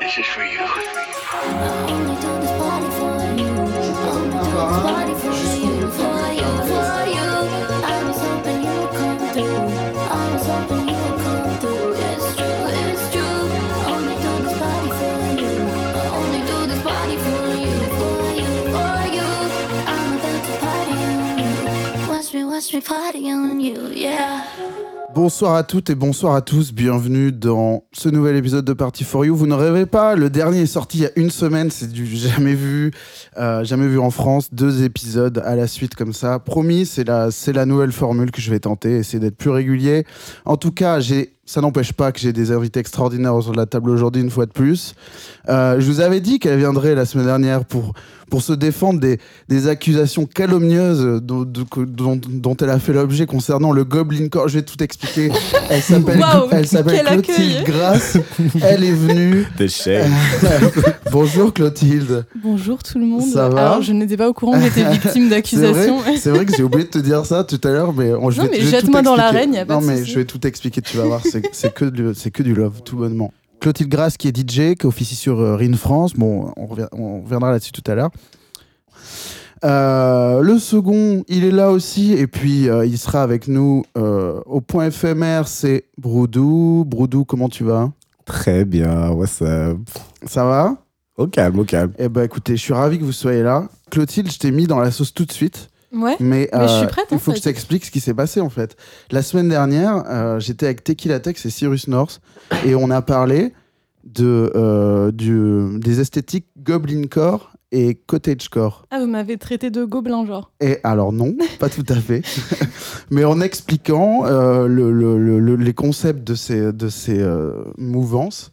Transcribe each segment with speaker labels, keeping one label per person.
Speaker 1: This is for you.
Speaker 2: Oh, Watch me party on you, yeah.
Speaker 3: Bonsoir à toutes et bonsoir à tous, bienvenue dans ce nouvel épisode de Party for You. Vous ne rêvez pas, le dernier est sorti il y a une semaine, c'est du jamais vu, euh, jamais vu en France, deux épisodes à la suite comme ça. Promis, c'est la, c'est la nouvelle formule que je vais tenter, essayer d'être plus régulier. En tout cas, j'ai, ça n'empêche pas que j'ai des invités extraordinaires autour de la table aujourd'hui une fois de plus. Euh, je vous avais dit qu'elle viendrait la semaine dernière pour, pour se défendre des, des accusations calomnieuses dont, de- que- dont, dont elle a fait l'objet concernant le Goblin Corps. Je vais tout expliquer. Elle s'appelle
Speaker 4: Waouh,
Speaker 3: elle s'appelle
Speaker 4: quel
Speaker 3: Clotilde
Speaker 4: accueil. hein.
Speaker 3: Grasse. Elle est venue.
Speaker 5: The Shade.
Speaker 3: Bonjour Clotilde.
Speaker 4: Bonjour tout le monde.
Speaker 3: Ça va
Speaker 4: Alors, je n'étais pas au courant, j'étais victime
Speaker 3: C'est vrai,
Speaker 4: d'accusations.
Speaker 3: c'est vrai que j'ai oublié de te dire ça tout à l'heure, mais on- je
Speaker 4: Non,
Speaker 3: vais,
Speaker 4: mais
Speaker 3: je vais tout
Speaker 4: jette-moi dans
Speaker 3: expliquer.
Speaker 4: l'arène, y a pas
Speaker 3: Non,
Speaker 4: de
Speaker 3: mais
Speaker 4: souci.
Speaker 3: je vais tout expliquer, tu vas voir, c'est c'est que, du- c'est que du love, tout bonnement. Clotilde Grasse qui est DJ, qui officie sur euh, Rin France, bon, on, revient- on reviendra là-dessus tout à l'heure. Euh, le second, il est là aussi, et puis euh, il sera avec nous euh, au point éphémère, c'est Broudou. Broudou, comment tu vas
Speaker 5: Très bien, what's up
Speaker 3: Ça va
Speaker 5: Au calme, au calme.
Speaker 3: Eh ben écoutez, je suis ravi que vous soyez là. Clotilde, je t'ai mis dans la sauce tout de suite.
Speaker 4: Ouais.
Speaker 3: Mais,
Speaker 4: Mais je
Speaker 3: euh,
Speaker 4: suis prête,
Speaker 3: Il
Speaker 4: hein,
Speaker 3: faut que je
Speaker 4: ça-
Speaker 3: t'explique ce qui s'est passé en fait. La semaine dernière, euh, j'étais avec Tequila Tex et Cyrus North et on a parlé de, euh, du- des esthétiques Goblin Core et Cottage Core.
Speaker 4: Ah, vous m'avez traité de gobelin, genre.
Speaker 3: Et alors non, pas tout à fait, mais en expliquant euh, le- le- le- le- les concepts de ces, de ces euh, mouvances,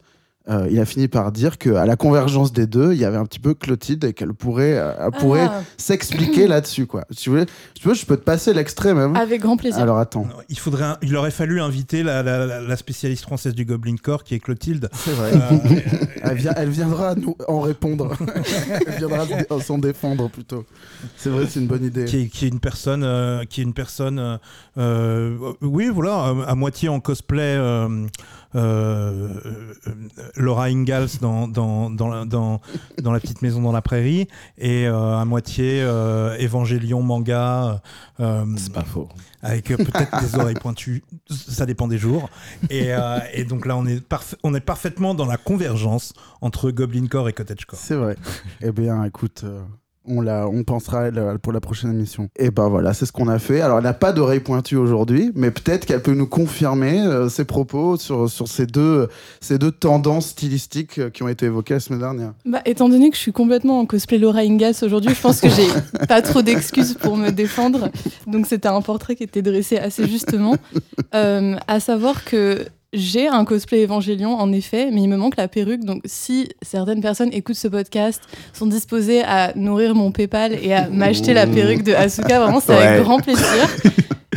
Speaker 3: euh, il a fini par dire qu'à la convergence des deux, il y avait un petit peu Clotilde et qu'elle pourrait, euh, elle pourrait
Speaker 4: Ah,
Speaker 3: s'expliquer là-dessus. quoi. Si tu veux, si tu veux, je peux te passer l'extrait même.
Speaker 4: Ah, avec grand plaisir.
Speaker 3: Alors attends.
Speaker 6: Alors, Il, faudrait un- il aurait fallu inviter la, la- la- la spécialiste française du Goblin Corps, qui est Clotilde.
Speaker 3: C'est vrai.
Speaker 6: Euh, euh,
Speaker 3: Elle, vi- elle viendra nous en répondre. elle viendra se dé- s'en défendre plutôt. C'est vrai, c'est une bonne idée.
Speaker 6: qui, est, qui est une personne, euh, qui est une personne, euh, euh, oui, voilà, à, à moitié en cosplay, euh, euh, euh, Laura Ingalls dans dans, dans, la, dans dans la petite maison dans la prairie, et euh, à moitié euh, évangélion manga, euh,
Speaker 5: C'est pas faux.
Speaker 6: avec euh, peut-être des oreilles pointues, ça dépend des jours. Et, euh, et donc là, on est, parfa- on est parfaitement dans la convergence entre Goblin Core et Cottage Core.
Speaker 3: C'est vrai. eh bien, écoute, euh, on, la, on pensera à elle euh, pour la prochaine émission. Et ben voilà, c'est ce qu'on a fait. Alors, elle n'a pas d'oreille pointue aujourd'hui, mais peut-être qu'elle peut nous confirmer euh, ses propos sur, sur ces, deux, ces deux tendances stylistiques euh, qui ont été évoquées la semaine dernière.
Speaker 4: Bah, étant donné que je suis complètement en cosplay Laura Ingas aujourd'hui, je pense que j'ai pas trop d'excuses pour me défendre. Donc c'était un portrait qui était dressé assez justement. Euh, à savoir que j'ai un cosplay évangélion en effet, mais il me manque la perruque. Donc si certaines personnes écoutent ce podcast, sont disposées à nourrir mon PayPal et à m'acheter la perruque de Asuka, vraiment c'est
Speaker 5: Ouais.
Speaker 4: avec grand plaisir.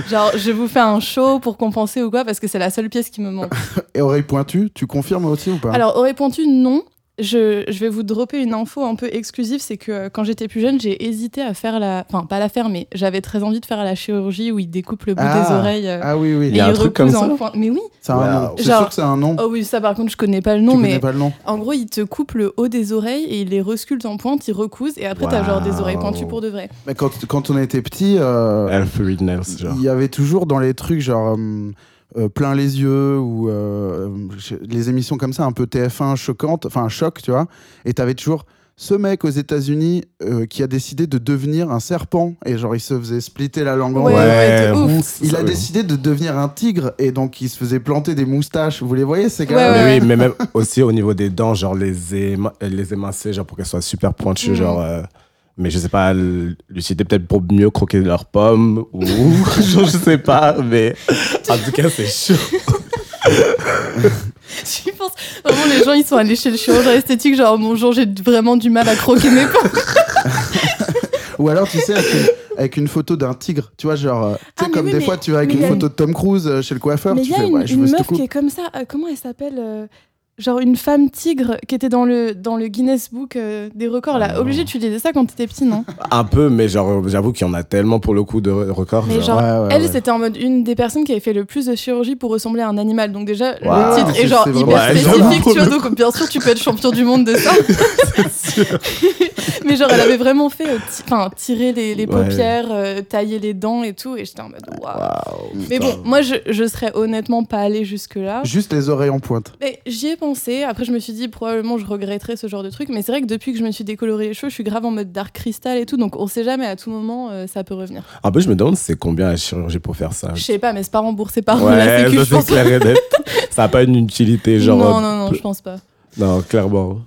Speaker 4: Genre je vous fais un show pour compenser ou quoi parce que c'est la seule pièce qui me manque.
Speaker 3: Et oreille pointue, tu confirmes aussi ou pas
Speaker 4: Alors, aurait pointu, non. Je, je vais vous dropper une info un peu exclusive, c'est que euh, quand j'étais plus jeune, j'ai hésité à faire la... Enfin, pas la faire, mais j'avais très envie de faire la chirurgie où ils découpent le bout
Speaker 3: Ah.
Speaker 4: des oreilles. euh,
Speaker 3: Ah oui,
Speaker 4: et
Speaker 3: oui.
Speaker 5: y a
Speaker 4: ils
Speaker 5: un truc
Speaker 4: recousent
Speaker 5: comme
Speaker 4: en
Speaker 5: ça Ah.
Speaker 4: point- Mais oui
Speaker 3: C'est un
Speaker 5: Wow.
Speaker 3: nom. C'est
Speaker 4: Genre-
Speaker 3: sûr que c'est un nom.
Speaker 4: Oh oui, ça par contre, je connais pas le nom,
Speaker 3: tu
Speaker 4: mais
Speaker 3: connais pas le nom.
Speaker 4: en gros, ils te coupent le haut des oreilles et ils les resculptent en pointe, ils recousent, et après, t'as genre des oreilles pointues
Speaker 5: Waouh.
Speaker 4: pour de vrai.
Speaker 3: Mais quand, quand on était petit,
Speaker 5: Ah
Speaker 3: euh,
Speaker 5: Alfred Nails, genre.
Speaker 3: Il y avait toujours dans les trucs genre hum, euh, plein les yeux ou euh, je- les émissions comme ça un peu TF1 choquantes, enfin choc, tu vois. Et t'avais toujours ce mec aux États-Unis euh, qui a décidé de devenir un serpent et genre il se faisait splitter la langue en
Speaker 4: Ouais,
Speaker 3: deux.
Speaker 4: ouais, de ouf.
Speaker 5: c'est
Speaker 3: Il
Speaker 5: ça,
Speaker 3: a
Speaker 5: oui.
Speaker 3: décidé de devenir un tigre et donc il se faisait planter des moustaches. Vous les voyez ces gars
Speaker 4: Ouais, ouais.
Speaker 5: Mais oui, mais même aussi au niveau des dents, genre les, éma- euh, les émincer, genre pour qu'elles soient super pointues,
Speaker 4: Mhm.
Speaker 5: genre. euh, mais je sais pas, l- l'utiliser peut-être pour mieux croquer leurs pommes ou. genre, je sais pas, mais. En tout cas, c'est chaud.
Speaker 4: Je pense vraiment les gens ils sont allés chez le chirurgien esthétique genre bonjour j'ai vraiment du mal à croquer mes pommes.
Speaker 3: Ou alors tu sais avec une, avec une photo d'un tigre, tu vois genre, euh, tu sais
Speaker 4: Ah, mais
Speaker 3: comme
Speaker 4: oui,
Speaker 3: des
Speaker 4: mais-
Speaker 3: fois tu vas avec
Speaker 4: mais
Speaker 3: une
Speaker 4: y a
Speaker 3: photo de Tom Cruise euh, chez le coiffeur,
Speaker 4: Mais il
Speaker 3: tu
Speaker 4: y a
Speaker 3: fais
Speaker 4: une,
Speaker 3: ouais je
Speaker 4: une
Speaker 3: veux cette
Speaker 4: meuf
Speaker 3: coupe.
Speaker 4: qui est comme ça. euh, comment elle s'appelle euh, genre une femme tigre qui était dans le, dans le Guinness Book euh, des records là.
Speaker 5: Ah non.
Speaker 4: Obligé, tu lisais ça quand t'étais petit, non
Speaker 5: Un peu, mais genre, j'avoue qu'il y en a tellement pour le coup de re- records.
Speaker 4: Mais
Speaker 5: genre.
Speaker 4: genre,
Speaker 3: Ouais, ouais,
Speaker 4: elle,
Speaker 3: ouais.
Speaker 4: c'était en mode une des personnes qui avait fait le plus de chirurgie pour ressembler à un animal. Donc déjà,
Speaker 5: Waouh,
Speaker 4: le titre
Speaker 3: c'est-
Speaker 4: est genre
Speaker 3: c'est
Speaker 4: hyper
Speaker 3: vraiment-
Speaker 5: Ouais,
Speaker 4: spécifique,
Speaker 5: j'avoue.
Speaker 4: tu vois. Donc bien sûr, tu peux être champion du monde de ça. Mais genre, elle avait vraiment fait, euh, ti- enfin, tirer les, les
Speaker 5: Ouais.
Speaker 4: paupières, euh, tailler les dents et tout. Et j'étais en mode waouh.
Speaker 5: Waouh,
Speaker 4: Mais
Speaker 5: putain.
Speaker 4: bon, moi, je, je serais honnêtement pas allée jusque là.
Speaker 3: Juste les oreilles en pointe.
Speaker 4: Mais j'y ai pensé. Après, je me suis dit, probablement, je regretterais ce genre de truc. Mais c'est vrai que depuis que je me suis décoloré les cheveux, je suis grave en mode dark crystal et tout. Donc, on sait jamais, à tout moment, euh, ça peut revenir.
Speaker 5: Un peu, je me demande c'est combien à chirurgie pour faire ça.
Speaker 3: Ah,
Speaker 4: Je sais pas, mais c'est pas remboursé par la
Speaker 5: Ouais,
Speaker 4: sécu,
Speaker 5: ça
Speaker 4: je pense.
Speaker 5: c'est clair et net. Ça n'a pas une utilité, genre.
Speaker 4: non,
Speaker 5: euh,
Speaker 4: non, non, je pense pas.
Speaker 5: non, clairement.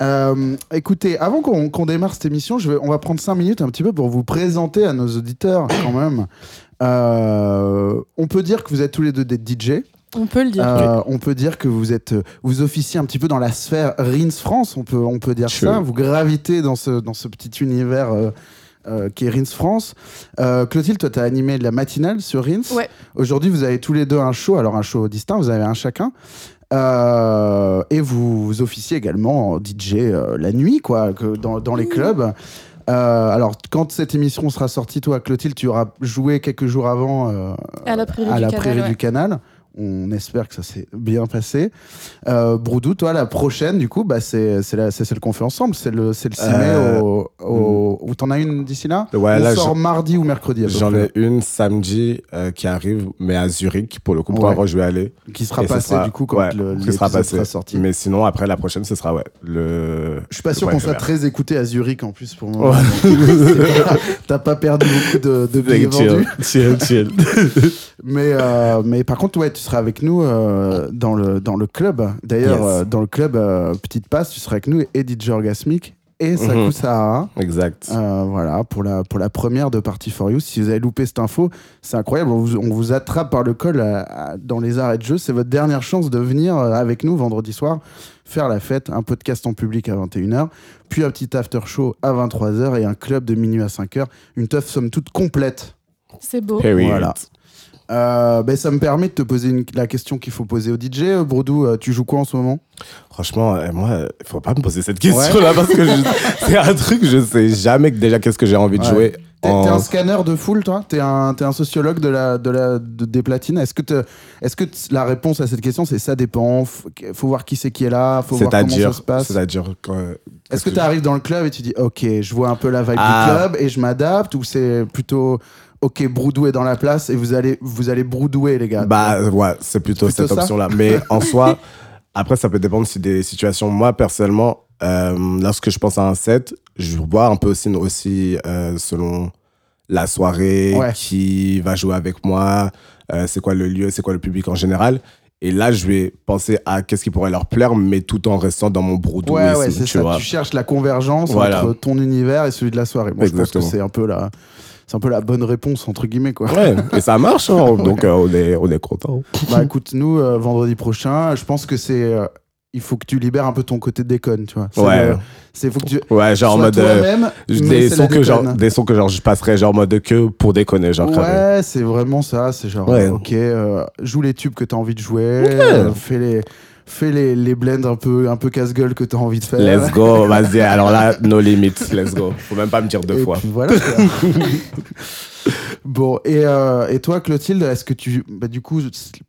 Speaker 3: Euh, écoutez, avant qu'on qu'on démarre cette émission, je vais, on va prendre 5 minutes un petit peu pour vous présenter à nos auditeurs quand même. Euh, on peut dire que vous êtes tous les deux des DJ.
Speaker 4: On peut le dire.
Speaker 3: Euh, on peut dire que vous êtes, vous officiez un petit peu dans la sphère Rins France. On peut, on peut dire
Speaker 5: Sure.
Speaker 3: ça. Vous gravitez dans ce, dans ce petit univers. euh, euh, qui est Rins France. Euh, Clotilde, toi, tu as animé la matinale sur Rins.
Speaker 4: Ouais.
Speaker 3: Aujourd'hui, vous avez tous les deux un show, alors un show distinct, vous avez un chacun. Euh, et vous, vous officiez également en DJ euh, la nuit, quoi, que dans, dans
Speaker 4: Mmh.
Speaker 3: les clubs. Euh, alors, quand cette émission sera sortie, toi, Clotilde, tu auras joué quelques jours avant euh,
Speaker 4: à la prairie
Speaker 3: à
Speaker 4: du
Speaker 3: la
Speaker 4: Canal,
Speaker 3: prairie
Speaker 4: ouais.
Speaker 3: du canal. On espère que ça s'est bien passé. Euh, Broudou, toi, la prochaine, du coup, bah, c'est c'est la- c'est celle qu'on fait ensemble. C'est le, c'est le 6 mai
Speaker 5: Euh, mm.
Speaker 3: au. au- ou t'en as une d'ici là
Speaker 5: Ouais,
Speaker 3: On
Speaker 5: là,
Speaker 3: sort mardi ou mercredi. à peu
Speaker 5: J'en
Speaker 3: près,
Speaker 5: ai une samedi euh, qui arrive, mais à Zurich, pour le coup, pour
Speaker 3: Ouais.
Speaker 5: avoir, je vais aller.
Speaker 3: Qui sera
Speaker 5: Et ce
Speaker 3: passée,
Speaker 5: sera-
Speaker 3: du coup, quand
Speaker 5: ouais,
Speaker 3: le
Speaker 5: qui
Speaker 3: l'épisode
Speaker 5: sera
Speaker 3: sera,
Speaker 5: passé.
Speaker 3: sorti.
Speaker 5: Mais sinon, après, la prochaine, ce sera, ouais, le.
Speaker 3: Je suis pas sûr
Speaker 5: Ouais,
Speaker 3: qu'on
Speaker 5: c'est
Speaker 3: soit
Speaker 5: bien.
Speaker 3: très écouté à Zurich en plus pour le moment.
Speaker 5: Ouais.
Speaker 3: C'est pas- T'as pas perdu beaucoup de, de billets vendus.
Speaker 5: chill, chill, chill.
Speaker 3: Mais, euh, mais par contre, ouais, tu seras avec nous euh, dans, le, dans le club. D'ailleurs,
Speaker 5: Yes.
Speaker 3: euh, dans le club euh, Petite Passe, tu seras avec nous et DJ Orgasmic et Saku
Speaker 5: Mhm.
Speaker 3: Sahara.
Speaker 5: exact.
Speaker 3: Euh, voilà, pour la, pour la première de Party for You. Si vous avez loupé cette info, c'est incroyable. On vous, on vous attrape par le col à- à- dans les arrêts de jeu. C'est votre dernière chance de venir euh, avec nous vendredi soir faire la fête, un podcast en public à 21h, puis un petit after show à 23h et un club de minuit à 5h. Une teuf somme toute complète.
Speaker 4: C'est beau.
Speaker 5: Period.
Speaker 3: Voilà. Euh, ben, ça me permet de te poser une- la question qu'il faut poser au DJ. Euh, Brodou, euh, tu joues quoi en ce moment
Speaker 5: Franchement, euh, moi, euh, faut pas me poser cette question-là parce que je- c'est un truc, je sais jamais que- déjà qu'est-ce que j'ai envie de
Speaker 3: Ouais.
Speaker 5: jouer.
Speaker 3: T'es
Speaker 5: en-
Speaker 3: t'es un scanner de foule, toi T'es un, t'es un sociologue de la, de la, de- des platines Est-ce que, te- est-ce que t- la réponse à cette question, c'est ça dépend Faut, faut voir qui c'est qui est là, faut voir comment ça
Speaker 5: C'est-à-dire,
Speaker 3: se passe
Speaker 5: c'est-à-dire que-
Speaker 3: Est-ce que tu arrives dans le club et tu dis OK, je vois un peu la vibe
Speaker 5: Ah.
Speaker 3: du club et je m'adapte Ou c'est plutôt OK, Broudou est dans la place et vous allez, vous allez broudouer, les gars
Speaker 5: Bah ouais, c'est plutôt,
Speaker 3: Plutôt
Speaker 5: cette
Speaker 3: ça.
Speaker 5: option-là. Mais en soi, après, ça peut dépendre si des situations. Moi, personnellement, euh, lorsque je pense à un set, je vois un peu aussi, aussi euh, selon la soirée,
Speaker 3: Ouais.
Speaker 5: qui va jouer avec moi, euh, c'est quoi le lieu, c'est quoi le public en général. Et là, je vais penser à qu'est-ce qui pourrait leur plaire, mais tout en restant dans mon
Speaker 3: Ouais,
Speaker 5: brodouisme,
Speaker 3: ouais, c'est
Speaker 5: tu
Speaker 3: ça.
Speaker 5: vois.
Speaker 3: Tu cherches la convergence
Speaker 5: Voilà.
Speaker 3: entre ton univers et celui de la soirée. Moi, je pense que
Speaker 5: Exactement.
Speaker 3: c'est un peu la, c'est un peu la bonne réponse entre guillemets, quoi.
Speaker 5: Ouais, et ça marche, hein. donc euh, on est, on est content.
Speaker 3: Bah écoute, nous, euh, vendredi prochain, je pense que c'est. euh, il faut que tu libères un peu ton côté déconne, tu vois. C'est
Speaker 5: Ouais,
Speaker 3: le- C'est faut que tu.
Speaker 5: ouais, genre en
Speaker 3: sois
Speaker 5: mode. euh,
Speaker 3: toi-même, mais
Speaker 5: des
Speaker 3: c'est la
Speaker 5: sons que genre
Speaker 3: déconne.
Speaker 5: des sons que genre je passerais genre en mode que pour déconner genre carré.
Speaker 3: Ouais, c'est vraiment ça. C'est genre,
Speaker 5: Ouais.
Speaker 3: ok, euh, joue les tubes que t'as envie de jouer,
Speaker 5: Ouais.
Speaker 3: euh, fais les. Fais les, les blends un peu, un peu casse-gueule que t'as envie de faire.
Speaker 5: Let's go, vas-y. Alors là, no limits, let's go. Faut même pas me dire deux
Speaker 3: Et
Speaker 5: fois.
Speaker 3: puis voilà, quoi. bon, et, euh, et toi, Clotilde, est-ce que tu. Bah, du coup,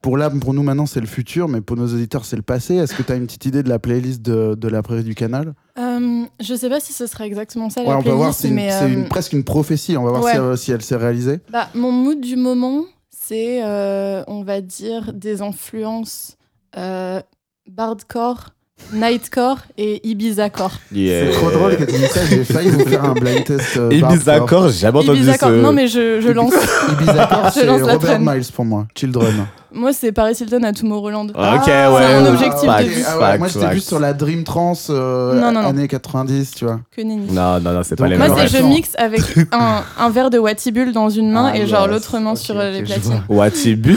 Speaker 3: pour, là, pour nous maintenant, c'est le futur, mais pour nos auditeurs, c'est le passé. Est-ce que tu as une petite idée de la playlist de, de la prairie du canal
Speaker 4: Euh, je sais pas si ce sera exactement ça
Speaker 3: Ouais,
Speaker 4: la
Speaker 3: On va
Speaker 4: playlist,
Speaker 3: voir, c'est une-
Speaker 4: mais
Speaker 3: c'est
Speaker 4: euh,
Speaker 3: une- presque une prophétie. On va voir
Speaker 4: ouais.
Speaker 3: si, euh, si elle s'est réalisée.
Speaker 4: bah, mon mood du moment, c'est, euh, on va dire, des influences euh, bardcore, nightcore et ibizacore.
Speaker 5: Yeah.
Speaker 3: C'est trop drôle que tu dis ça. J'ai failli vous faire un blind test. euh, Barford.
Speaker 5: Ibizacore, j'ai jamais entendu
Speaker 4: Ibizacore,
Speaker 5: ce.
Speaker 4: non mais je, je lance.
Speaker 3: Ibizacore,
Speaker 4: Je
Speaker 3: c'est
Speaker 4: lance la
Speaker 3: Robert
Speaker 4: traîne.
Speaker 3: Miles pour moi. Children.
Speaker 4: Moi, c'est Paris Hilton à Tomorrowland.
Speaker 5: Ah, Ok,
Speaker 4: c'est
Speaker 5: ouais. bah,
Speaker 4: mon
Speaker 5: ouais.
Speaker 4: objectif
Speaker 5: Facts,
Speaker 4: de vie.
Speaker 3: Ah ouais,
Speaker 5: facts,
Speaker 3: moi, j'étais
Speaker 5: facts.
Speaker 3: plus sur la Dream Trance euh,
Speaker 4: Non, non, non.
Speaker 3: années 90, tu vois.
Speaker 4: Que nenni.
Speaker 5: Non, non, non, c'est pas
Speaker 3: Donc,
Speaker 5: les
Speaker 4: Moi,
Speaker 5: mêmes.
Speaker 4: c'est
Speaker 3: Ouais.
Speaker 4: je mixe avec un, un verre de Wattibule dans une main
Speaker 3: Ah,
Speaker 4: et genre
Speaker 3: yes.
Speaker 4: l'autre main
Speaker 3: Ok,
Speaker 4: sur
Speaker 3: ok,
Speaker 4: euh, les
Speaker 3: je
Speaker 4: platines.
Speaker 3: vois.
Speaker 5: Watibu.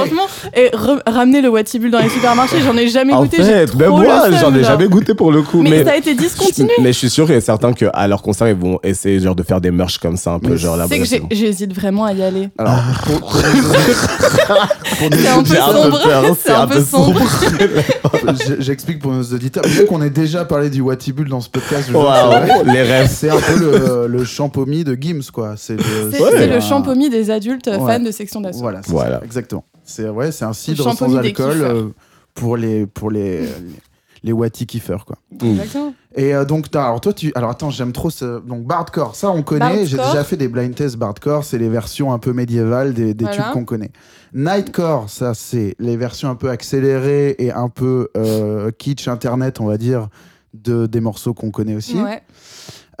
Speaker 4: Franchement, Et re- ramener le Watibule dans les supermarchés, j'en ai jamais
Speaker 5: En
Speaker 4: goûté. j'ai
Speaker 5: fait,
Speaker 4: trop
Speaker 5: même
Speaker 4: le
Speaker 5: moi,
Speaker 4: seum,
Speaker 5: j'en ai
Speaker 4: genre.
Speaker 5: jamais goûté pour le coup.
Speaker 4: Mais,
Speaker 5: Mais,
Speaker 4: ça a été discontinué.
Speaker 5: mais je suis sûr et certain qu'à leur concert, ils vont essayer genre, de faire des merch comme ça, un peu
Speaker 3: Mais
Speaker 5: genre là
Speaker 4: C'est que j'ai- j'hésite vraiment à y aller.
Speaker 3: Alors, pour, pour des-
Speaker 4: Euh. C'est un peu
Speaker 5: J'ai un peu peur,
Speaker 4: sombre. C'est un peu sombre.
Speaker 3: je- J'explique pour nos auditeurs. Bien qu'on ait déjà parlé du Watibule dans ce podcast, je-
Speaker 5: Waouh, les rêves.
Speaker 3: c'est un peu le, le champomis de Gims, quoi. C'est le,
Speaker 4: C'est
Speaker 5: Ouais.
Speaker 4: c'est
Speaker 3: un-
Speaker 4: le champomis des adultes
Speaker 3: Ah. Ouais.
Speaker 4: fans de section d'assaut.
Speaker 3: Voilà, c'est
Speaker 5: Voilà.
Speaker 3: ça, exactement. C'est ouais, c'est un cidre
Speaker 4: champomis
Speaker 3: sans
Speaker 4: des
Speaker 3: alcool
Speaker 4: kiffeurs.
Speaker 3: euh, pour les pour les les Wati kiffeurs quoi.
Speaker 5: Mmh.
Speaker 4: Exactement.
Speaker 3: Et euh, donc t'as- alors toi tu alors attends, j'aime trop ce donc bardcore, ça on connaît,
Speaker 4: Bardcore.
Speaker 3: j'ai déjà fait des blind tests bardcore, c'est les versions un peu médiévales des, des
Speaker 4: Voilà.
Speaker 3: tubes qu'on connaît. Nightcore, ça c'est les versions un peu accélérées et un peu euh, kitsch internet, on va dire de des morceaux qu'on connaît aussi.
Speaker 4: Ouais.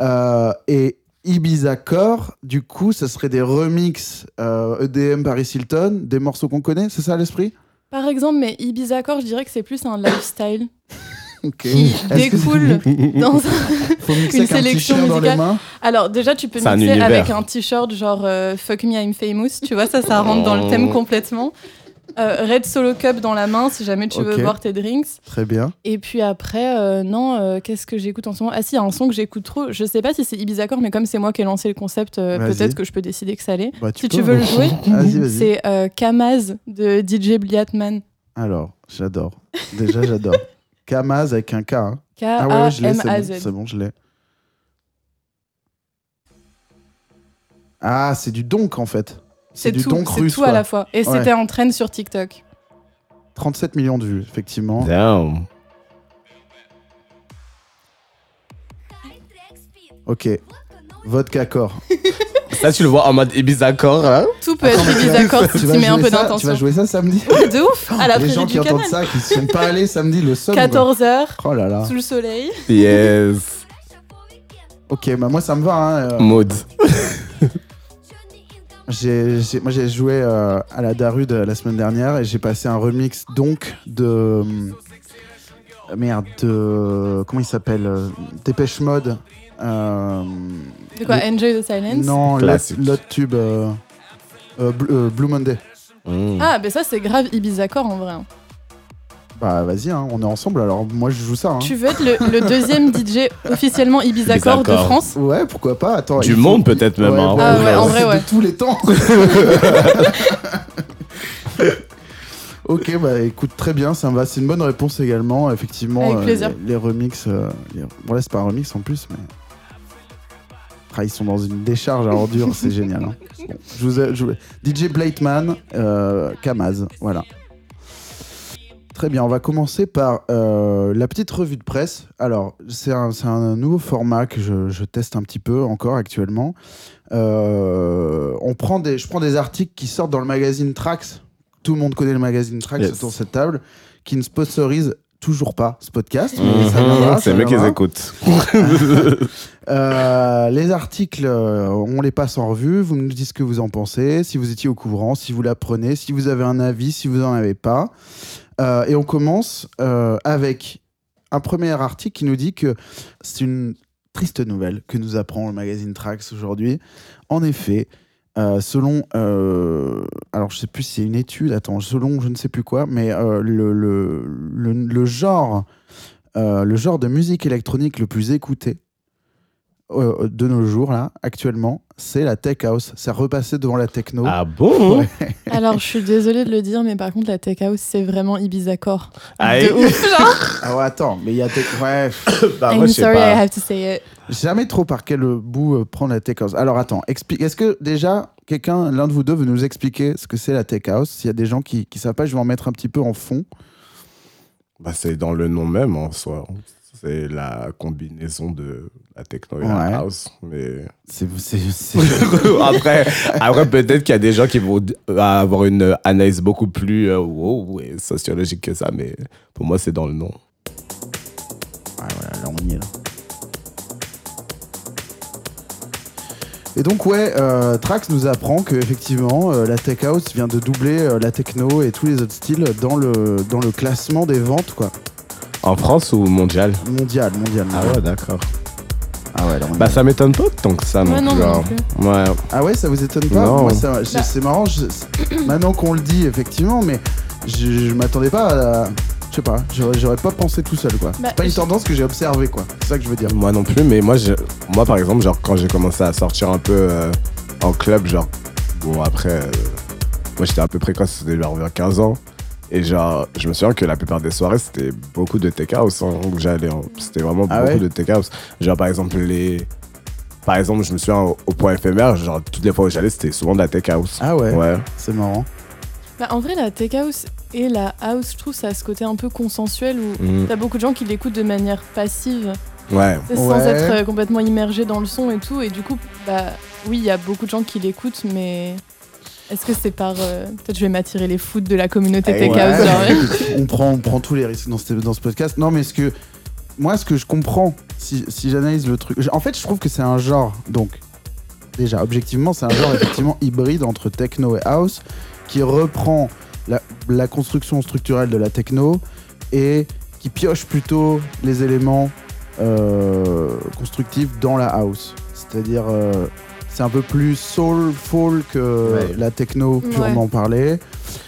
Speaker 3: Euh, et Ibiza Core, du coup, ça serait des remixes euh, EDM Paris Hilton, des morceaux qu'on connaît, c'est ça l'esprit
Speaker 4: Par exemple, mais Ibiza Core, je dirais que c'est plus un lifestyle
Speaker 3: Ok.
Speaker 4: qui découle
Speaker 5: Mmh,
Speaker 4: dans un
Speaker 3: Faut mixer
Speaker 4: une
Speaker 3: avec un petit
Speaker 4: sélection
Speaker 3: chien dans les
Speaker 4: musicale.
Speaker 3: mains.
Speaker 4: Alors déjà, tu peux
Speaker 5: C'est un
Speaker 4: mixer
Speaker 5: univers.
Speaker 4: avec un t-shirt genre euh, Fuck Me I'm Famous, tu vois, ça, ça rentre dans le
Speaker 3: Oh.
Speaker 4: thème complètement. Euh, Red Solo Cup dans la main si jamais tu
Speaker 3: Ok.
Speaker 4: veux boire tes drinks.
Speaker 3: Très bien.
Speaker 4: Et puis après, euh, non, euh, qu'est-ce que j'écoute en ce moment Ah si, il y a un son que j'écoute trop, je sais pas si c'est Ibizacore, mais comme c'est moi qui ai lancé le concept, euh,
Speaker 3: Vas-y.
Speaker 4: peut-être que je peux décider que ça l'est.
Speaker 3: Bah,
Speaker 4: Si
Speaker 3: peux,
Speaker 4: tu veux
Speaker 3: hein.
Speaker 4: le jouer,
Speaker 3: Vas-y, vas-y.
Speaker 4: c'est euh, Kamaz de DJ Bliatman.
Speaker 3: Alors, j'adore. Déjà, j'adore. Kamaz avec un K. hein. Ah ouais, ouais, je l'ai, c'est bon,
Speaker 4: K-A-M-A-Z.
Speaker 3: c'est bon, je l'ai. Ah, c'est du donk en fait. C'est
Speaker 4: C'est
Speaker 3: du
Speaker 4: tout,
Speaker 3: donk
Speaker 4: c'est
Speaker 3: russe.
Speaker 4: tout à
Speaker 3: quoi.
Speaker 4: la fois. Et
Speaker 3: Ouais.
Speaker 4: c'était en train sur TikTok.
Speaker 3: 37 millions de vues, effectivement.
Speaker 5: Damn.
Speaker 3: Ok. Vodka Core.
Speaker 5: Ça, tu le vois en mode Ibiza Core, là
Speaker 4: Tout peut être
Speaker 3: Attends, mais tu vas-
Speaker 4: Ibizacore si
Speaker 3: tu
Speaker 4: tu
Speaker 3: vas
Speaker 4: mets un
Speaker 3: jouer
Speaker 4: peu
Speaker 3: ça- Tu vas
Speaker 4: d'intention.
Speaker 3: jouer ça samedi
Speaker 4: Ouais, de ouf À la
Speaker 3: Les gens
Speaker 4: prairie
Speaker 3: qui
Speaker 4: du
Speaker 3: entendent
Speaker 4: canal.
Speaker 3: ça, qui sont pas allés samedi, le somme.
Speaker 4: 14h,
Speaker 3: Oh là là.
Speaker 4: sous le soleil.
Speaker 5: Yes.
Speaker 3: Ok, bah moi ça me va. hein, euh,
Speaker 5: Mood.
Speaker 3: j'ai- j'ai- moi j'ai joué euh, à la Darude euh, la semaine dernière et j'ai passé un remix donc de. euh, Merde, de. Comment il s'appelle euh, Dépêche Mode. euh,
Speaker 4: De quoi Enjoy the silence
Speaker 3: non, l'autre
Speaker 5: Classique.
Speaker 3: l'autre tube. euh, euh, Bl- euh, Blue Monday.
Speaker 5: Mm.
Speaker 4: Ah, mais ça, c'est grave Ibizacore en vrai. hein.
Speaker 3: Hein Bah vas-y, hein, on est ensemble alors moi je joue ça. hein.
Speaker 4: Tu veux être le, le deuxième DJ officiellement Ibizacore de
Speaker 5: Ibizacore.
Speaker 4: France
Speaker 3: Ouais, pourquoi pas Attends,
Speaker 5: Du
Speaker 3: il faut-
Speaker 5: monde, peut-être même.
Speaker 3: Ouais,
Speaker 5: hein.
Speaker 3: ouais,
Speaker 4: Ah ouais, en
Speaker 3: c'est
Speaker 4: vrai, ouais.
Speaker 3: De tous les temps. ok, bah écoute, très bien, ça me va. C'est une bonne réponse également, effectivement.
Speaker 4: Avec
Speaker 3: euh,
Speaker 4: plaisir.
Speaker 3: les, les remixes. euh, les- Bon, là, c'est pas un remix en plus, mais. Ah, ils sont dans une décharge à ordures, c'est génial. hein. Bon, je vous ai- je vous- DJ Blateman, euh, Kamaz, voilà. Très bien, on va commencer par euh, la petite revue de presse. Alors, c'est un, c'est un nouveau format que je, je teste un petit peu encore actuellement. Euh, on prend des, je prends des articles qui sortent dans le magazine Trax. Tout le monde connaît le magazine Trax
Speaker 5: Yes.
Speaker 3: autour de cette table, qui ne sponsorise toujours pas ce podcast. mais ça viendra,
Speaker 5: Mhm,
Speaker 3: ça
Speaker 5: C'est le mec qui les
Speaker 3: viendra.
Speaker 5: écoute.
Speaker 3: Euh, les articles, euh, on les passe en revue. Vous nous dites ce que vous en pensez, si vous étiez au courant, si vous l'apprenez, si vous avez un avis, si vous en avez pas. Euh, et on commence euh, avec un premier article qui nous dit que c'est une triste nouvelle que nous apprend le magazine Trax aujourd'hui. En effet, euh, selon, euh, alors je sais plus si c'est une étude, attends, selon je ne sais plus quoi, mais euh, le, le, le, le genre, euh, le genre de musique électronique le plus écouté euh, de nos jours, là, actuellement, c'est la tech house. C'est repassé devant la techno.
Speaker 5: Ah bon
Speaker 3: Ouais.
Speaker 4: Alors, je suis désolée de le dire, mais par contre, la Tech House, c'est vraiment Ibizacore.
Speaker 5: Ah,
Speaker 4: De
Speaker 5: et-
Speaker 4: ouf, genre
Speaker 3: Ah ouais, attends, mais il y a tech. Ouais, pff,
Speaker 5: Bah, moi,
Speaker 4: I'm
Speaker 5: je sais
Speaker 4: sorry,
Speaker 5: pas.
Speaker 4: I have to say it.
Speaker 3: jamais trop par quel bout euh, prendre la tech house. Alors attends, explique. Est-ce que déjà, quelqu'un, l'un de vous deux, veut nous expliquer ce que c'est la tech house S'il y a des gens qui ne savent pas, je vais en mettre un petit peu en fond.
Speaker 5: Bah, c'est dans le nom même en soi. C'est la combinaison de la techno et
Speaker 3: Ouais.
Speaker 5: la house. Mais...
Speaker 3: C'est. c'est- c'est-
Speaker 5: après, après peut-être qu'il y a des gens qui vont d- avoir une analyse beaucoup plus euh, wow, et sociologique que ça, mais pour moi, c'est dans le nom.
Speaker 3: Ah ouais, là, on y est là. Et donc ouais, euh, Trax nous apprend que effectivement euh, la tech house vient de doubler euh, la techno et tous les autres styles dans le dans le classement des ventes quoi.
Speaker 5: En France ou mondial
Speaker 3: Mondial, mondial. mondial.
Speaker 5: d'accord.
Speaker 3: Ah ouais, là, on est-
Speaker 5: Ah Bah, ça m'étonne pas tant que ça, non
Speaker 4: Ouais, non,
Speaker 5: plus,
Speaker 4: moi
Speaker 5: hein.
Speaker 4: non plus.
Speaker 5: Ouais.
Speaker 3: Ah ouais, ça vous étonne pas
Speaker 5: Non.
Speaker 3: Moi, ça- je-
Speaker 4: Bah.
Speaker 3: C'est marrant, je- c'est- maintenant qu'on le dit, effectivement, mais je, je m'attendais pas à. Je sais pas, j'aurais j'aurais pas pensé tout seul quoi.
Speaker 4: Bah,
Speaker 3: c'est pas une
Speaker 4: je-
Speaker 3: tendance que j'ai observée quoi, c'est ça que je veux dire.
Speaker 5: Moi non plus, mais moi, je- moi par exemple, genre quand j'ai commencé à sortir un peu euh, en club, genre, bon après, euh, moi j'étais à peu précoce, c'était genre vers 15 ans. Et genre, je me souviens que la plupart des soirées, c'était beaucoup de tech house hein, où j'allais. hein. C'était vraiment
Speaker 3: Ah
Speaker 5: beaucoup
Speaker 3: ouais
Speaker 5: de tech house. Genre, par exemple, les. Par exemple, je me souviens au, au point éphémère, genre, toutes les fois où j'allais, c'était souvent de la tech house.
Speaker 3: Ah ouais,
Speaker 5: ouais.
Speaker 3: c'est marrant.
Speaker 4: Bah, en vrai, la tech house et la house, je trouve, ça a ce côté un peu consensuel où
Speaker 5: Mhm.
Speaker 3: Mm.
Speaker 4: t'as beaucoup de gens qui l'écoutent de manière passive,
Speaker 5: Ouais.
Speaker 4: tu sais, sans
Speaker 3: Ouais.
Speaker 4: être euh, complètement immergé dans le son et tout. Et du coup, bah oui, il y a beaucoup de gens qui l'écoutent, mais est-ce que c'est par. euh, Peut-être je vais m'attirer les foutes de la communauté
Speaker 5: Eh
Speaker 4: tech
Speaker 5: ouais.
Speaker 4: house. genre, ouais.
Speaker 3: on, prend, on prend tous les risques dans ce, dans ce podcast. Non, mais ce que. Moi, ce que je comprends, si, si j'analyse le truc. En fait, je trouve que c'est un genre, donc. Déjà, objectivement, c'est un genre effectivement hybride entre techno et house qui reprend la, la construction structurelle de la techno et qui pioche plutôt les éléments euh, constructifs dans la house. C'est-à-dire, euh, c'est un peu plus soulful que
Speaker 5: Ouais.
Speaker 3: la techno
Speaker 4: Ouais.
Speaker 3: purement parlée.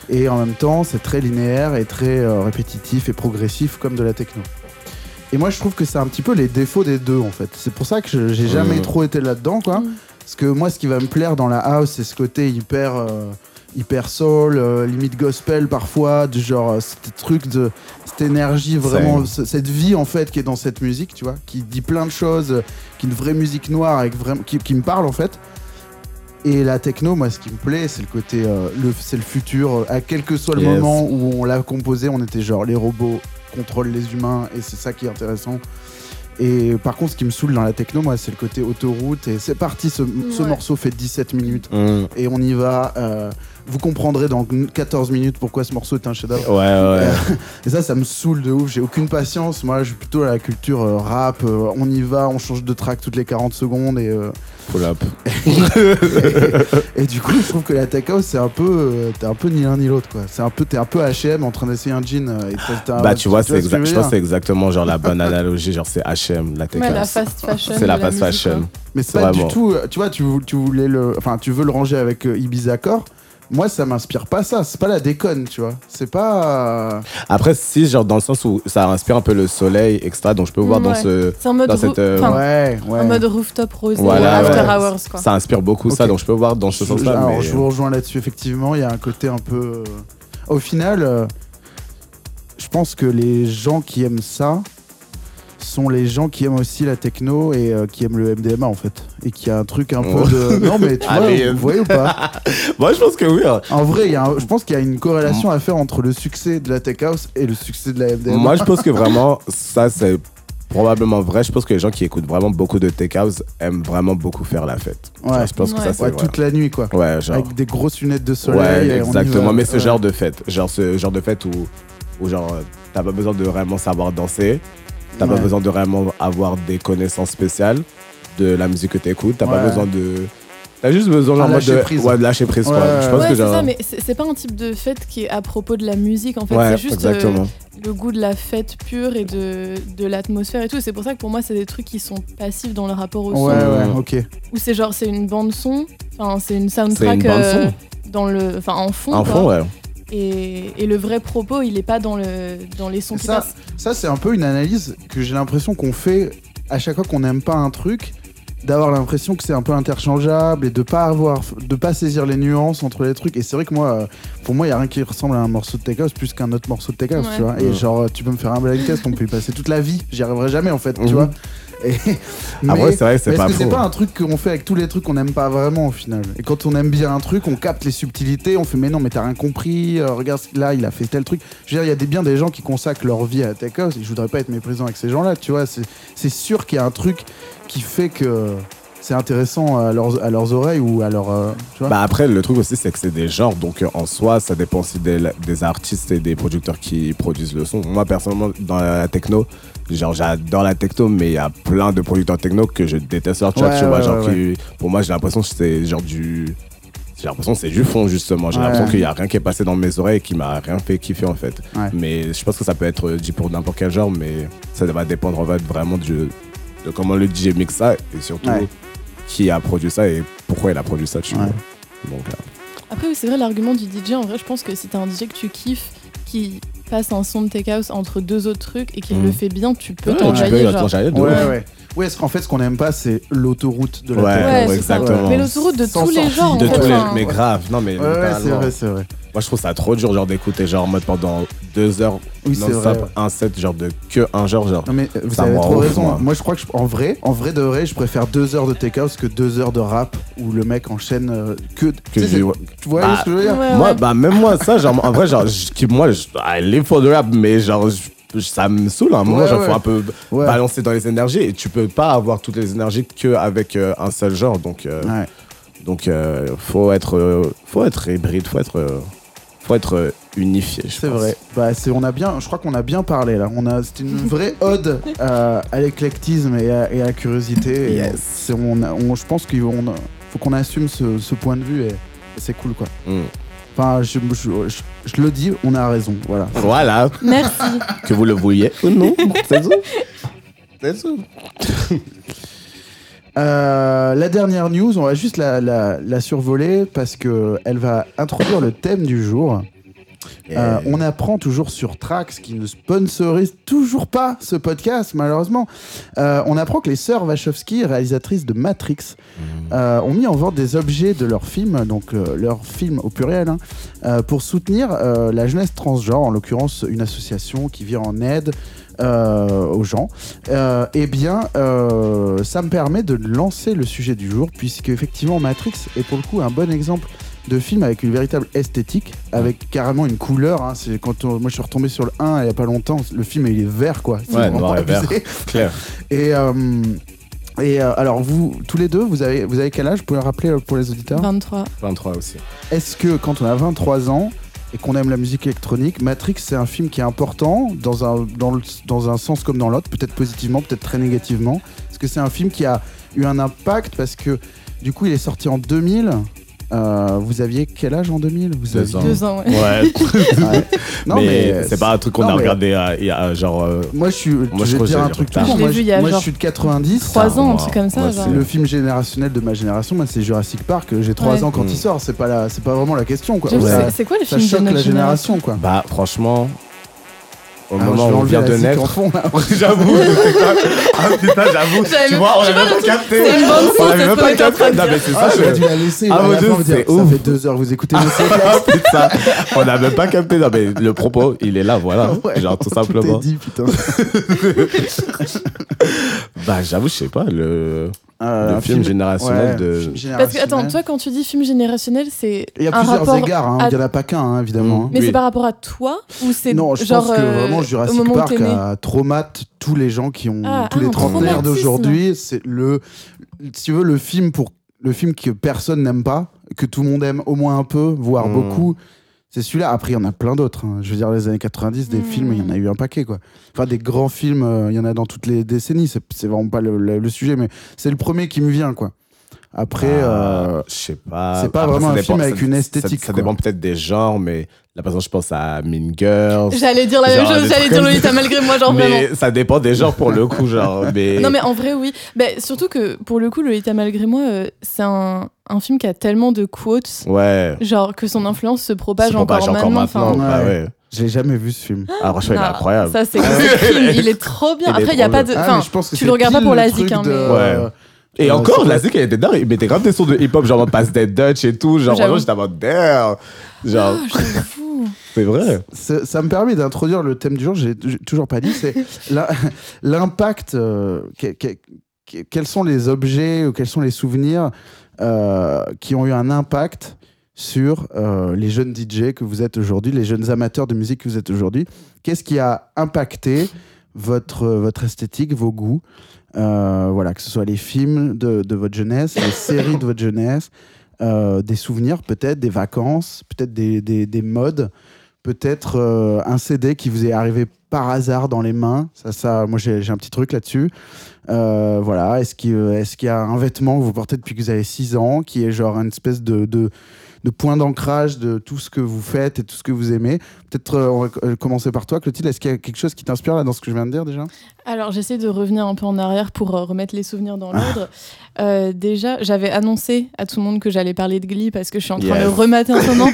Speaker 3: Et en même temps, c'est très linéaire et très euh, répétitif et progressif comme de la techno. Et moi, je trouve que c'est un petit peu les défauts des deux, en fait. C'est pour ça que je- j'ai jamais
Speaker 5: Mmh.
Speaker 3: trop été là-dedans, quoi.
Speaker 4: Mmh.
Speaker 3: Parce que moi, ce qui va me plaire dans la house, c'est ce côté hyper, euh, hyper soul, euh, limite gospel parfois, du genre, euh, ce truc de. cette énergie, vraiment, ce- cette vie, en fait, qui est dans cette musique, tu vois, qui dit plein de choses, euh, qui est une vraie musique noire, avec vraiment, qui, qui me parle, en fait. Et la techno, moi, ce qui me plaît, c'est le côté, euh, le, c'est le futur. euh, À quel que soit le
Speaker 5: Yes.
Speaker 3: moment où on l'a composé, on était genre les robots contrôlent les humains et c'est ça qui est intéressant. Et par contre, ce qui me saoule dans la techno, moi, c'est le côté autoroute. Et c'est parti, ce, ce
Speaker 4: Ouais.
Speaker 3: morceau fait 17 minutes
Speaker 5: Mm.
Speaker 3: et on y va. euh, vous comprendrez dans 14 minutes pourquoi ce morceau est un chef-d'œuvre.
Speaker 5: Ouais, ouais.
Speaker 3: Et ça, ça me saoule de ouf. J'ai aucune patience. Moi, je suis plutôt à la culture euh, rap. euh, on y va, on change de track toutes les 40 secondes et. euh,
Speaker 5: Pull up.
Speaker 3: et du coup, je trouve que la tech house, c'est un peu, euh, t'es un peu ni l'un ni l'autre, quoi. C'est un peu, t'es un peu H&M en train d'essayer un jean. euh, Et t'as- t'as-
Speaker 5: Bah, tu vois, c'est
Speaker 3: ce que
Speaker 5: exact, je
Speaker 3: veux
Speaker 5: pense que
Speaker 3: dire
Speaker 5: c'est exactement genre la bonne analogie, genre c'est HM, la tech
Speaker 4: Ouais, la
Speaker 5: house.
Speaker 4: fast fashion.
Speaker 5: C'est la
Speaker 4: de
Speaker 5: fast
Speaker 4: musique, hein.
Speaker 5: fashion.
Speaker 3: Mais c'est pas du
Speaker 5: Vraiment.
Speaker 3: tout. euh, Tu vois, tu, vou- tu voulais le, enfin, tu veux le ranger avec euh, Ibiza Core. Moi, ça m'inspire pas ça. C'est pas la déconne, tu vois. C'est pas. euh,
Speaker 5: Après, si, genre, dans le sens où ça inspire un peu le soleil, etc., donc je peux voir dans
Speaker 4: Ouais.
Speaker 5: ce.
Speaker 4: C'est en mode,
Speaker 5: Dans
Speaker 4: rou-
Speaker 5: cette, euh,
Speaker 4: enfin,
Speaker 3: ouais, ouais.
Speaker 4: en mode rooftop rosé,
Speaker 5: Voilà,
Speaker 4: after
Speaker 5: ouais.
Speaker 4: hours quoi.
Speaker 5: Ça inspire beaucoup ça,
Speaker 3: Ok.
Speaker 5: donc je peux voir dans ce
Speaker 3: je,
Speaker 5: sens-là.
Speaker 3: alors,
Speaker 5: mais-
Speaker 3: je vous rejoins là-dessus. Effectivement, il y a un côté un peu. euh, Au final, euh, je pense que les gens qui aiment ça sont les gens qui aiment aussi la techno et euh, qui aiment le MDMA en fait et qui a un truc un
Speaker 5: Oh.
Speaker 3: peu de non mais tu vois
Speaker 5: Allez, euh.
Speaker 3: vous voyez ou pas
Speaker 5: Moi, je pense que oui. hein.
Speaker 3: en vrai il y a un- je pense qu'il y a une corrélation à faire entre le succès de la tech house et le succès de la MDMA
Speaker 5: Moi, je pense que vraiment, ça, c'est probablement vrai. Je pense que les gens qui écoutent vraiment beaucoup de tech house aiment vraiment beaucoup faire la fête.
Speaker 3: Ouais.
Speaker 5: Genre, je pense que
Speaker 4: Ouais.
Speaker 5: ça, c'est
Speaker 3: Ouais,
Speaker 5: vrai.
Speaker 3: toute la nuit quoi
Speaker 5: Ouais, genre.
Speaker 3: avec des grosses lunettes de
Speaker 5: Ouais,
Speaker 3: soleil et on y
Speaker 5: exactement.
Speaker 3: va.
Speaker 5: Mais ce
Speaker 3: Ouais.
Speaker 5: genre de fête, genre ce genre de fête où, où genre euh, t'as pas besoin de vraiment savoir danser, t'as
Speaker 3: Ouais.
Speaker 5: pas besoin de vraiment avoir des connaissances spéciales de la musique que t'écoutes, t'as pas
Speaker 3: Ouais.
Speaker 5: besoin de, t'as juste besoin genre,
Speaker 3: Un
Speaker 5: en mode de,
Speaker 3: lâcher prise.
Speaker 5: ouais, de lâcher prise. quoi.
Speaker 3: Ouais,
Speaker 5: Je
Speaker 3: ouais.
Speaker 5: pense
Speaker 4: Ouais,
Speaker 5: que
Speaker 4: c'est
Speaker 5: genre,
Speaker 4: ça, mais c'est c'est pas un type de fête qui est à propos de la musique en fait,
Speaker 5: ouais,
Speaker 4: c'est juste euh,
Speaker 5: exactement.
Speaker 4: le goût de la fête pure et de, de l'atmosphère et tout. C'est pour ça que pour moi, c'est des trucs qui sont passifs dans le rapport au
Speaker 3: ouais
Speaker 4: son.
Speaker 3: ouais ok
Speaker 4: Où c'est genre, c'est une bande-son, enfin, c'est une soundtrack
Speaker 5: une bande-son.
Speaker 4: euh, dans le, enfin, en fond.
Speaker 5: En
Speaker 4: quoi.
Speaker 5: fond, ouais.
Speaker 4: et, et le vrai propos, il est pas dans, le, dans les sons qui
Speaker 3: Ça-
Speaker 4: passent.
Speaker 3: Ça, c'est un peu une analyse que j'ai l'impression qu'on fait à chaque fois qu'on n'aime pas un truc, d'avoir l'impression que c'est un peu interchangeable et de pas avoir, de pas saisir les nuances entre les trucs. Et c'est vrai que moi, euh, pour moi, il y a rien qui ressemble à un morceau de take-off plus qu'un autre morceau de take-off,
Speaker 4: Ouais.
Speaker 3: tu vois. Et
Speaker 5: Ouais.
Speaker 3: genre, tu peux me faire un blind test, on peut y passer toute la vie, j'y arriverai jamais en fait,
Speaker 5: Mhm.
Speaker 3: tu vois. Et-
Speaker 5: Ah
Speaker 3: mais-
Speaker 5: ouais, c'est vrai, que
Speaker 3: mais
Speaker 5: c'est
Speaker 3: est-ce
Speaker 5: pas
Speaker 3: que c'est
Speaker 5: faux. hein.
Speaker 3: pas un truc qu'on fait avec tous les trucs qu'on n'aime pas vraiment au final Et quand on aime bien un truc, on capte les subtilités, on fait mais non mais t'as rien compris, euh, regarde ce- là il a fait tel truc. Je veux dire, il y a des, bien des gens qui consacrent leur vie à la tech house et je voudrais pas être méprisant avec ces gens-là, tu vois. C'est c'est sûr qu'il y a un truc qui fait que c'est intéressant à leurs, à leurs oreilles ou à leur... euh, tu vois
Speaker 5: Bah après, le truc aussi, c'est que c'est des genres. Donc, euh, en soi, ça dépend aussi des, des artistes et des producteurs qui produisent le son. Moi, personnellement, dans la techno, genre, j'adore la techno, mais il y a plein de producteurs techno que je déteste leur track,
Speaker 3: Ouais,
Speaker 5: tu vois.
Speaker 3: ouais,
Speaker 5: genre,
Speaker 3: ouais,
Speaker 5: qui- pour moi, j'ai l'impression que c'est genre du. J'ai l'impression que c'est du fond, justement. J'ai
Speaker 3: Ouais.
Speaker 5: l'impression qu'il n'y a rien qui est passé dans mes oreilles et qui m'a rien fait kiffer, en fait.
Speaker 3: Ouais.
Speaker 5: Mais je pense que ça peut être euh, dit pour n'importe quel genre, mais ça va dépendre, en fait, vraiment du, de comment le DJ mixe ça et surtout
Speaker 3: Ouais.
Speaker 5: qui a produit ça et pourquoi il a produit ça, tu
Speaker 3: Ouais.
Speaker 5: vois. Donc, euh,
Speaker 4: Après, oui, c'est vrai, l'argument du DJ, en vrai, je pense que si t'as un DJ que tu kiffes qui passe un son de Tech House entre deux autres trucs et qu'il
Speaker 5: Mhm.
Speaker 4: le fait bien, tu peux
Speaker 5: Ouais, tu peux,
Speaker 4: t'enjailler.
Speaker 5: il
Speaker 4: genre.
Speaker 5: t'en jaillit de
Speaker 3: Ouais,
Speaker 5: ouf.
Speaker 3: ouais. Ouais, parce qu'en fait, ce qu'on n'aime pas, c'est l'autoroute de la
Speaker 5: Ouais,
Speaker 3: Tech House.
Speaker 4: Ouais, c'est ça.
Speaker 5: exactement.
Speaker 4: Mais l'autoroute de
Speaker 3: Sans
Speaker 4: tous les
Speaker 3: sortie.
Speaker 4: genres, en
Speaker 5: De
Speaker 4: fait,
Speaker 5: tous les...
Speaker 4: enfin,
Speaker 5: Mais grave, non
Speaker 3: Ouais,
Speaker 5: mais
Speaker 3: ouais, c'est
Speaker 5: littéralement.
Speaker 3: vrai, c'est vrai.
Speaker 5: Moi je trouve ça trop dur genre d'écouter genre en mode pendant deux heures
Speaker 3: Oui, c'est vrai.
Speaker 5: non-stop un set genre de que un genre genre.
Speaker 3: Non mais euh, vous
Speaker 5: Ça
Speaker 3: avez
Speaker 5: me rend
Speaker 3: trop
Speaker 5: ouf,
Speaker 3: raison. Moi.
Speaker 5: moi.
Speaker 3: je crois que je- en vrai, en vrai de vrai, je préfère deux heures de take-house que deux heures de rap où le mec enchaîne euh, que. tu
Speaker 5: Que
Speaker 3: sais,
Speaker 5: j'ai-
Speaker 3: c'est- Tu vois
Speaker 5: Bah,
Speaker 3: ce que je veux dire
Speaker 4: ouais,
Speaker 5: Moi
Speaker 4: ouais.
Speaker 5: bah même moi ça genre en vrai genre je kiffe- moi je I live for the rap mais genre je- ça me saoule à un moment
Speaker 3: Ouais,
Speaker 5: genre
Speaker 3: ouais.
Speaker 5: faut un peu
Speaker 3: Ouais.
Speaker 5: balancer dans les énergies et tu peux pas avoir toutes les énergies que avec euh, un seul genre donc euh,
Speaker 3: Ouais.
Speaker 5: donc euh, faut être euh, faut être hybride faut être euh, faut être euh, unifié je
Speaker 3: C'est
Speaker 5: pense.
Speaker 3: vrai. Bah, c'est, on a bien, je crois qu'on a bien parlé là. On a, c'était une vraie ode euh, à l'éclectisme et à, et à la curiosité. Et
Speaker 5: Yes.
Speaker 3: c'est- on, a- on- je pense qu'il on a- faut qu'on assume ce, ce point de vue et, c'est cool quoi.
Speaker 5: Mm.
Speaker 3: Enfin, je, je- je- je le dis, on a raison. Voilà.
Speaker 5: voilà
Speaker 4: Merci.
Speaker 5: que vous le vouliez ou non c'est tout c'est tout
Speaker 3: Euh, la dernière news, on va juste la, la- la survoler parce que elle va introduire le thème du jour. Euh,
Speaker 5: Yeah.
Speaker 3: on apprend toujours sur Trax, qui ne sponsorise toujours pas ce podcast, malheureusement. Euh, on apprend que les sœurs Wachowski, réalisatrices de Matrix, euh, ont mis en vente des objets de leur film, donc euh, leur film au pluriel, hein, euh, pour soutenir euh, la jeunesse transgenre, en l'occurrence une association qui vient en aide euh, aux gens. Euh, eh bien, euh, ça me permet de lancer le sujet du jour, puisque effectivement Matrix est pour le coup un bon exemple de film avec une véritable esthétique, avec carrément une couleur. hein. C'est quand on- moi je suis retombé sur le 1 il n'y a pas longtemps, le film il est vert quoi. C'est
Speaker 5: Ouais,
Speaker 3: vraiment
Speaker 5: noir et vert.
Speaker 3: abusé.
Speaker 5: Claire.
Speaker 3: Et, euh, et euh, alors, vous, tous les deux, vous avez, vous avez quel âge Vous pouvez le rappeler euh, pour les auditeurs
Speaker 4: 23.
Speaker 5: 23 aussi.
Speaker 3: Est-ce que quand on a 23 ans et qu'on aime la musique électronique, Matrix, c'est un film qui est important dans un, dans le- dans un sens comme dans l'autre, peut-être positivement, peut-être très négativement Est-ce que c'est un film qui a eu un impact Parce que du coup, il est sorti en 2000. Euh, vous aviez quel âge en 2000 vous
Speaker 5: Deux
Speaker 3: aviez-
Speaker 5: ans.
Speaker 4: Deux ans, ouais.
Speaker 5: Ouais.
Speaker 3: Ouais. Non, mais,
Speaker 5: c'est pas un truc qu'on
Speaker 3: non,
Speaker 5: a
Speaker 3: mais-
Speaker 5: regardé euh, il y a, euh, genre. euh,
Speaker 3: Moi, je suis.
Speaker 5: Moi,
Speaker 3: je
Speaker 5: je
Speaker 3: vais
Speaker 5: crois
Speaker 3: dire
Speaker 5: que
Speaker 3: un
Speaker 5: j'ai
Speaker 3: truc
Speaker 5: retard.
Speaker 3: tout con.
Speaker 4: Je l'ai
Speaker 3: Moi,
Speaker 4: vu il y a
Speaker 3: moi, je
Speaker 4: genre
Speaker 3: suis de 90.
Speaker 4: Trois ans, un
Speaker 5: moi,
Speaker 4: truc comme ça,
Speaker 5: moi,
Speaker 4: genre.
Speaker 5: c'est-
Speaker 3: Le film générationnel de ma génération, moi, c'est Jurassic Park. J'ai 3
Speaker 4: Ouais.
Speaker 3: ans quand
Speaker 5: Mm.
Speaker 3: il sort, c'est pas, la, c'est pas vraiment la question. Quoi.
Speaker 4: J'avoue,
Speaker 3: Ça,
Speaker 4: c'est- C'est quoi les
Speaker 3: ça
Speaker 4: films
Speaker 3: choque
Speaker 4: de notre
Speaker 3: la génération, quoi.
Speaker 5: Bah, franchement, au
Speaker 3: Ah,
Speaker 5: moment
Speaker 3: je vais
Speaker 5: où on
Speaker 3: enlever
Speaker 5: vient
Speaker 3: la
Speaker 5: de
Speaker 3: zic en
Speaker 5: naître. Ah,
Speaker 3: fond, là.
Speaker 5: j'avoue, c'est quoi Ah putain, j'avoue.
Speaker 4: J'avais
Speaker 5: Tu
Speaker 4: même-
Speaker 5: vois, on
Speaker 4: je
Speaker 5: avait
Speaker 4: vois
Speaker 5: même pas
Speaker 4: le
Speaker 5: capté.
Speaker 4: C'est une bande son,
Speaker 5: On
Speaker 4: ça
Speaker 5: avait
Speaker 4: se
Speaker 5: même
Speaker 4: peut
Speaker 5: pas
Speaker 4: être en train
Speaker 5: capté.
Speaker 4: de
Speaker 5: Non,
Speaker 4: dire.
Speaker 5: mais c'est
Speaker 3: Ah,
Speaker 5: ça,
Speaker 3: j'aurais dû
Speaker 5: je.
Speaker 3: la laisser.
Speaker 5: Ah,
Speaker 3: à
Speaker 5: mon
Speaker 3: la
Speaker 5: Dieu,
Speaker 3: fin, me dire,
Speaker 5: c'est
Speaker 3: ça
Speaker 5: ouf.
Speaker 3: fait 2 heures, vous écoutez le
Speaker 5: Ah, putain. On a même pas capté. Non, mais le propos, il est là, voilà.
Speaker 3: Ah, Ouais.
Speaker 5: genre, tout
Speaker 3: Tout est
Speaker 5: simplement.
Speaker 3: dit, putain.
Speaker 5: Bah, j'avoue, je sais pas, le,
Speaker 3: Euh,
Speaker 5: le
Speaker 3: un
Speaker 5: film, générationnel
Speaker 3: ouais,
Speaker 5: de.
Speaker 3: film
Speaker 4: Parce
Speaker 3: générationnel.
Speaker 4: que, attends, toi, quand tu dis film générationnel, c'est
Speaker 3: Il y a
Speaker 4: un
Speaker 3: plusieurs
Speaker 4: rapport.
Speaker 3: égards, hein.
Speaker 4: à-
Speaker 3: il n'y en a pas qu'un, hein, évidemment.
Speaker 5: Mm.
Speaker 3: hein.
Speaker 4: Mais
Speaker 5: Oui.
Speaker 4: c'est par rapport à toi Ou c'est
Speaker 3: Non, je
Speaker 4: genre
Speaker 3: pense que
Speaker 4: euh,
Speaker 3: vraiment
Speaker 4: au
Speaker 3: Jurassic
Speaker 4: moment où
Speaker 3: Park euh,
Speaker 4: t'es né
Speaker 3: a traumatise tous les gens qui ont
Speaker 4: Ah,
Speaker 3: tous
Speaker 4: ah,
Speaker 3: les
Speaker 4: un
Speaker 3: trentenaires
Speaker 4: traumatisme.
Speaker 3: d'aujourd'hui. C'est le, si tu veux, le film pour le film que personne n'aime pas, que tout le monde aime au moins un peu, voire
Speaker 5: Mm.
Speaker 3: beaucoup. C'est celui-là. Après, il y en a plein d'autres. hein. Je veux dire, les années 90, des
Speaker 4: Mm.
Speaker 3: films, il y en a eu un paquet, quoi. Enfin, des grands films, euh, il y en a dans toutes les décennies. C'est c'est vraiment pas le, le- le sujet, mais c'est le premier qui me vient, quoi. Après, euh,
Speaker 5: Ah, je sais pas.
Speaker 3: c'est pas
Speaker 5: Après,
Speaker 3: vraiment
Speaker 5: ça
Speaker 3: un
Speaker 5: dépend-
Speaker 3: film avec
Speaker 5: ça-
Speaker 3: une
Speaker 5: ça-
Speaker 3: esthétique,
Speaker 5: Ça,
Speaker 3: quoi.
Speaker 5: dépend peut-être des genres, mais là, par exemple, je pense à Mean Girls.
Speaker 4: J'allais dire la
Speaker 5: Genre,
Speaker 4: même chose,
Speaker 5: des
Speaker 4: j'allais
Speaker 5: trucs
Speaker 4: dire
Speaker 5: comme
Speaker 4: Lolita
Speaker 5: ça.
Speaker 4: malgré moi, genre vraiment.
Speaker 5: Mais ça dépend des genres pour le coup, genre. Mais,
Speaker 4: Non mais en vrai oui. Bah, surtout que pour le coup Lolita malgré moi euh, c'est un, un film qui a tellement de quotes
Speaker 5: Ouais.
Speaker 4: genre que son influence se propage,
Speaker 5: C'est pour pas-
Speaker 4: Bah, encore,
Speaker 5: encore
Speaker 4: maintenant.
Speaker 5: maintenant.
Speaker 4: enfin,
Speaker 3: enfin.
Speaker 5: bah
Speaker 3: Ouais.
Speaker 5: ouais.
Speaker 3: j'ai jamais vu ce
Speaker 4: Euh,
Speaker 3: film.
Speaker 5: Ah, franchement, il est
Speaker 4: non,
Speaker 5: incroyable.
Speaker 4: Ça c'est c'est crime, il est trop bien.
Speaker 5: Il est
Speaker 4: Après il y a
Speaker 5: trop
Speaker 4: pas de
Speaker 5: bien.
Speaker 3: Ah,
Speaker 4: enfin
Speaker 3: mais je pense que
Speaker 4: tu
Speaker 3: c'est
Speaker 4: le regardes pas
Speaker 3: pile
Speaker 4: pour
Speaker 3: le
Speaker 4: la zik,
Speaker 3: truc
Speaker 4: hein,
Speaker 3: de-
Speaker 4: mais-
Speaker 5: Ouais. Et
Speaker 3: Euh,
Speaker 5: encore,
Speaker 3: c'est
Speaker 5: la zik, elle était dingue. Il mettait grave des sons de hip-hop, genre Pass Dead Dutch et tout. Genre,
Speaker 4: J'avoue.
Speaker 5: vraiment, j'étais en mode damn. Genre,
Speaker 4: Ah, j'avoue.
Speaker 5: c'est vrai.
Speaker 3: Ça, ça me permet d'introduire le thème du jour, j'ai j'ai toujours pas dit, c'est la- l'impact. euh, que- que- que- quels sont les objets ou quels sont les souvenirs euh, qui ont eu un impact sur euh, les jeunes DJ que vous êtes aujourd'hui, les jeunes amateurs de musique que vous êtes aujourd'hui Qu'est-ce qui a impacté votre, votre esthétique, vos goûts Euh, Voilà, que ce soit les films de, de votre jeunesse, les séries de votre jeunesse, euh, des souvenirs peut-être, des vacances, peut-être des- des- des modes peut-être euh, un CD qui vous est arrivé par hasard dans les mains. Ça, ça, moi, j'ai j'ai un petit truc là-dessus. Euh, voilà. Est-ce qu'il est qu'il y a un vêtement que vous portez depuis que vous avez 6 ans qui est genre une espèce de, de, de points d'ancrage de tout ce que vous faites et tout ce que vous aimez. Peut-être euh, on va euh, commencer par toi, Clotilde. Est-ce qu'il y a quelque chose qui t'inspire là dans ce que je viens de dire déjà
Speaker 4: Alors j'essaie de revenir un peu en arrière pour euh, remettre les souvenirs
Speaker 5: Ah.
Speaker 4: dans l'ordre. Euh, déjà, j'avais annoncé à tout le monde que j'allais parler de Glee parce que je suis en train
Speaker 5: Yes.
Speaker 4: de remater en ce moment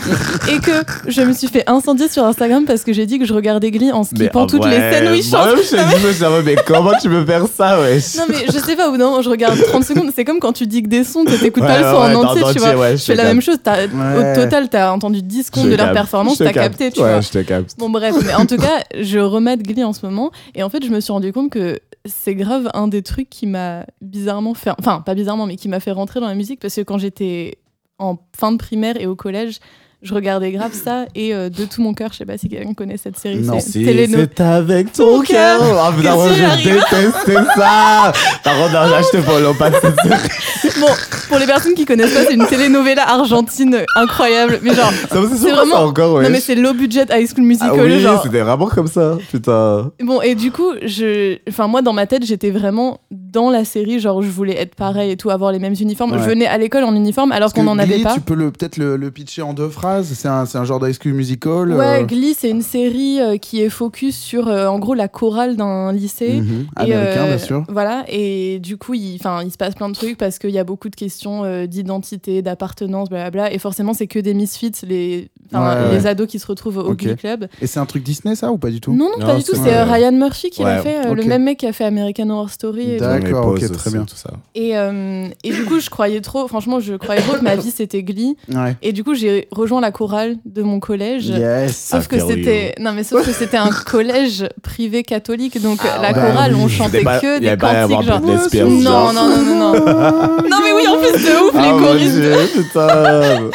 Speaker 4: et que je me suis fait incendier sur Instagram parce que j'ai dit que je regardais Glee en skippant
Speaker 5: ah
Speaker 4: toutes les scènes où ils chantent.
Speaker 5: Moi-même, je me suis dit, mais ça va, mais comment tu peux faire ça, wesh
Speaker 4: Non mais je sais pas, au bout d'un moment je regarde 30 secondes, c'est comme quand tu digues des sons, tu t'écoutes pas
Speaker 5: Ouais,
Speaker 4: le son
Speaker 5: ouais,
Speaker 4: en
Speaker 5: dans-
Speaker 4: entier,
Speaker 5: dans
Speaker 4: tu
Speaker 5: entier,
Speaker 4: vois.
Speaker 5: ouais,
Speaker 4: je
Speaker 5: je
Speaker 4: fais
Speaker 5: te
Speaker 4: la
Speaker 5: capte.
Speaker 4: même chose, t'as-
Speaker 3: Ouais.
Speaker 4: au total t'as entendu 10 secondes
Speaker 5: Je
Speaker 4: de leur
Speaker 5: capte,
Speaker 4: performance,
Speaker 5: je te
Speaker 4: t'as
Speaker 5: capte.
Speaker 4: capté, tu
Speaker 5: ouais,
Speaker 4: vois.
Speaker 5: je te capte.
Speaker 4: Bon bref, mais en tout cas, je remets de Glee en ce moment et en fait, je me suis rendu compte que c'est grave un des trucs qui m'a bizarrement fait enfin pas bizarrement mais qui m'a fait rentrer dans la musique parce que quand j'étais en fin de primaire et au collège, je regardais grave ça et euh, de tout mon cœur, je sais pas si quelqu'un connaît cette série,
Speaker 3: Non.
Speaker 4: c'est Téléno.
Speaker 5: c'est avec
Speaker 4: Ton
Speaker 5: ton
Speaker 4: cœur.
Speaker 5: cœur. Ah putain,
Speaker 4: Qu'est-ce
Speaker 5: moi
Speaker 4: que
Speaker 5: je
Speaker 4: j'arrive
Speaker 5: détestais ça. Par contre, non, j'achète pas l'on pas de cette série.
Speaker 4: Bon, pour les personnes qui connaissent pas, c'est une telenovela argentine incroyable, mais genre
Speaker 5: Ça me fait
Speaker 4: C'est
Speaker 5: surprendre,
Speaker 4: vraiment-
Speaker 5: ça encore, wesh.
Speaker 4: Non mais c'est low budget high school
Speaker 5: Ah
Speaker 4: musical
Speaker 5: oui,
Speaker 4: genre.
Speaker 5: c'était vraiment comme ça, putain.
Speaker 4: Bon et du coup, je enfin moi dans ma tête, j'étais vraiment dans la série, genre je voulais être pareil et tout, avoir les mêmes uniformes.
Speaker 3: Ouais.
Speaker 4: Je venais à l'école en uniforme alors qu'on
Speaker 3: Parce
Speaker 4: en
Speaker 3: que
Speaker 4: avait
Speaker 3: Glee,
Speaker 4: pas.
Speaker 3: Tu peux le- peut-être le, le pitcher en deux phrases. C'est un, c'est un genre d'high school musical. euh,
Speaker 4: Ouais, Glee, c'est une série euh, qui est focus sur euh, en gros la chorale d'un lycée.
Speaker 3: mhm,
Speaker 4: Et,
Speaker 3: américain,
Speaker 4: euh,
Speaker 3: bien sûr.
Speaker 4: Voilà, et du coup, il, 'fin, il se passe plein de trucs parce qu'il y a beaucoup de questions euh, d'identité, d'appartenance, blablabla. Et forcément, c'est que des misfits, les, 'fin,
Speaker 3: Ouais,
Speaker 4: les
Speaker 3: ouais.
Speaker 4: ados qui se retrouvent au
Speaker 3: Ok.
Speaker 4: Glee Club.
Speaker 3: Et c'est un truc Disney, ça, ou pas du tout
Speaker 4: Non, non,
Speaker 5: Non,
Speaker 4: pas du tout.
Speaker 5: c'est-
Speaker 4: C'est euh,
Speaker 5: ouais.
Speaker 4: Ryan Murphy qui l'a
Speaker 5: Ouais,
Speaker 4: fait, euh, le
Speaker 3: ok.
Speaker 4: même mec qui a fait American Horror Story. Et, tout.
Speaker 3: D'accord,
Speaker 5: On les
Speaker 3: ok,
Speaker 5: pose
Speaker 3: très
Speaker 5: aussi,
Speaker 3: bien.
Speaker 5: tout ça.
Speaker 4: Et, euh, et du coup, je croyais trop, franchement, je croyais trop que ma vie c'était Glee.
Speaker 3: Ouais.
Speaker 4: Et du coup, j'ai rejoint la chorale de mon collège.
Speaker 3: Yes.
Speaker 4: Sauf que
Speaker 5: Ah, Pierrot.
Speaker 4: c'était non mais sauf que c'était un collège privé catholique donc
Speaker 5: Ah
Speaker 4: la
Speaker 5: ouais.
Speaker 4: chorale
Speaker 3: Bah oui.
Speaker 4: on chantait
Speaker 5: C'était pas-
Speaker 4: que
Speaker 5: il y
Speaker 4: des
Speaker 5: avait pas à
Speaker 4: cantiques
Speaker 5: avoir
Speaker 4: genre
Speaker 5: Britney Spears,
Speaker 4: non
Speaker 5: genre.
Speaker 4: non non non non non mais oui en plus de ouf
Speaker 5: Ah,
Speaker 4: les
Speaker 5: mon
Speaker 4: choristes
Speaker 5: Dieu, putain.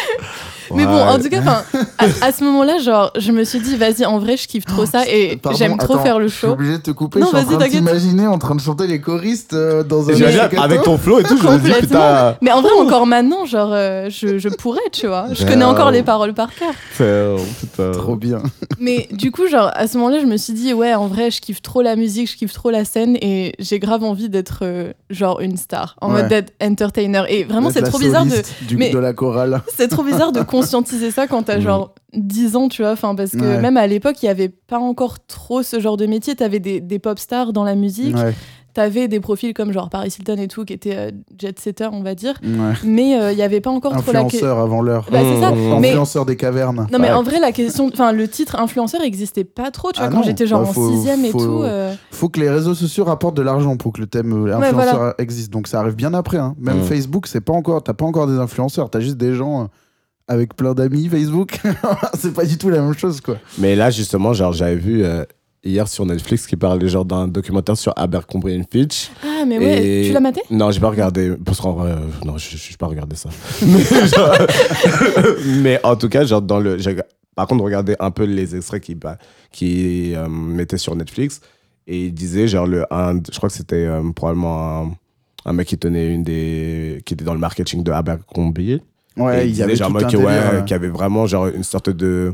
Speaker 4: mais bon en
Speaker 5: Ouais.
Speaker 4: tout cas 'fin, à, à ce moment là genre je me suis dit vas-y en vrai je kiffe trop
Speaker 5: Ah,
Speaker 4: ça et
Speaker 3: Pardon,
Speaker 4: j'aime trop
Speaker 3: attends,
Speaker 4: faire le
Speaker 3: Je suis
Speaker 4: show
Speaker 3: obligé de te couper.
Speaker 4: Non,
Speaker 3: je suis en
Speaker 4: vas-y,
Speaker 3: train de
Speaker 4: t'inquiète.
Speaker 3: t'imaginer en train de chanter les choristes euh, dans un.
Speaker 5: J'imagine,
Speaker 3: musical.
Speaker 5: avec ton flow et tout, je me dis,
Speaker 4: Complètement.
Speaker 5: putain.
Speaker 4: Mais en vrai, encore maintenant, genre, euh, je, je pourrais, tu vois. Je connais
Speaker 5: Wow.
Speaker 4: encore les paroles par cœur.
Speaker 5: Putain, putain.
Speaker 3: Trop bien.
Speaker 4: Mais du coup, genre, à ce moment-là, je me suis dit, ouais, en vrai, je kiffe trop la musique, je kiffe trop la scène et j'ai grave envie d'être, euh, genre, une star. En
Speaker 3: Ouais.
Speaker 4: mode d'être entertainer. Et vraiment,
Speaker 3: D'être
Speaker 4: c'est
Speaker 3: la
Speaker 4: trop bizarre de.
Speaker 3: soliste Du,
Speaker 4: mais-
Speaker 3: De la chorale.
Speaker 4: C'est trop bizarre de conscientiser ça quand t'as
Speaker 5: Mm.
Speaker 4: genre 10 ans, tu vois. Enfin, parce que
Speaker 3: Ouais.
Speaker 4: même à l'époque, il n'y avait pas encore trop ce genre de métier. T'avais des, des pop stars dans la musique.
Speaker 3: Ouais,
Speaker 4: T'avais des profils comme genre Paris Hilton et tout, qui étaient euh, jet-setters, on va dire.
Speaker 3: ouais.
Speaker 4: Mais euh, il n'y avait pas encore trop la que-
Speaker 3: Influenceur avant l'heure.
Speaker 4: Bah, c'est ça.
Speaker 5: Mmh.
Speaker 4: Mais-
Speaker 3: Influenceur des cavernes.
Speaker 4: Non, mais
Speaker 5: Ouais.
Speaker 4: en vrai, la question. Enfin, le titre influenceur existait pas trop, tu vois,
Speaker 3: Ah
Speaker 4: quand
Speaker 3: non.
Speaker 4: j'étais genre
Speaker 3: Bah, faut-
Speaker 4: en 6 et
Speaker 3: faut-
Speaker 4: tout. euh,
Speaker 3: Faut que les réseaux sociaux rapportent de l'argent pour que le thème euh,
Speaker 4: Ouais,
Speaker 3: influenceur
Speaker 4: voilà.
Speaker 3: existe. Donc ça arrive bien après. hein. Même
Speaker 5: Mm.
Speaker 3: Facebook, c'est pas encore. T'as pas encore des influenceurs. T'as juste des gens euh, avec plein d'amis Facebook. c'est pas du tout la même chose, quoi.
Speaker 5: Mais là, justement, genre, j'avais vu euh, hier sur Netflix qui parlait genre d'un documentaire sur Abercrombie and Fitch.
Speaker 4: Ah, mais ouais,
Speaker 5: Et-
Speaker 4: tu l'as maté
Speaker 5: Non, j'ai pas regardé. Parce qu'en vrai, euh, non, je je- je pas regardé ça. mais, genre- mais en tout cas, genre, dans le. j'ai- Par contre, regardez un peu les extraits qui, bah, qui euh, mettaient sur Netflix. Et il disait, genre, le, un, je crois que c'était euh, probablement un, un mec qui tenait une des. qui était dans le marketing de Abercrombie. Et
Speaker 3: Ouais,
Speaker 5: il
Speaker 3: il y avait
Speaker 5: disait, genre,
Speaker 3: tout
Speaker 5: moi,
Speaker 3: un
Speaker 5: que,
Speaker 3: délire,
Speaker 5: ouais,
Speaker 3: euh,
Speaker 5: qu'il y avait vraiment, genre, une sorte de.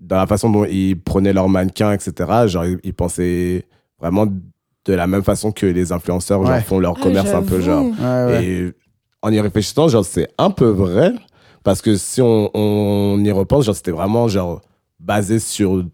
Speaker 5: Dans la façon dont ils prenaient leurs mannequins, etc., genre, ils, ils pensaient vraiment de la même façon que les influenceurs genre,
Speaker 3: Ouais.
Speaker 5: font leur
Speaker 4: Ah,
Speaker 5: commerce un peu, genre.
Speaker 4: j'avoue.
Speaker 3: hein. ouais, ouais.
Speaker 5: Et en y réfléchissant, genre, c'est un peu vrai. Parce que si on, on y repense, genre, c'était vraiment, genre, basé sur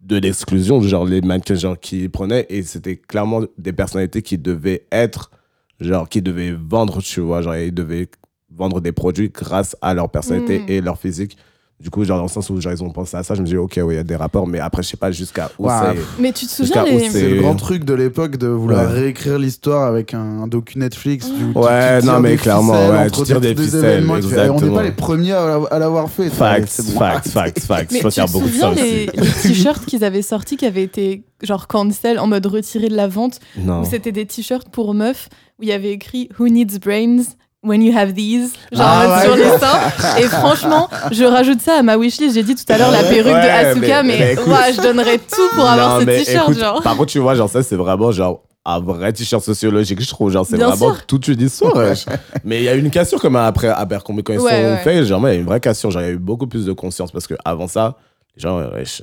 Speaker 5: de l'exclusion, genre, les mannequins, genre, qui prenaient. Et c'était clairement des personnalités qui devaient être, genre, qui devaient vendre, tu vois. Genre, et ils devaient vendre des produits grâce à leur personnalité
Speaker 4: Mm.
Speaker 5: et leur physique. Du coup, genre, dans le sens où, genre, ils ont pensé à ça, je me dis, OK, oui, il y a des rapports, mais après, je sais pas jusqu'à où
Speaker 3: Ouais,
Speaker 5: c'est.
Speaker 3: après,
Speaker 4: Mais tu te
Speaker 5: Jusqu'à
Speaker 4: souviens
Speaker 5: où
Speaker 4: les.
Speaker 5: c'est-
Speaker 3: C'est le grand truc de l'époque de vouloir
Speaker 5: Ouais.
Speaker 3: réécrire l'histoire avec un, un docu Netflix. tu- tu-
Speaker 5: Ouais,
Speaker 3: tu tires
Speaker 5: non, mais
Speaker 3: des
Speaker 5: clairement,
Speaker 3: ficelles
Speaker 5: ouais,
Speaker 3: entre
Speaker 5: tu tires
Speaker 3: des,
Speaker 5: des ficelles,
Speaker 3: événements, tu fais, on n'est
Speaker 5: exactement.
Speaker 3: pas les premiers à, à l'avoir fait.
Speaker 5: Facts,
Speaker 3: C'est bon.
Speaker 5: facts, facts, facts.
Speaker 4: Mais
Speaker 5: Je
Speaker 4: tu
Speaker 5: pense qu'il y
Speaker 4: te
Speaker 5: a beaucoup de ça
Speaker 4: souviens les,
Speaker 5: aussi.
Speaker 4: les t-shirts qu'ils avaient sortis qui avaient été genre cancel en mode retiré de la vente
Speaker 5: Non.
Speaker 4: où c'était des t-shirts pour meufs où il y avait écrit Who needs brains when you have these genre
Speaker 5: Ah
Speaker 4: en mode
Speaker 5: ouais.
Speaker 4: sur les seins et franchement je rajoute ça à ma wishlist j'ai dit tout à l'heure la
Speaker 5: Ouais,
Speaker 4: perruque de
Speaker 5: mais-
Speaker 4: Asuka mais,
Speaker 5: mais bah, écoute-
Speaker 4: ouah, je donnerais tout pour avoir
Speaker 5: Non,
Speaker 4: ce
Speaker 5: mais
Speaker 4: t-shirt
Speaker 5: écoute,
Speaker 4: genre
Speaker 5: Par contre, tu vois, genre, ça, c'est vraiment genre un vrai t-shirt sociologique, je trouve. Genre, c'est
Speaker 4: Bien
Speaker 5: vraiment
Speaker 4: sûr.
Speaker 5: toute une histoire. wesh. mais il y a eu une cassure comme après Abercrombie quand ils
Speaker 4: Ouais,
Speaker 5: sont
Speaker 4: ouais.
Speaker 5: faits. Genre, mais il y a eu une vraie cassure. Genre, il y a eu beaucoup plus de conscience parce que avant ça, genre, wesh,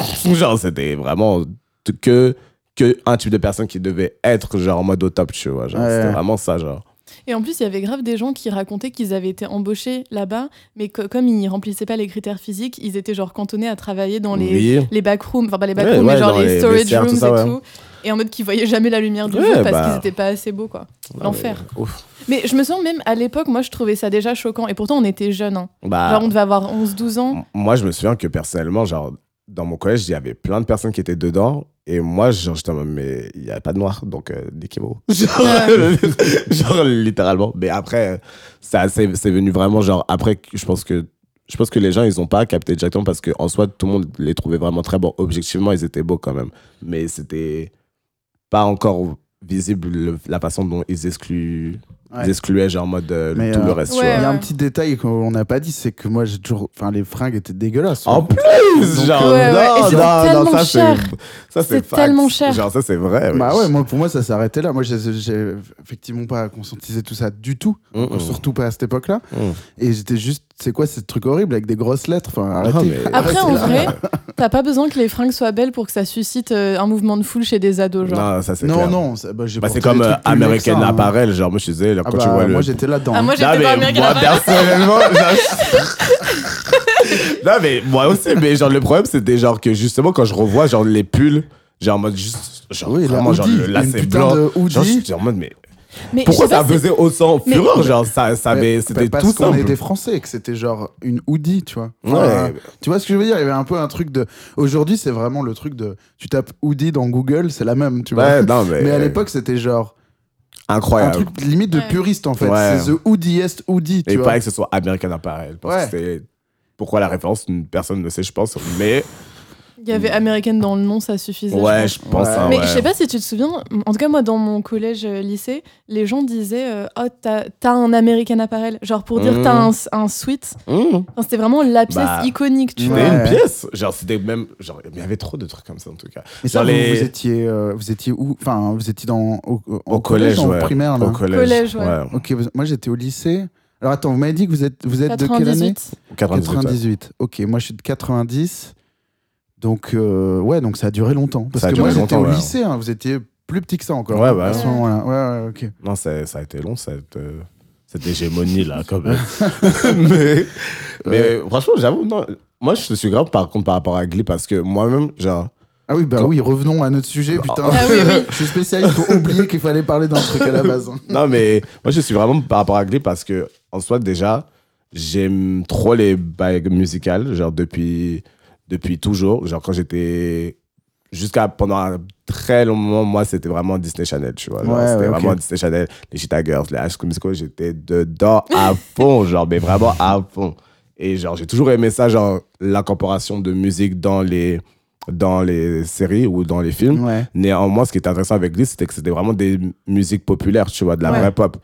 Speaker 5: euh, genre, c'était vraiment t- que, que un type de personne qui devait être genre en mode au top, tu vois. Genre,
Speaker 3: Ouais.
Speaker 5: c'était vraiment ça, genre.
Speaker 4: Et en plus, il y avait grave des gens qui racontaient qu'ils avaient été embauchés là-bas, mais que, comme ils remplissaient pas les critères physiques, ils étaient genre cantonnés à travailler dans les,
Speaker 5: Oui.
Speaker 4: les backrooms, enfin pas les
Speaker 5: Ouais,
Speaker 4: backrooms,
Speaker 5: ouais,
Speaker 4: mais genre
Speaker 5: dans les
Speaker 4: les storage
Speaker 5: vestiaires, tout
Speaker 4: rooms
Speaker 5: ça, ouais.
Speaker 4: et tout. Et en mode qu'ils voyaient jamais la lumière du
Speaker 5: Ouais,
Speaker 4: jour parce
Speaker 5: bah.
Speaker 4: qu'ils étaient pas assez beaux, quoi.
Speaker 5: Non,
Speaker 4: L'enfer.
Speaker 5: mais- ouf.
Speaker 4: Mais je me sens même à l'époque, moi je trouvais ça déjà choquant. Et pourtant, on était jeunes. hein.
Speaker 5: Bah,
Speaker 4: Genre, on devait avoir 11-12 ans.
Speaker 5: M- Moi, je me souviens que personnellement, genre, dans mon collège, il y avait plein de personnes qui étaient dedans. Et moi, genre, j'étais en mode, mais il n'y avait pas de noir, donc euh, des chemos. Genre, genre, littéralement. Mais après, euh, ça, c'est, c'est venu vraiment, genre, après, que- je pense que. Je pense que les gens, ils ont pas capté directement parce qu'en soi, tout le monde les trouvait vraiment très bons. Objectivement, ils étaient beaux quand même. Mais c'était pas encore visible le- la façon dont ils, excluent,
Speaker 3: Ouais.
Speaker 5: ils excluaient, genre, en mode euh,
Speaker 3: Mais,
Speaker 5: tout
Speaker 3: euh,
Speaker 5: le reste. tu
Speaker 4: Ouais,
Speaker 3: Il y
Speaker 5: vois.
Speaker 3: a un
Speaker 4: ouais.
Speaker 3: petit détail qu'on n'a pas dit, c'est que moi, j'ai toujours. Enfin, les fringues étaient dégueulasses.
Speaker 5: En
Speaker 3: Ouais.
Speaker 5: plus, genre,
Speaker 4: Ouais, ouais, et
Speaker 5: euh, non,
Speaker 4: c'était
Speaker 5: non, non,
Speaker 4: tellement
Speaker 5: ça c'est,
Speaker 4: cher.
Speaker 5: ça
Speaker 4: C'était
Speaker 5: c'est fact.
Speaker 4: tellement cher.
Speaker 5: Genre ça c'est vrai.
Speaker 3: Bah ouais, moi, pour moi, ça s'est arrêté là. Moi, j'ai- j'ai effectivement pas conscientisé tout ça du tout.
Speaker 5: Mm-mm.
Speaker 3: Surtout pas à cette époque-là.
Speaker 5: Mm.
Speaker 3: Et j'étais juste, c'est quoi ce truc horrible avec des grosses lettres Enfin,
Speaker 5: Ah,
Speaker 3: arrêtez.
Speaker 5: mais-
Speaker 4: Après,
Speaker 3: arrêtez
Speaker 4: en
Speaker 3: là.
Speaker 4: vrai, t'as pas besoin que les fringues soient belles pour que ça suscite euh, un mouvement de foule chez des ados. Genre.
Speaker 5: Non, ça c'est
Speaker 3: non,
Speaker 5: clair.
Speaker 3: non, c'est bah, j'ai
Speaker 5: Bah, c'est
Speaker 3: porté des
Speaker 5: comme euh,
Speaker 3: trucs plus mecs que ça,
Speaker 5: American
Speaker 3: hein.
Speaker 5: Apparel, genre moi je disais là,
Speaker 3: Ah
Speaker 5: quand
Speaker 3: bah,
Speaker 5: tu vois le
Speaker 3: moi, j'étais là-dedans.
Speaker 4: Ah, moi
Speaker 5: Non,
Speaker 4: j'étais dans
Speaker 5: mais
Speaker 4: American
Speaker 5: moi
Speaker 4: Apparel.
Speaker 5: personnellement, genre- non mais moi aussi, mais genre le problème c'était genre que justement quand je revois genre les pulls, genre en mode juste, genre
Speaker 3: Oui, la
Speaker 5: vraiment genre
Speaker 3: hoodie,
Speaker 5: le lacet
Speaker 3: une putain
Speaker 5: blanc,
Speaker 3: de hoodie.
Speaker 5: genre je suis en mode mais
Speaker 4: Mais
Speaker 5: pourquoi
Speaker 4: je sais
Speaker 5: ça
Speaker 4: pas, c'est-
Speaker 5: faisait autant
Speaker 4: Mais-
Speaker 5: fureur, genre ça, ça
Speaker 3: Mais-
Speaker 5: avait,
Speaker 3: bah,
Speaker 5: Ah, c'était
Speaker 3: parce
Speaker 5: tout
Speaker 3: qu'on
Speaker 5: simple.
Speaker 3: est des Français et que c'était genre une hoodie, tu vois.
Speaker 5: Ouais.
Speaker 3: Enfin, tu vois ce que je veux dire Il y avait un peu un truc de. Aujourd'hui, c'est vraiment le truc de. Tu tapes hoodie dans Google, c'est la même, tu vois.
Speaker 5: Ouais, non mais,
Speaker 3: Mais à l'époque, c'était genre un
Speaker 5: incroyable.
Speaker 3: truc limite de
Speaker 4: Ouais.
Speaker 3: puriste en fait.
Speaker 5: Ouais.
Speaker 3: C'est the hoodiest hoodie,
Speaker 5: Et
Speaker 3: tu
Speaker 5: il
Speaker 3: vois.
Speaker 5: paraît que ce soit American Apparel. Parce
Speaker 3: Ouais.
Speaker 5: que c'est. Pourquoi la référence une Personne ne sait, je pense. Mais
Speaker 4: Il y avait américaine dans le nom, ça suffisait. je
Speaker 5: ouais,
Speaker 4: pense.
Speaker 5: je pense.
Speaker 3: Ouais.
Speaker 5: hein,
Speaker 4: Mais
Speaker 5: ouais.
Speaker 4: je sais pas si tu te souviens, en tout cas moi dans mon collège euh, lycée, les gens disaient euh, Oh, t'as t'as un American Apparel. Genre pour dire
Speaker 5: Mhm.
Speaker 4: t'as un, un suite.
Speaker 5: Mmh.
Speaker 4: Enfin, C'était vraiment la pièce
Speaker 5: Bah,
Speaker 4: iconique, tu
Speaker 5: C'était
Speaker 4: vois.
Speaker 3: Ouais.
Speaker 5: une pièce. Genre, c'était même. Genre, il y avait trop de trucs comme ça, en tout cas.
Speaker 3: Mais ça,
Speaker 5: Dans
Speaker 3: vous,
Speaker 5: les-
Speaker 3: vous étiez, euh, vous étiez où Enfin, vous étiez dans au, au-
Speaker 5: Au
Speaker 3: en
Speaker 5: collège,
Speaker 3: ou en
Speaker 5: ouais.
Speaker 3: primaire là.
Speaker 5: Au collège.
Speaker 4: Collège, ouais.
Speaker 3: Ok, vous- moi j'étais au lycée. Alors attends, vous m'avez dit que vous êtes, vous êtes de quelle année
Speaker 4: 98.
Speaker 5: Au 98. ouais.
Speaker 3: 98. Ok, moi je suis de 90. Donc euh, ouais, donc ça a duré longtemps. Parce
Speaker 5: Ça a
Speaker 3: que
Speaker 5: duré
Speaker 3: moi j'étais
Speaker 5: longtemps,
Speaker 3: au
Speaker 5: ouais.
Speaker 3: lycée, hein, vous étiez plus petit que ça encore.
Speaker 5: Ouais,
Speaker 3: hein,
Speaker 5: bah
Speaker 3: À
Speaker 5: ouais.
Speaker 3: ce moment-là. Ouais, ouais, ok.
Speaker 5: Non, ça, ça a été long, cette, euh, cette hégémonie, là, quand même. mais, mais franchement, j'avoue, non. Moi, je suis grave, par contre, par rapport à Glee, parce que moi-même, genre.
Speaker 3: Ah oui, bah
Speaker 5: Quand- Bah,
Speaker 3: oui, revenons à notre sujet, putain.
Speaker 4: Ah oui, oui.
Speaker 3: je suis spécialiste pour oublier qu'il fallait parler d'un truc à la base. hein.
Speaker 5: Non, mais moi, je suis vraiment par rapport à Glee parce que, en soi, déjà, j'aime trop les bagues musicales, genre depuis, depuis toujours. Genre, quand j'étais. Jusqu'à pendant un très long moment, moi, c'était vraiment Disney Channel, tu vois. Genre,
Speaker 3: Ouais,
Speaker 5: c'était
Speaker 3: ouais,
Speaker 5: vraiment
Speaker 3: ok.
Speaker 5: Disney Channel, les Cheetah Girls, les High School Musical, j'étais dedans à fond, genre, mais vraiment à fond. Et genre, j'ai toujours aimé ça, genre, l'incorporation de musique dans les, dans les séries ou dans les films.
Speaker 3: Ouais.
Speaker 5: Néanmoins, ce qui était intéressant avec Glee, c'était que c'était vraiment des m- musiques populaires, tu vois, de la
Speaker 4: Ouais.
Speaker 5: vraie pop.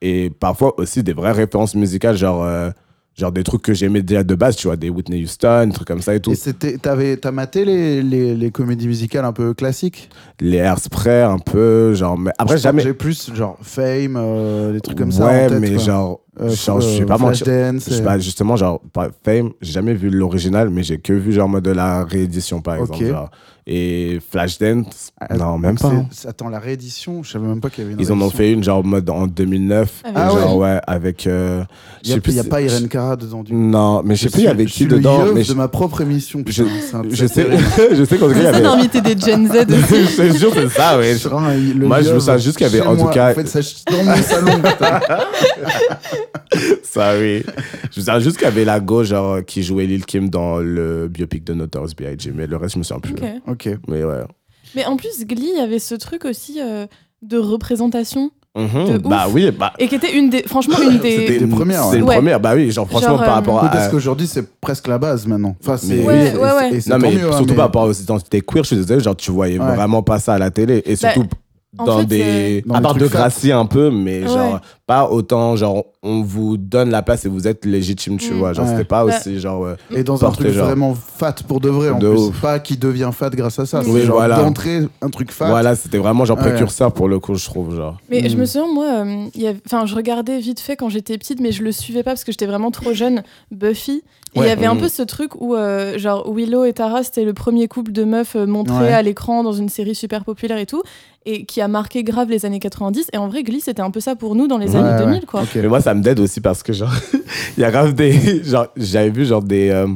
Speaker 5: Et parfois aussi des vraies références musicales, genre, euh, genre des trucs que j'aimais déjà de base, tu vois, des Whitney Houston, des trucs comme ça et tout.
Speaker 3: Et c'était, t'avais, t'as maté les, les, les comédies musicales un peu classiques
Speaker 5: Les Hairspray, un peu, genre. Mais après,
Speaker 3: Je crois que
Speaker 5: jamais.
Speaker 3: J'ai plus genre Fame, euh, des trucs comme
Speaker 5: ouais,
Speaker 3: ça. en tête,
Speaker 5: mais
Speaker 3: quoi.
Speaker 5: genre,
Speaker 3: Euh,
Speaker 5: genre, je
Speaker 3: euh,
Speaker 5: sais pas moi, je-
Speaker 3: Flashdance,
Speaker 5: je sais
Speaker 3: euh,
Speaker 5: pas, justement, genre, par- Fame, j'ai jamais vu l'original, mais j'ai que vu, genre, en mode de la réédition, par
Speaker 3: Ok.
Speaker 5: exemple. genre. Et Flashdance,
Speaker 3: Ah,
Speaker 5: non, même pas.
Speaker 3: c'est-
Speaker 5: hein.
Speaker 3: c'est- Attends, la réédition, je savais même pas qu'il y avait une
Speaker 5: Ils en ont
Speaker 3: réédition.
Speaker 5: fait une, genre, en mode en 2009.
Speaker 4: Ah
Speaker 5: et
Speaker 4: oui.
Speaker 5: genre, ouais, avec. euh, je
Speaker 3: Il
Speaker 5: sais plus
Speaker 3: n'y a,
Speaker 5: si-
Speaker 3: pas Irene Cara dedans du
Speaker 5: Non, mais je sais plus, il y avait
Speaker 3: Je suis
Speaker 5: qui
Speaker 3: le
Speaker 5: dedans.
Speaker 3: yeuf
Speaker 5: Mais
Speaker 3: de
Speaker 5: je,
Speaker 3: ma propre émission. putain,
Speaker 5: je-
Speaker 3: c'est un-
Speaker 5: je sais, je sais qu'en tout cas, il y
Speaker 4: C'est ça
Speaker 5: avait.
Speaker 4: d'inviter des Gen Z aussi.
Speaker 5: je te jure, c'est ça, ouais.
Speaker 3: je serai un- le
Speaker 5: Moi, je
Speaker 3: yeuf
Speaker 5: me souviens juste qu'il y avait,
Speaker 3: chez
Speaker 5: en tout
Speaker 3: moi.
Speaker 5: cas-
Speaker 3: En fait, ça, je- dans mon salon. putain.
Speaker 5: Ça, oui. Je me souviens juste qu'il y avait la go, genre, qui jouait Lil Kim dans le biopic de Notorious B.I.G. Mais le reste, je me souviens plus.
Speaker 4: Ok.
Speaker 3: ok.
Speaker 5: Mais ouais.
Speaker 4: Mais en plus, Glee, il y avait ce truc aussi euh, de représentation
Speaker 5: Mhm.
Speaker 4: De
Speaker 5: Bah
Speaker 4: ouf.
Speaker 5: oui, bah.
Speaker 4: et qui était une des, franchement, une
Speaker 5: C'était
Speaker 4: des.
Speaker 3: Des
Speaker 5: une
Speaker 3: premières,
Speaker 5: C'est une
Speaker 4: ouais.
Speaker 5: première, bah oui. Genre, franchement,
Speaker 4: Genre,
Speaker 5: par
Speaker 4: euh,
Speaker 5: rapport
Speaker 3: Peut-être
Speaker 5: à.
Speaker 3: qu'aujourd'hui, c'est presque la base maintenant. Enfin, c'est,
Speaker 5: Mais-
Speaker 3: et-
Speaker 5: Ouais,
Speaker 3: et-
Speaker 4: ouais, ouais.
Speaker 3: et c'est
Speaker 5: Non,
Speaker 3: tant
Speaker 5: mais
Speaker 3: mieux, hein,
Speaker 5: surtout
Speaker 3: mais-
Speaker 5: par rapport aux identités queer, je suis désolé, genre, tu voyais
Speaker 3: Ouais.
Speaker 5: vraiment pas ça à la télé. Et
Speaker 4: Bah,
Speaker 5: surtout,
Speaker 4: en
Speaker 5: dans
Speaker 4: fait, euh,
Speaker 5: des.
Speaker 3: Dans
Speaker 5: à
Speaker 3: les
Speaker 5: part
Speaker 3: trucs
Speaker 5: de gracier un peu, mais
Speaker 4: Ouais.
Speaker 5: genre, pas autant, genre, on vous donne la place et vous êtes légitime, tu
Speaker 4: Mm.
Speaker 5: vois. Genre,
Speaker 3: Ouais.
Speaker 5: c'était pas
Speaker 4: Bah,
Speaker 5: aussi, genre. euh,
Speaker 3: Et dans un
Speaker 5: porté,
Speaker 3: truc
Speaker 5: genre.
Speaker 3: vraiment fat pour de vrai en
Speaker 5: De
Speaker 3: plus.
Speaker 5: ouf.
Speaker 3: Pas qui devient fat grâce à ça.
Speaker 5: Oui,
Speaker 3: c'est genre
Speaker 5: voilà.
Speaker 3: d'entrée, un truc fat.
Speaker 5: Voilà, c'était vraiment, genre,
Speaker 3: Ouais.
Speaker 5: précurseur pour le coup, je trouve, genre.
Speaker 4: Mais je
Speaker 3: Mm.
Speaker 4: me souviens, moi, euh, il y avait- enfin, je regardais vite fait quand j'étais petite, mais je le suivais pas parce que j'étais vraiment trop jeune. Buffy, Et il
Speaker 5: Ouais.
Speaker 4: y avait un
Speaker 5: Mm.
Speaker 4: peu ce truc où, euh, genre, Willow et Tara, c'était le premier couple de meufs euh, montré
Speaker 3: Ouais.
Speaker 4: à l'écran dans une série super populaire et tout. et qui a marqué grave les années 90. Et en vrai, Glee, c'était un peu ça pour nous dans les
Speaker 3: Ouais,
Speaker 4: années
Speaker 3: ouais.
Speaker 4: 2000, quoi.
Speaker 3: Ok.
Speaker 5: Mais moi, ça me dead aussi parce que, genre, il y a grave des. Genre, j'avais vu, genre, des, euh,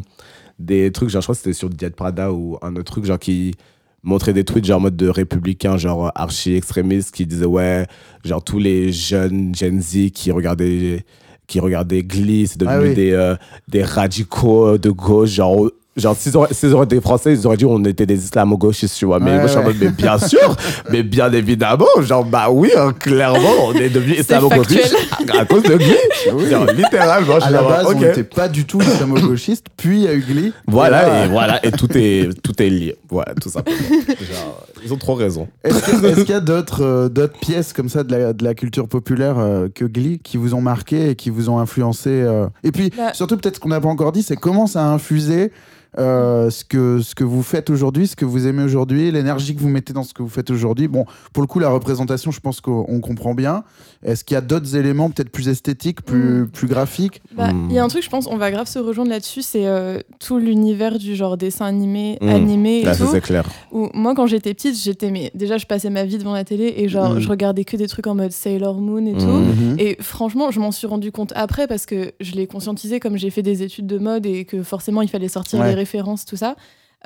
Speaker 5: des trucs, genre, je crois que c'était sur Diet Prada ou un autre truc, genre, qui montrait des tweets, genre, en mode de républicains, genre, euh, archi-extrémistes, qui disaient, ouais, genre, tous les jeunes Gen Z qui regardaient, qui regardaient Glee, c'est devenu
Speaker 3: Ah oui.
Speaker 5: des, euh, des radicaux de gauche, genre. Genre, s'ils auraient, s'ils auraient été français, ils auraient dit on était des islamo-gauchistes, tu vois. Mais
Speaker 3: Ouais,
Speaker 5: moi, je suis en
Speaker 3: ouais.
Speaker 5: mode, mais bien sûr, mais bien évidemment, genre, bah oui, hein, clairement, on est devenus islamo-gauchistes à, à cause de Glee.
Speaker 3: Oui.
Speaker 5: Genre, littéralement,
Speaker 3: À
Speaker 5: je suis
Speaker 3: la
Speaker 5: genre,
Speaker 3: base, on
Speaker 5: ok.
Speaker 3: n'était pas du tout islamo-gauchiste, puis il y a eu Glee. Et là,
Speaker 5: Voilà, et voilà, et tout est, tout est lié. Voilà, tout simplement. Genre, ils ont trop raison.
Speaker 3: Est-ce que- est-ce qu'il y a d'autres euh, d'autres pièces comme ça de la, de la culture populaire euh, que Glee qui vous ont marqué et qui vous ont influencé euh Et puis,
Speaker 4: Bah-
Speaker 3: surtout, peut-être ce qu'on n'a pas encore dit, c'est comment ça a infusé euh, ce, que, ce que vous faites aujourd'hui, ce que vous aimez aujourd'hui, l'énergie que vous mettez dans ce que vous faites aujourd'hui. Bon, pour le coup, la représentation, je pense qu'on on comprend bien. Est-ce qu'il y a d'autres éléments, peut-être plus esthétiques,
Speaker 4: Mm.
Speaker 3: plus, plus graphiques
Speaker 4: Bah, Il
Speaker 5: Mm.
Speaker 4: y a un truc, je pense, on va grave se rejoindre là-dessus, c'est euh, tout l'univers du genre dessin animé,
Speaker 5: Mm.
Speaker 4: animé et
Speaker 5: Là, ça,
Speaker 4: tout.
Speaker 5: c'est clair.
Speaker 4: Où, moi, quand j'étais petite, j'étais, mais déjà, je passais ma vie devant la télé et genre,
Speaker 5: Hmm.
Speaker 3: Mm.
Speaker 4: je regardais que des trucs en mode Sailor Moon et
Speaker 5: Mm.
Speaker 4: tout.
Speaker 3: Mhm.
Speaker 4: Et franchement, je m'en suis rendu compte après parce que je l'ai conscientisé comme j'ai fait des études de mode et que forcément il fallait sortir
Speaker 3: Ouais.
Speaker 4: les références, tout ça.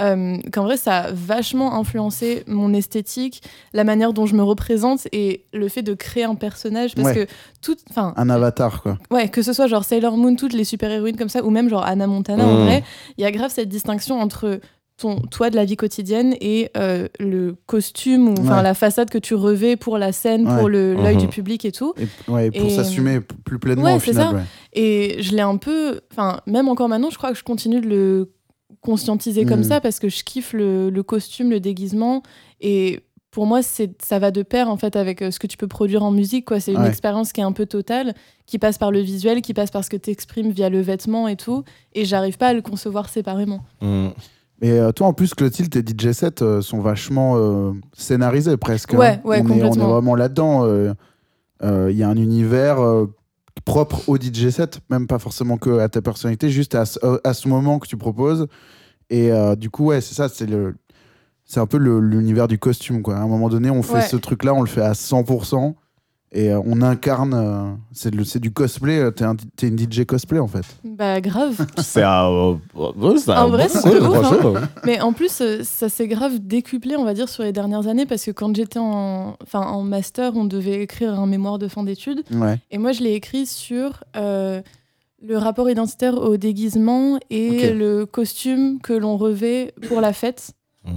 Speaker 4: euh, qu'en vrai, ça a vachement influencé mon esthétique, la manière dont je me représente et le fait de créer un personnage. Parce
Speaker 3: Ouais.
Speaker 4: que tout, enfin,
Speaker 3: Un avatar, quoi.
Speaker 4: ouais, que ce soit genre Sailor Moon, toutes les super-héroïnes comme ça, ou même genre Anna Montana, en
Speaker 3: Mmh.
Speaker 5: Mm.
Speaker 4: vrai, il y a grave cette distinction entre ton toi de la vie quotidienne et euh, le costume ou enfin
Speaker 3: Ouais. Mmh.
Speaker 4: la façade que tu revais pour la scène, pour le- l'œil
Speaker 5: Mhm.
Speaker 4: du public et tout.
Speaker 3: Et, ouais, pour
Speaker 4: Et-
Speaker 3: s'assumer p- plus pleinement
Speaker 4: Ouais,
Speaker 3: au
Speaker 4: c'est
Speaker 3: final.
Speaker 4: ça.
Speaker 3: ouais.
Speaker 4: Et je l'ai un peu, enfin, même encore maintenant, je crois que je continue de le conscientiser comme
Speaker 3: Mhm.
Speaker 4: ça parce que je kiffe le, le costume, le déguisement. Et pour moi, c'est ça va de pair en fait avec euh, ce que tu peux produire en musique. quoi. C'est une
Speaker 3: Ouais.
Speaker 4: expérience qui est un peu totale, qui passe par le visuel, qui passe par ce que tu exprimes via le vêtement et tout. Et j'arrive pas à le concevoir séparément.
Speaker 5: Mm.
Speaker 3: Et euh, toi, en plus, Clotilde, tes DJ sets euh, sont vachement euh, scénarisés presque. hein.
Speaker 4: Ouais, ouais,
Speaker 3: on, est, on est
Speaker 4: complètement.
Speaker 3: vraiment là-dedans. euh, euh, Il y a un univers euh, propre au DJ set, même pas forcément que à ta personnalité, juste à, ce- euh, à ce moment que tu proposes. Et euh, du coup, ouais, c'est ça, c'est le. C'est un peu le- l'univers du costume, quoi. À un moment donné, on fait
Speaker 4: Ouais.
Speaker 3: ce truc-là, on le fait à 100%, et euh, on incarne. euh, c'est de le- c'est du cosplay, euh, t'es un- t'es une DJ cosplay, en fait.
Speaker 4: Bah grave.
Speaker 5: C'est un. euh, euh, c'est
Speaker 4: En vrai,
Speaker 5: bon
Speaker 4: c'est
Speaker 5: truc,
Speaker 4: de ouf, hein.
Speaker 5: franchement.
Speaker 4: Mais en plus, euh, ça s'est grave décuplé, on va dire, sur les dernières années parce que quand j'étais en, enfin, en master, on devait écrire un mémoire de fin d'études.
Speaker 3: Ouais.
Speaker 4: Et moi, je l'ai écrit sur euh, le rapport identitaire au déguisement et
Speaker 3: Ok.
Speaker 4: le costume que l'on revêt pour la fête.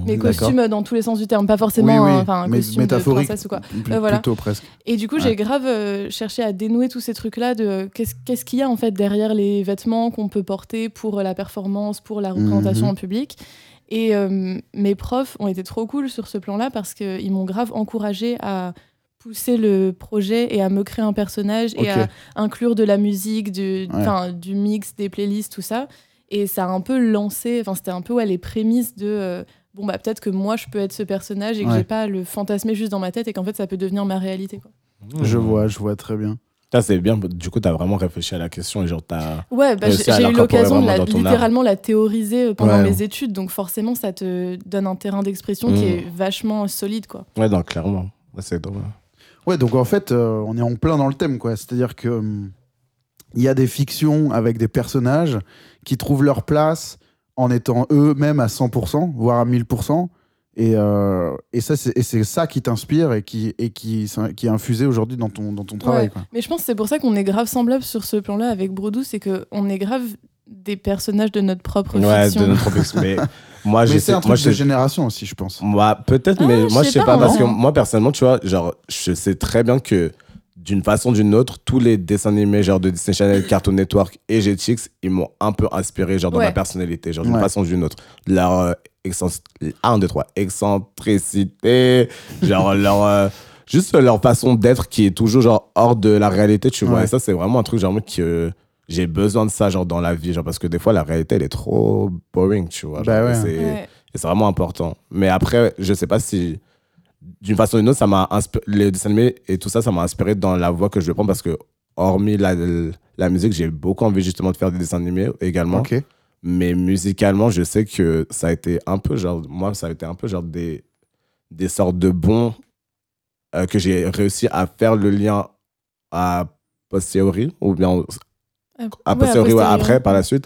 Speaker 4: Mais
Speaker 3: D'accord.
Speaker 4: costume euh, dans tous les sens du terme, pas forcément
Speaker 3: Oui, oui,
Speaker 4: un- enfin, un
Speaker 3: mais
Speaker 4: costume de
Speaker 3: métaphorique.
Speaker 4: princesse ou quoi.
Speaker 3: Pl-
Speaker 4: Ouais, voilà.
Speaker 3: Plutôt presque.
Speaker 4: Et du coup,
Speaker 3: Ouais.
Speaker 4: j'ai grave euh, cherché à dénouer tous ces trucs-là de euh, qu'est-ce qu'est-ce qu'il y a en fait derrière les vêtements qu'on peut porter pour euh, la performance, pour la représentation
Speaker 3: Mhm.
Speaker 4: en public. Et euh, mes profs ont été trop cool sur ce plan-là parce qu'ils m'ont grave encouragé à pousser le projet et à me créer un personnage et
Speaker 3: Ok.
Speaker 4: à inclure de la musique, du,
Speaker 3: Ouais.
Speaker 4: enfin, du mix, des playlists, tout ça. Et ça a un peu lancé, enfin, c'était un peu ouais, les prémices de euh, bon, bah peut-être que moi je peux être ce personnage et que
Speaker 3: Ouais.
Speaker 4: j'ai pas à le fantasmer juste dans ma tête et qu'en fait ça peut devenir ma réalité. Quoi.
Speaker 5: Mmh.
Speaker 3: Je vois, je vois très bien.
Speaker 5: Putain, c'est bien. Du coup, t'as vraiment réfléchi à la question et genre, t'as.
Speaker 4: Ouais, bah,
Speaker 5: Et
Speaker 4: j'ai
Speaker 5: aussi à
Speaker 4: j'ai eu
Speaker 5: l'incorporer
Speaker 4: l'occasion de
Speaker 5: vraiment
Speaker 4: la,
Speaker 5: dans ton art.
Speaker 4: littéralement la théoriser euh, pendant
Speaker 3: Ouais.
Speaker 4: mes études, donc forcément ça te donne un terrain d'expression qui
Speaker 5: Mm.
Speaker 4: est vachement solide. quoi.
Speaker 5: Ouais, donc, clairement. Ouais, C'est drôle.
Speaker 3: Ouais, donc en fait, euh, on est en plein dans le thème, quoi. C'est-à-dire que hum, il y a des fictions avec des personnages qui trouvent leur place en étant eux-mêmes à 100%, voire à 1000%. Et, euh, et ça, c'est et c'est ça qui t'inspire et qui, et qui, qui est infusé aujourd'hui dans ton, dans ton travail.
Speaker 4: Ouais.
Speaker 3: quoi.
Speaker 4: Mais je pense que c'est pour ça qu'on est grave semblables sur ce plan-là avec Brodou, c'est qu'on est grave des personnages de notre propre
Speaker 5: Ouais,
Speaker 4: fiction.
Speaker 5: de notre ex. Mais moi,
Speaker 3: Mais
Speaker 5: j'essaie.
Speaker 3: c'est un
Speaker 5: Ah, moi,
Speaker 3: truc de
Speaker 5: j'essaie-
Speaker 3: génération aussi, je pense.
Speaker 5: Moi, Bah, peut-être,
Speaker 4: Ah,
Speaker 5: mais moi, je sais pas,
Speaker 4: en
Speaker 5: parce que
Speaker 4: vrai.
Speaker 5: moi, personnellement, tu vois, genre, je sais très bien que d'une façon ou d'une autre, tous les dessins animés, genre de Disney Channel, Cartoon Network et Jetix, ils m'ont un peu inspiré, genre, dans
Speaker 4: Ouais.
Speaker 5: ma personnalité, genre, d'une
Speaker 3: Ouais.
Speaker 5: façon ou d'une autre. Leur euh, excentric- un, deux, trois, excentricité, genre, leur. euh, juste leur façon d'être qui est toujours, genre, hors de la réalité, tu vois.
Speaker 3: Ouais.
Speaker 5: Et ça, c'est vraiment un truc, genre, que. j'ai besoin de ça genre dans la vie genre parce que des fois la réalité elle est trop boring tu vois genre,
Speaker 3: Bah ouais.
Speaker 5: c'est-
Speaker 4: Ouais.
Speaker 5: et c'est vraiment important. Mais après, je sais pas si. D'une façon ou d'une autre, ça m'a inspi- les dessins animés et tout ça, ça m'a inspiré dans la voie que je vais prendre parce que, hormis la, la musique, j'ai beaucoup envie justement de faire des dessins animés également.
Speaker 3: Ok.
Speaker 5: Mais musicalement, je sais que ça a été un peu genre. Moi, ça a été un peu genre des, des sortes de bons euh, que j'ai réussi à faire le lien à posteriori, ou bien à
Speaker 4: Ah, Ouais,
Speaker 5: posteriori ou
Speaker 4: posteriori.
Speaker 5: après, par la suite,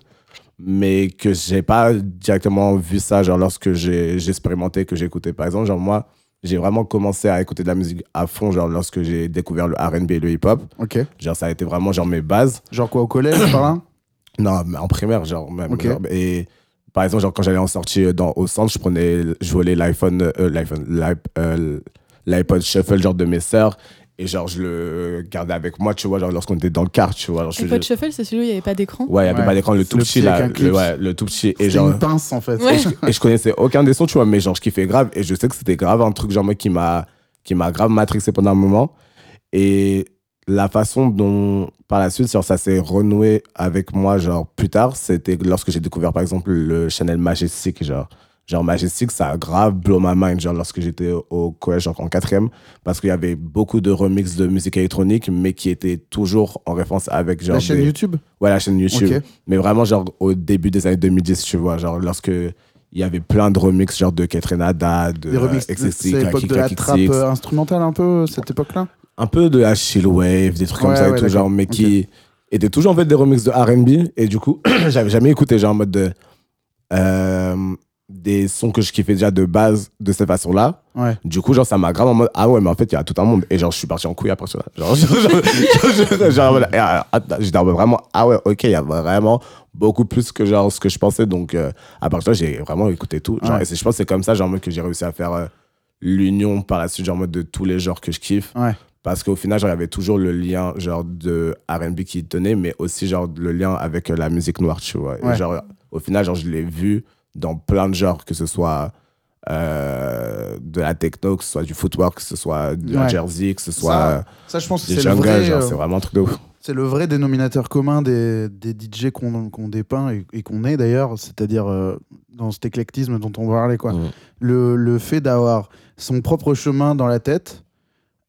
Speaker 5: mais que j'ai pas directement vu ça, genre lorsque j'ai j'ai expérimenté, que j'ai écouté. Par exemple, genre moi, j'ai vraiment commencé à écouter de la musique à fond, genre lorsque j'ai découvert le RB et le hip-hop.
Speaker 3: Ok.
Speaker 5: Genre, ça a été vraiment genre mes bases.
Speaker 3: Genre quoi, au collège, par là
Speaker 5: Non, mais en primaire, genre, même.
Speaker 3: Ok.
Speaker 5: genre. et par exemple, genre, quand j'allais en sortie euh, dans, au centre, je prenais, je volais l'iPhone, euh, l'iPhone, l'iP- euh, l'iPod Shuffle, genre, de mes sœurs. Et genre, je le gardais avec moi, tu vois, genre, lorsqu'on était dans le car, tu vois. Genre, je-
Speaker 4: Et Pod Shuffle, c'est celui où il n'y avait pas d'écran.
Speaker 5: Ouais, il n'y avait
Speaker 3: Ouais.
Speaker 5: pas d'écran, le tout
Speaker 3: Le
Speaker 5: petit,
Speaker 3: petit
Speaker 5: là.
Speaker 3: avec un
Speaker 5: Le,
Speaker 3: clip.
Speaker 5: ouais, le tout petit. Et
Speaker 3: C'était
Speaker 5: genre,
Speaker 3: une pince, en fait.
Speaker 4: Ouais.
Speaker 5: et je connaissais aucun des sons, tu vois, mais genre, je kiffais grave. Et je sais que c'était grave un truc, genre, moi, qui m'a, qui m'a grave matrixé pendant un moment. Et la façon dont, par la suite, genre, ça s'est renoué avec moi, genre, plus tard, c'était lorsque j'ai découvert, par exemple, le Chanel Majestic, genre. Genre, Majestic, ça a grave blow my mind, genre, lorsque j'étais au collège, genre, en quatrième, parce qu'il y avait beaucoup de remixes de musique électronique, mais qui étaient toujours en référence avec, genre,
Speaker 3: La chaîne
Speaker 5: des-
Speaker 3: YouTube
Speaker 5: Ouais, la chaîne YouTube. euh,
Speaker 3: Ok.
Speaker 5: Mais vraiment, genre, au début des années 2010, tu vois, genre, lorsque il y avait plein de remix, genre de Ketrenada, de
Speaker 3: Les remixes,
Speaker 5: euh, XXX,
Speaker 3: c'est l'époque de la
Speaker 5: Kaki,
Speaker 3: trappe
Speaker 5: Kaki,
Speaker 3: euh, instrumentale, un peu, cette époque-là
Speaker 5: un peu de la chill wave, des trucs comme
Speaker 3: Ouais,
Speaker 5: ça et
Speaker 3: ouais,
Speaker 5: tout, genre,
Speaker 3: d'accord.
Speaker 5: mais qui étaient toujours en fait des remixes de RB. Et du coup, j'avais jamais écouté, genre en mode de, euh, des sons que je kiffais déjà de base de cette façon-là.
Speaker 3: Ouais.
Speaker 5: Du coup, genre, ça m'a grave en mode ah ouais, mais en fait, il y a tout un monde. Et genre, je suis parti en couille après ça. Genre, genre, genre, genre, genre, genre, en mode, ah, ah, j'étais en mode vraiment ah ouais, ok, il y a vraiment beaucoup plus que genre ce que je pensais. Donc, euh, à partir de là, j'ai vraiment écouté tout. Genre,
Speaker 3: Ouais.
Speaker 5: et c'est- je pense que c'est comme ça, genre, en mode que j'ai réussi à faire. euh, l'union par la suite genre en mode de tous les genres que je kiffe
Speaker 3: Ouais.
Speaker 5: parce qu'au final genre il y avait toujours le lien genre de R&B qui tenait mais aussi genre le lien avec euh, la musique noire tu vois Et
Speaker 3: Ouais.
Speaker 5: genre au final genre je l'ai vu dans plein de genres que ce soit euh, de la techno que ce soit du footwork que ce soit du
Speaker 3: Ouais.
Speaker 5: jersey que ce
Speaker 3: Ça,
Speaker 5: soit euh,
Speaker 3: Ça, je pense que
Speaker 5: des
Speaker 3: c'est le,
Speaker 5: jungles
Speaker 3: vrai,
Speaker 5: genre
Speaker 3: euh,
Speaker 5: c'est vraiment un truc de ouf
Speaker 3: c'est le vrai dénominateur commun des, des DJ qu'on qu'on dépeint et, et qu'on est d'ailleurs, c'est-à-dire euh, dans cet éclectisme dont on parlait. Quoi.
Speaker 5: Mm.
Speaker 3: Le, le fait d'avoir son propre chemin dans la tête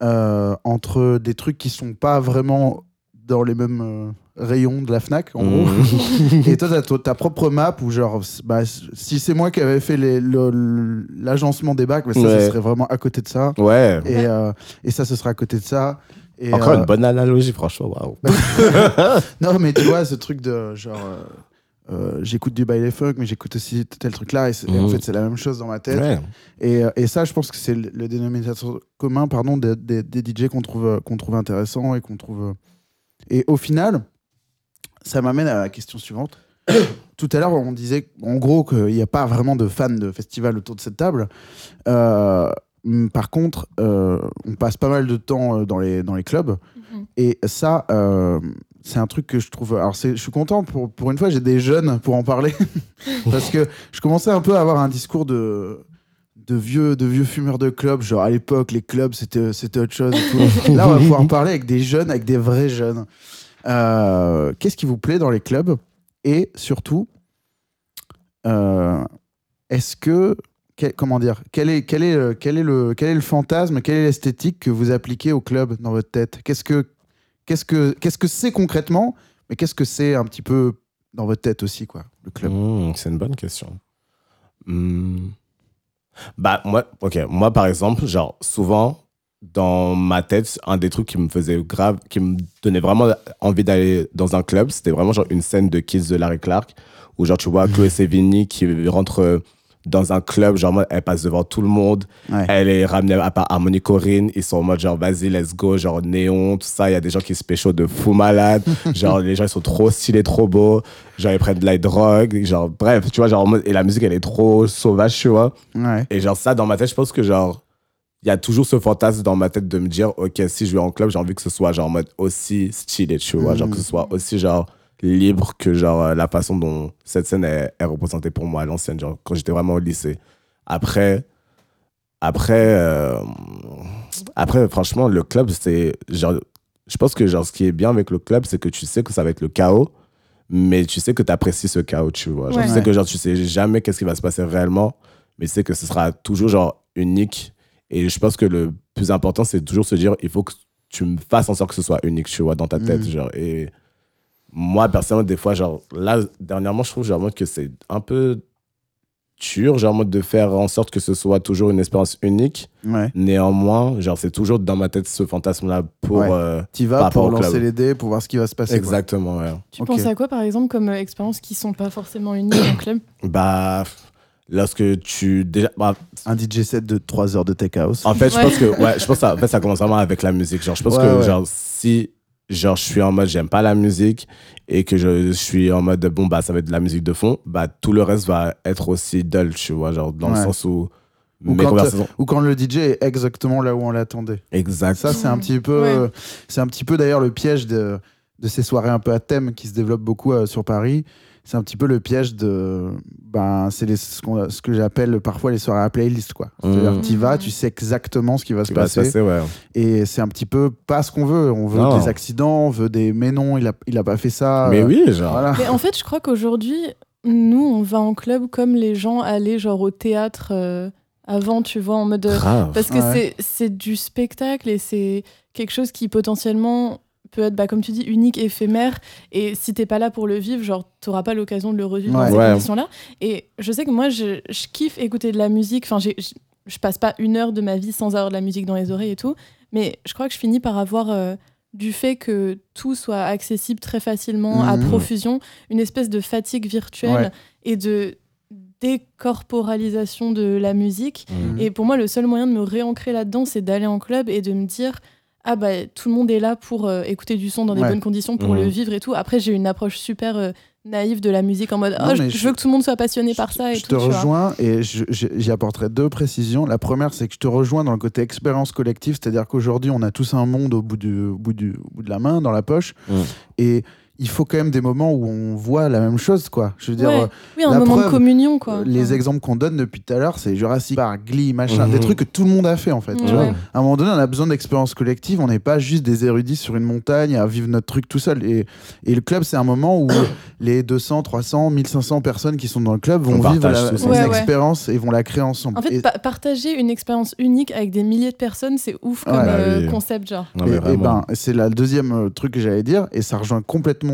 Speaker 3: euh, entre des trucs qui sont pas vraiment dans les mêmes euh, rayons de la Fnac, en
Speaker 5: Mmh.
Speaker 3: gros. Et toi, t'as ta, ta propre map où, genre, c- bah, c- si c'est moi qui avais fait les- le- l'agencement des bacs, bah, ça, ça
Speaker 5: Ouais.
Speaker 3: serait vraiment à côté de ça.
Speaker 5: ouais
Speaker 3: Et, euh, et ça, ce sera à côté de ça. Et,
Speaker 5: encore
Speaker 3: euh,
Speaker 5: une bonne analogie franchement waouh
Speaker 3: Non, mais tu vois, ce truc de genre. euh, euh, j'écoute du baile funk, mais j'écoute aussi tel truc là, et, c'est- et en
Speaker 5: Mhm.
Speaker 3: fait c'est la même chose dans ma tête.
Speaker 5: ouais
Speaker 3: Et, euh, et ça, je pense que c'est le, le dénominateur commun pardon, des, des, des DJ qu'on trouve, euh, qu'on trouve intéressant et qu'on trouve. euh, Et au final, ça m'amène à la question suivante. Tout à l'heure, on disait en gros qu'il n'y a pas vraiment de fans de festival autour de cette table. Euh, mm, par contre, euh, on passe pas mal de temps euh, dans les, dans les clubs.
Speaker 4: Mhm.
Speaker 3: Et ça, euh, c'est un truc que je trouve. Alors, c'est- je suis content pour, pour une fois, j'ai des jeunes pour en parler. Parce que je commençais un peu à avoir un discours de, de vieux, de vieux fumeurs de clubs. Genre, à l'époque, les clubs, c'était, c'était autre chose. et tout. Là, on va pouvoir parler avec des jeunes, avec des vrais jeunes. Euh, qu'est-ce qui vous plaît dans les clubs Et surtout, euh, est-ce que. quel- comment dire quel est, quel, est, le- quel, est le, quel est le fantasme, quelle est l'esthétique que vous appliquez au club dans votre tête qu'est-ce que, qu'est-ce, que, qu'est-ce que c'est concrètement Mais qu'est-ce que c'est un petit peu dans votre tête aussi, quoi, le club
Speaker 5: Hmm, c'est une bonne question. Hmm. Bah, moi, ok, moi, par exemple, genre, souvent, dans ma tête, un des trucs qui me faisait grave, qui me donnait vraiment envie d'aller dans un club, c'était vraiment genre une scène de Kiss de Larry Clark, où genre, tu vois, Chloé Sevigny qui rentre dans un club, genre, elle passe devant tout le monde,
Speaker 3: Ouais.
Speaker 5: elle est ramenée à part Harmony Corinne, ils sont en mode genre vas-y, let's go, genre néon, tout ça. Il y a des gens qui se pécho de fou malade, genre les gens ils sont trop stylés, trop beaux, genre ils prennent de la drogue, genre bref, tu vois, genre en mode- et la musique elle est trop sauvage, tu vois.
Speaker 3: Ouais.
Speaker 5: Et genre ça, dans ma tête, je pense que genre, il y a toujours ce fantasme dans ma tête de me dire, ok, si je vais en club, j'ai envie que ce soit genre en mode aussi stylé, tu vois, genre que ce soit aussi genre libre que genre euh, la façon dont cette scène est, est représentée pour moi à l'ancienne, genre quand j'étais vraiment au lycée. Après, après, euh, après, franchement, le club, c'est genre, je pense que genre ce qui est bien avec le club, c'est que tu sais que ça va être le chaos. Mais tu sais que tu apprécies ce chaos, tu vois. Genre,
Speaker 4: Ouais.
Speaker 5: Tu sais
Speaker 3: Ouais.
Speaker 5: que genre, tu sais jamais qu'est-ce qui va se passer réellement mais c'est que ce sera toujours genre unique. Et je pense que le plus important, c'est toujours se dire, il faut que tu me fasses en sorte que ce soit unique, tu vois, dans ta tête.
Speaker 3: Mhm.
Speaker 5: Genre, et moi, personnellement, des fois, genre, là, dernièrement, je trouve genre, moi, que c'est un peu culture, genre en mode de faire en sorte que ce soit toujours une expérience unique.
Speaker 3: Ouais.
Speaker 5: Néanmoins, genre c'est toujours dans ma tête ce fantasme-là pour.
Speaker 3: Ouais.
Speaker 5: euh,
Speaker 3: Tu
Speaker 5: Par
Speaker 3: vas
Speaker 5: rapport
Speaker 3: pour
Speaker 5: au
Speaker 3: lancer
Speaker 5: club.
Speaker 3: les dés, pour voir ce qui va se passer. quoi.
Speaker 5: exactement, ouais.
Speaker 4: Tu
Speaker 3: Ok.
Speaker 4: penses à quoi, par exemple, comme euh, expériences qui sont pas forcément unies en club
Speaker 5: Bah, lorsque tu. Déjà, bah,
Speaker 3: Un DJ set de 3 heures de take house.
Speaker 5: En fait, je
Speaker 4: Ouais.
Speaker 5: pense que ouais, je pense que ça, en fait, ça commence vraiment avec la musique. Genre, je pense
Speaker 3: Ouais,
Speaker 5: que
Speaker 3: ouais.
Speaker 5: genre si genre je suis en mode j'aime pas la musique et que je suis en mode bon bah ça va être de la musique de fond, bah tout le reste va être aussi dull, tu vois, genre dans
Speaker 3: Ouais.
Speaker 5: le sens où
Speaker 3: Ou
Speaker 5: mes
Speaker 3: quand,
Speaker 5: conversations
Speaker 3: Ou quand le DJ est exactement là où on l'attendait.
Speaker 5: exact.
Speaker 3: Ça, c'est un petit peu,
Speaker 4: Ouais.
Speaker 3: euh, c'est un petit peu d'ailleurs le piège de, de ces soirées un peu à thème qui se développent beaucoup euh, sur Paris. C'est un petit peu le piège de, ben, c'est les- ce, qu'on- ce que j'appelle parfois les soirées à playlist, quoi. C'est-à-dire,
Speaker 5: Mmh.
Speaker 3: tu vas, tu sais exactement ce qui va se
Speaker 5: Ça va se
Speaker 3: passer.
Speaker 5: passer, ouais.
Speaker 3: Et c'est un petit peu pas ce qu'on veut. On veut
Speaker 5: Non.
Speaker 3: des accidents, on veut des, mais non, il a, il a pas fait ça.
Speaker 5: Mais
Speaker 3: euh,
Speaker 5: oui, genre.
Speaker 3: Voilà.
Speaker 4: Mais en fait, je crois qu'aujourd'hui, nous, on va en club comme les gens allaient genre au théâtre euh, avant, tu vois, en mode. euh,
Speaker 5: Grave.
Speaker 4: Parce que
Speaker 3: Ouais.
Speaker 4: c'est- c'est du spectacle et c'est quelque chose qui potentiellement peut être, bah, comme tu dis, unique, éphémère. Et si t'es pas là pour le vivre, genre, t'auras pas l'occasion de le revivre
Speaker 3: Ouais.
Speaker 4: dans ces
Speaker 5: Ouais.
Speaker 4: conditions-là. Et je sais que moi, je, je kiffe écouter de la musique. Enfin, j'ai- je- je passe pas une heure de ma vie sans avoir de la musique dans les oreilles et tout. Mais je crois que je finis par avoir. euh, du fait que tout soit accessible très facilement, à
Speaker 3: Mhm.
Speaker 4: profusion, une espèce de fatigue virtuelle et de décorporalisation de la musique
Speaker 5: Mm.
Speaker 4: et pour moi, le seul moyen de me réancrer là-dedans, c'est d'aller en club et de me dire ah bah tout le monde est là pour euh, écouter du son dans des
Speaker 3: Ouais. Mm.
Speaker 4: bonnes conditions pour
Speaker 5: Mhm.
Speaker 4: le vivre et tout. Après, j'ai une approche super euh, naïve de la musique en mode
Speaker 3: Non,
Speaker 4: oh, je,
Speaker 3: mais
Speaker 4: je
Speaker 3: je-
Speaker 4: veux que tout le monde soit passionné par ça et
Speaker 3: je te
Speaker 4: tout. tu vois.
Speaker 3: rejoins et je- je- j'y apporterai deux précisions. La première, c'est que je te rejoins dans le côté expérience collective, c'est-à-dire qu'aujourd'hui, on a tous un monde au bout, du, au bout, du, au bout de la main, dans la poche.
Speaker 5: Mm.
Speaker 3: Et il faut quand même des moments où on voit la même chose, quoi. Je veux dire,
Speaker 4: Ouais.
Speaker 3: euh,
Speaker 4: Oui, un
Speaker 3: la
Speaker 4: moment de
Speaker 3: preuve,
Speaker 4: communion quoi.
Speaker 3: euh, les
Speaker 4: Enfin,
Speaker 3: exemples qu'on donne depuis tout à l'heure, c'est Jurassic Park, Glee, machin,
Speaker 5: Mhm.
Speaker 3: des trucs que tout le monde a fait, en fait. tu
Speaker 4: Ouais.
Speaker 3: vois. À un moment donné, on a besoin d'expérience collective. On n'est pas juste des érudits sur une montagne à vivre notre truc tout seul. Et, et le club, c'est un moment où les 200, 300, 1500 personnes qui sont dans le club vont
Speaker 5: On
Speaker 3: vivre
Speaker 5: partage
Speaker 3: la-
Speaker 5: tous
Speaker 3: une
Speaker 4: ensemble. Ouais, ouais.
Speaker 3: expérience et vont la créer ensemble.
Speaker 4: En fait,
Speaker 3: Et-
Speaker 4: pa- partager une expérience unique avec des milliers de personnes, c'est ouf comme
Speaker 3: Ouais.
Speaker 5: Bah
Speaker 4: euh,
Speaker 5: oui.
Speaker 4: concept genre.
Speaker 5: Non,
Speaker 3: et-
Speaker 5: mais
Speaker 3: et
Speaker 5: vraiment.
Speaker 3: ben, c'est le deuxième euh, truc que j'allais dire. Et ça rejoint complètement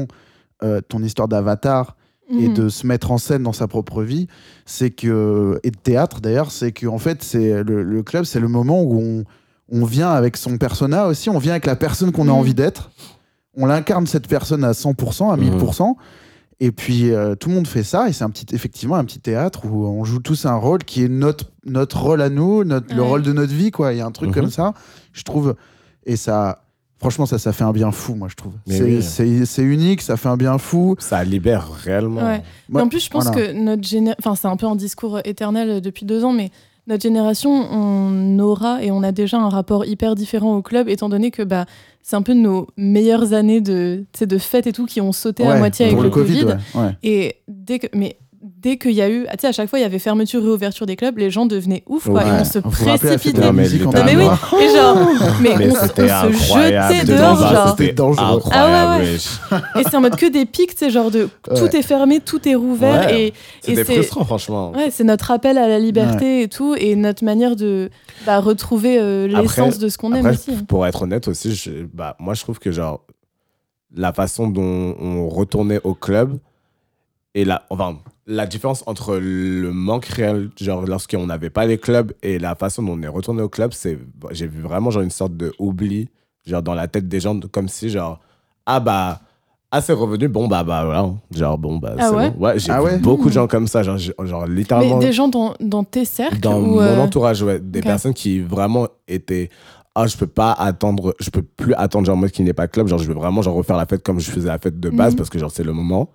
Speaker 3: euh, ton histoire d'avatar et
Speaker 4: Mhm.
Speaker 3: de se mettre en scène dans sa propre vie, c'est que et de théâtre d'ailleurs, c'est que en fait c'est le, le club, c'est le moment où on on vient avec son persona aussi, on vient avec la personne qu'on a
Speaker 4: Mhm.
Speaker 3: envie d'être, on l'incarne cette personne à 100%, à
Speaker 5: Mhm.
Speaker 3: 1000%, et puis euh, tout le monde fait ça et c'est un petit effectivement un petit théâtre où on joue tous un rôle qui est notre notre rôle à nous, notre, le
Speaker 4: Ouais.
Speaker 3: rôle de notre vie quoi, il y a un truc
Speaker 5: Mhm.
Speaker 3: comme ça, je trouve et ça franchement ça ça fait un bien fou moi je trouve.
Speaker 5: Mais
Speaker 3: C'est
Speaker 5: oui.
Speaker 3: c'est- c'est unique, ça fait un bien fou.
Speaker 5: ça libère réellement.
Speaker 4: Ouais. Mais
Speaker 3: Ouais,
Speaker 4: en plus, je pense
Speaker 3: voilà.
Speaker 4: que notre génération, enfin, c'est un peu un discours éternel depuis deux ans, mais notre génération, on aura et on a déjà un rapport hyper différent au club, étant donné que bah, c'est un peu nos meilleures années de, tu sais, de fêtes et tout qui ont sauté à
Speaker 3: Ouais,
Speaker 4: moitié avec
Speaker 3: pour
Speaker 4: le
Speaker 3: le Covid,
Speaker 4: Covid.
Speaker 3: ouais, ouais.
Speaker 4: Et dès que, mais dès qu'il y a eu, ah, tu sais, à chaque fois, il y avait fermeture, réouverture des clubs, les gens devenaient ouf, quoi,
Speaker 5: Ouais.
Speaker 4: et on se
Speaker 3: Vous vous rappelez la fête de
Speaker 4: précipitait.
Speaker 3: la
Speaker 5: Non, mais
Speaker 3: musique en
Speaker 4: Non,
Speaker 5: littéralement.
Speaker 4: mais oui.
Speaker 3: Allemagne
Speaker 4: Et genre, mais,
Speaker 5: Mais
Speaker 4: on, se-
Speaker 5: c'était
Speaker 4: on se
Speaker 5: incroyable.
Speaker 4: jetait
Speaker 5: de
Speaker 4: dehors,
Speaker 5: voir ça,
Speaker 4: genre.
Speaker 5: C'était
Speaker 3: Ah ouais,
Speaker 5: dangereux.
Speaker 4: ouais. Et c'est en mode que des pics, tu sais, genre de tout est fermé, tout est rouvert,
Speaker 5: Ouais.
Speaker 4: et
Speaker 5: C'était
Speaker 4: Et c'est-
Speaker 5: frustrant, franchement.
Speaker 4: Ouais, c'est notre appel à la liberté et tout, et notre manière de bah, retrouver euh,
Speaker 5: Après-
Speaker 4: l'essence de ce qu'on aime
Speaker 5: Après,
Speaker 4: aussi. hein.
Speaker 5: Pour être honnête aussi, je- bah, moi je trouve que genre la façon dont on retournait au club et la, enfin, la différence entre le manque réel, genre lorsqu'on n'avait pas les clubs et la façon dont on est retourné au club, c'est j'ai vu vraiment genre une sorte de oubli genre dans la tête des gens de- comme si genre ah bah ah c'est revenu bon bah bah voilà genre bon bah
Speaker 4: Ah
Speaker 5: c'est
Speaker 4: ouais
Speaker 5: bon. ouais j'ai
Speaker 3: Ah
Speaker 5: vu
Speaker 3: ouais
Speaker 5: beaucoup de
Speaker 4: Mmh.
Speaker 5: gens comme ça genre j'ai- genre
Speaker 4: Mais
Speaker 5: littéralement
Speaker 4: des gens dans, dans tes cercles
Speaker 5: dans
Speaker 4: ou,
Speaker 5: mon
Speaker 4: euh,
Speaker 5: entourage ouais, des
Speaker 4: ok.
Speaker 5: personnes qui vraiment étaient ah je peux pas attendre je peux plus attendre genre moi qui n'est pas club genre je veux vraiment genre refaire la fête comme je faisais la fête de base
Speaker 4: Mhm.
Speaker 5: parce que genre c'est le moment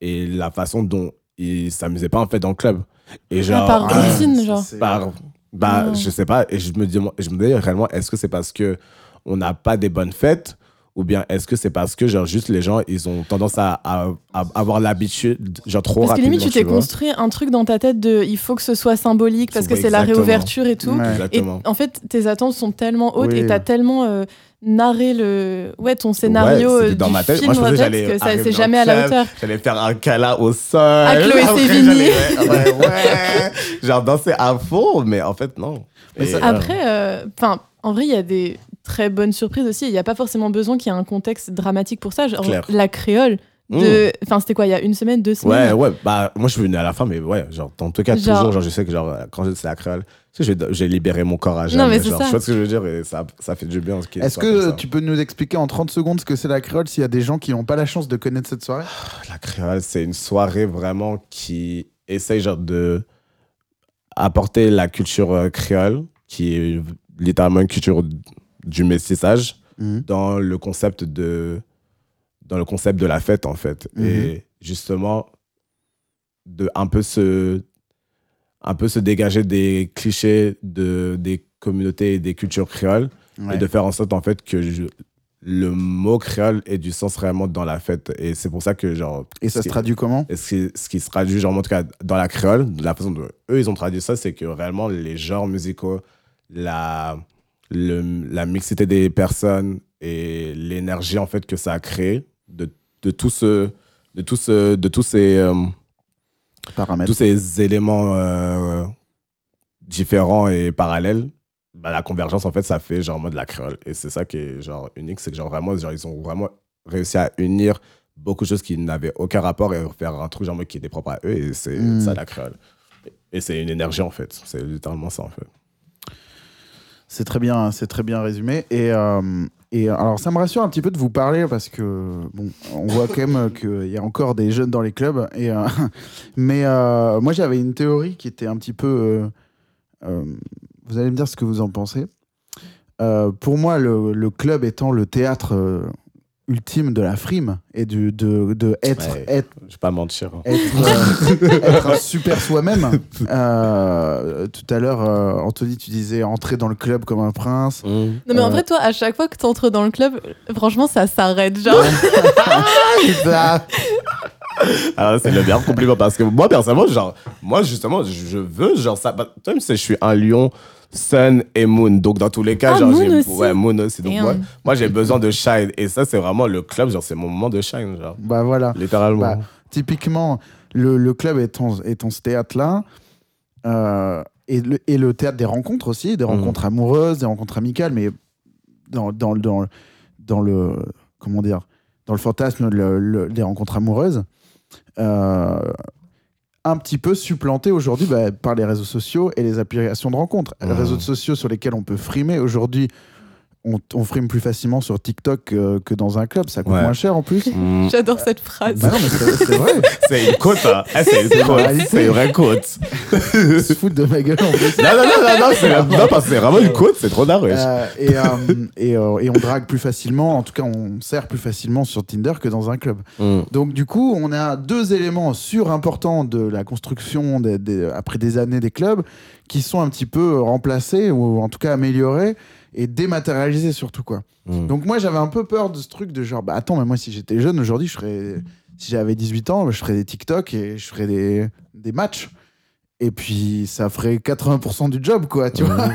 Speaker 5: et la façon dont ils s'amusaient pas en fait dans le club et genre
Speaker 4: par
Speaker 5: ah,
Speaker 4: routine. Christine,
Speaker 3: c'est-
Speaker 4: genre.
Speaker 3: c'est-
Speaker 5: par- bah
Speaker 4: Oh.
Speaker 5: je sais pas et je me dis je me dis réellement est-ce que c'est parce que on n'a pas des bonnes fêtes ou bien est-ce que c'est parce que genre juste les gens ils ont tendance à, à- à avoir l'habitude genre trop
Speaker 4: Parce que
Speaker 5: rapidement
Speaker 4: limite, tu t'es
Speaker 5: vois.
Speaker 4: construit un truc dans ta tête de il faut que ce soit symbolique parce que c'est la
Speaker 5: Exactement.
Speaker 4: réouverture et tout.
Speaker 3: Ouais.
Speaker 4: Et
Speaker 5: exactement
Speaker 4: en fait, tes attentes sont tellement hautes
Speaker 3: Oui.
Speaker 4: et t'as tellement euh, narré le... ouais, ton scénario
Speaker 5: Ouais,
Speaker 4: euh,
Speaker 5: c'était dans
Speaker 4: du
Speaker 5: ma tête.
Speaker 4: film
Speaker 5: Moi, je pensais
Speaker 4: en
Speaker 5: que
Speaker 4: fait,
Speaker 5: j'allais
Speaker 4: que ça
Speaker 5: arriver
Speaker 4: c'est
Speaker 5: dans
Speaker 4: jamais
Speaker 5: le
Speaker 4: à la
Speaker 5: club,
Speaker 4: hauteur.
Speaker 5: J'allais faire un câlin au sol.
Speaker 4: À Chloé
Speaker 5: Après,
Speaker 4: Sevigny.
Speaker 5: j'allais- Ouais, ouais, ouais. Genre danser à fond, mais en fait, non.
Speaker 3: Mais
Speaker 5: Et,
Speaker 3: ça-
Speaker 5: euh,
Speaker 4: Après, euh, 'fin, en vrai, il y a des très bonnes surprises aussi. Il n'y a pas forcément besoin qu'il y ait un contexte dramatique pour ça. Genre,
Speaker 5: Clair. Mmh.
Speaker 4: la créole, de- Enfin, c'était quoi, il y a une semaine, deux
Speaker 5: Ouais,
Speaker 4: semaines
Speaker 5: ouais, bah moi je suis venu à la fin, mais ouais, genre dans tout cas,
Speaker 4: Genre-
Speaker 5: toujours, genre je sais que genre quand j'étais à Créole, tu sais, j'ai- j'ai libéré mon corps à jamais.
Speaker 4: mais c'est
Speaker 5: genre,
Speaker 4: ça.
Speaker 5: Tu vois ce que je veux dire et ça, ça fait du bien. ce qu'il y ait
Speaker 3: Est-ce
Speaker 5: soit comme
Speaker 3: que
Speaker 5: ça.
Speaker 3: tu peux nous expliquer en 30 secondes ce que c'est la créole s'il y a des gens qui n'ont pas la chance de connaître cette soirée
Speaker 5: La créole, c'est une soirée vraiment qui essaye genre de apporter la culture euh, créole, qui est littéralement une culture du métissage, dans le concept de dans le concept de la fête en fait
Speaker 3: Mhm.
Speaker 5: et justement de un peu se un peu se dégager des clichés de des communautés et des cultures créoles
Speaker 3: Ouais.
Speaker 5: et de faire en sorte en fait que je- le mot créole ait du sens réellement dans la fête et c'est pour ça que genre
Speaker 3: Et ça
Speaker 5: ce
Speaker 3: se
Speaker 5: qui-
Speaker 3: traduit comment
Speaker 5: et ce qui, ce qui se traduit, genre, en tout cas, dans la créole, de la façon dont eux, ils ont traduit ça, c'est que réellement, les genres musicaux, la, le- la mixité des personnes et l'énergie, en fait, que ça a créé de, de tout ce... De tous, ce- de tous ces, euh,
Speaker 3: Paramètres.
Speaker 5: tous ces éléments euh, différents et parallèles, bah, la convergence, en fait, ça fait genre en mode la créole. Et c'est ça qui est genre unique, c'est que genre vraiment, genre, ils ont vraiment réussi à unir beaucoup de choses qui n'avaient aucun rapport et faire un truc genre en mode qui était propre à eux. Et c'est
Speaker 3: Mm.
Speaker 5: ça la créole. Et c'est une énergie, en fait. C'est littéralement ça, en fait.
Speaker 3: C'est très bien, c'est très bien résumé. Et, euh, et alors, ça me rassure un petit peu de vous parler parce que bon, on voit quand même qu'il y a encore des jeunes dans les clubs. Et euh, mais euh, moi, j'avais une théorie qui était un petit peu. euh, euh, vous allez me dire ce que vous en pensez. Euh, pour moi, le, le club étant le théâtre euh, ultime de la frime et du, de, de être,
Speaker 5: Ouais.
Speaker 3: être,
Speaker 5: Je vais pas mentir. hein.
Speaker 3: être, euh, être un super soi-même. Euh, tout à l'heure, euh, Anthony, tu disais entrer dans le club comme un prince.
Speaker 4: Non, mais en
Speaker 3: Euh.
Speaker 4: vrai, toi, à chaque fois que t'entres dans le club, franchement, ça s'arrête. Genre,
Speaker 3: Ça,
Speaker 5: Ah, c'est le meilleur compliment parce que moi, personnellement, genre, moi, justement, je je veux, genre, ça. bah, Même si je suis un lion, Sun et Moon. Donc, dans tous les cas,
Speaker 4: Ah,
Speaker 5: genre,
Speaker 4: Moon
Speaker 5: j'ai-
Speaker 4: aussi.
Speaker 5: Ouais, Moon aussi. Donc,
Speaker 4: Damn.
Speaker 5: moi, moi, j'ai besoin de shine. Et ça, c'est vraiment le club, genre, c'est mon moment de shine, genre.
Speaker 3: bah voilà.
Speaker 5: Littéralement.
Speaker 3: Bah, Typiquement, le, le club étant, étant ce théâtre-là, euh, et, le, et le théâtre des rencontres aussi,
Speaker 5: Mhm.
Speaker 3: des rencontres amoureuses, des rencontres amicales, mais dans, dans, dans, dans le. Comment dire Dans le fantasme le- le- des rencontres amoureuses. euh, un petit peu supplanté aujourd'hui bah, par les réseaux sociaux et les applications de rencontres. Les
Speaker 5: Mhm.
Speaker 3: réseaux sociaux sur lesquels on peut frimer. Aujourd'hui, on, on frime plus facilement sur TikTok que, que dans un club. Ça coûte
Speaker 5: Ouais.
Speaker 3: moins cher en plus.
Speaker 5: Mm.
Speaker 4: j'adore cette phrase.
Speaker 3: Bah non, mais c'est c'est vrai.
Speaker 5: C'est une côte, hein. Eh, c'est une côte.
Speaker 3: réalité.
Speaker 5: C'est une vraie côte.
Speaker 3: Ils se foutent de ma gueule en plus.
Speaker 5: Non, non, non, non, non, c'est non, parce que c'est vraiment une côte, c'est trop d'art, wesh.
Speaker 3: Euh, et, euh, et, euh, et on drague plus facilement, en tout cas on sert plus facilement sur Tinder que dans un club.
Speaker 5: Mm.
Speaker 3: Donc du coup on a deux éléments surimportants de la construction des- des- après des années des clubs qui sont un petit peu remplacés ou en tout cas améliorés et dématérialisés surtout quoi.
Speaker 5: Mm.
Speaker 3: Donc moi j'avais un peu peur de ce truc de genre bah attends mais moi si j'étais jeune aujourd'hui je serais si j'avais 18 ans je ferais des TikTok et je ferais des, des matchs et puis ça ferait 80% du job quoi tu vois.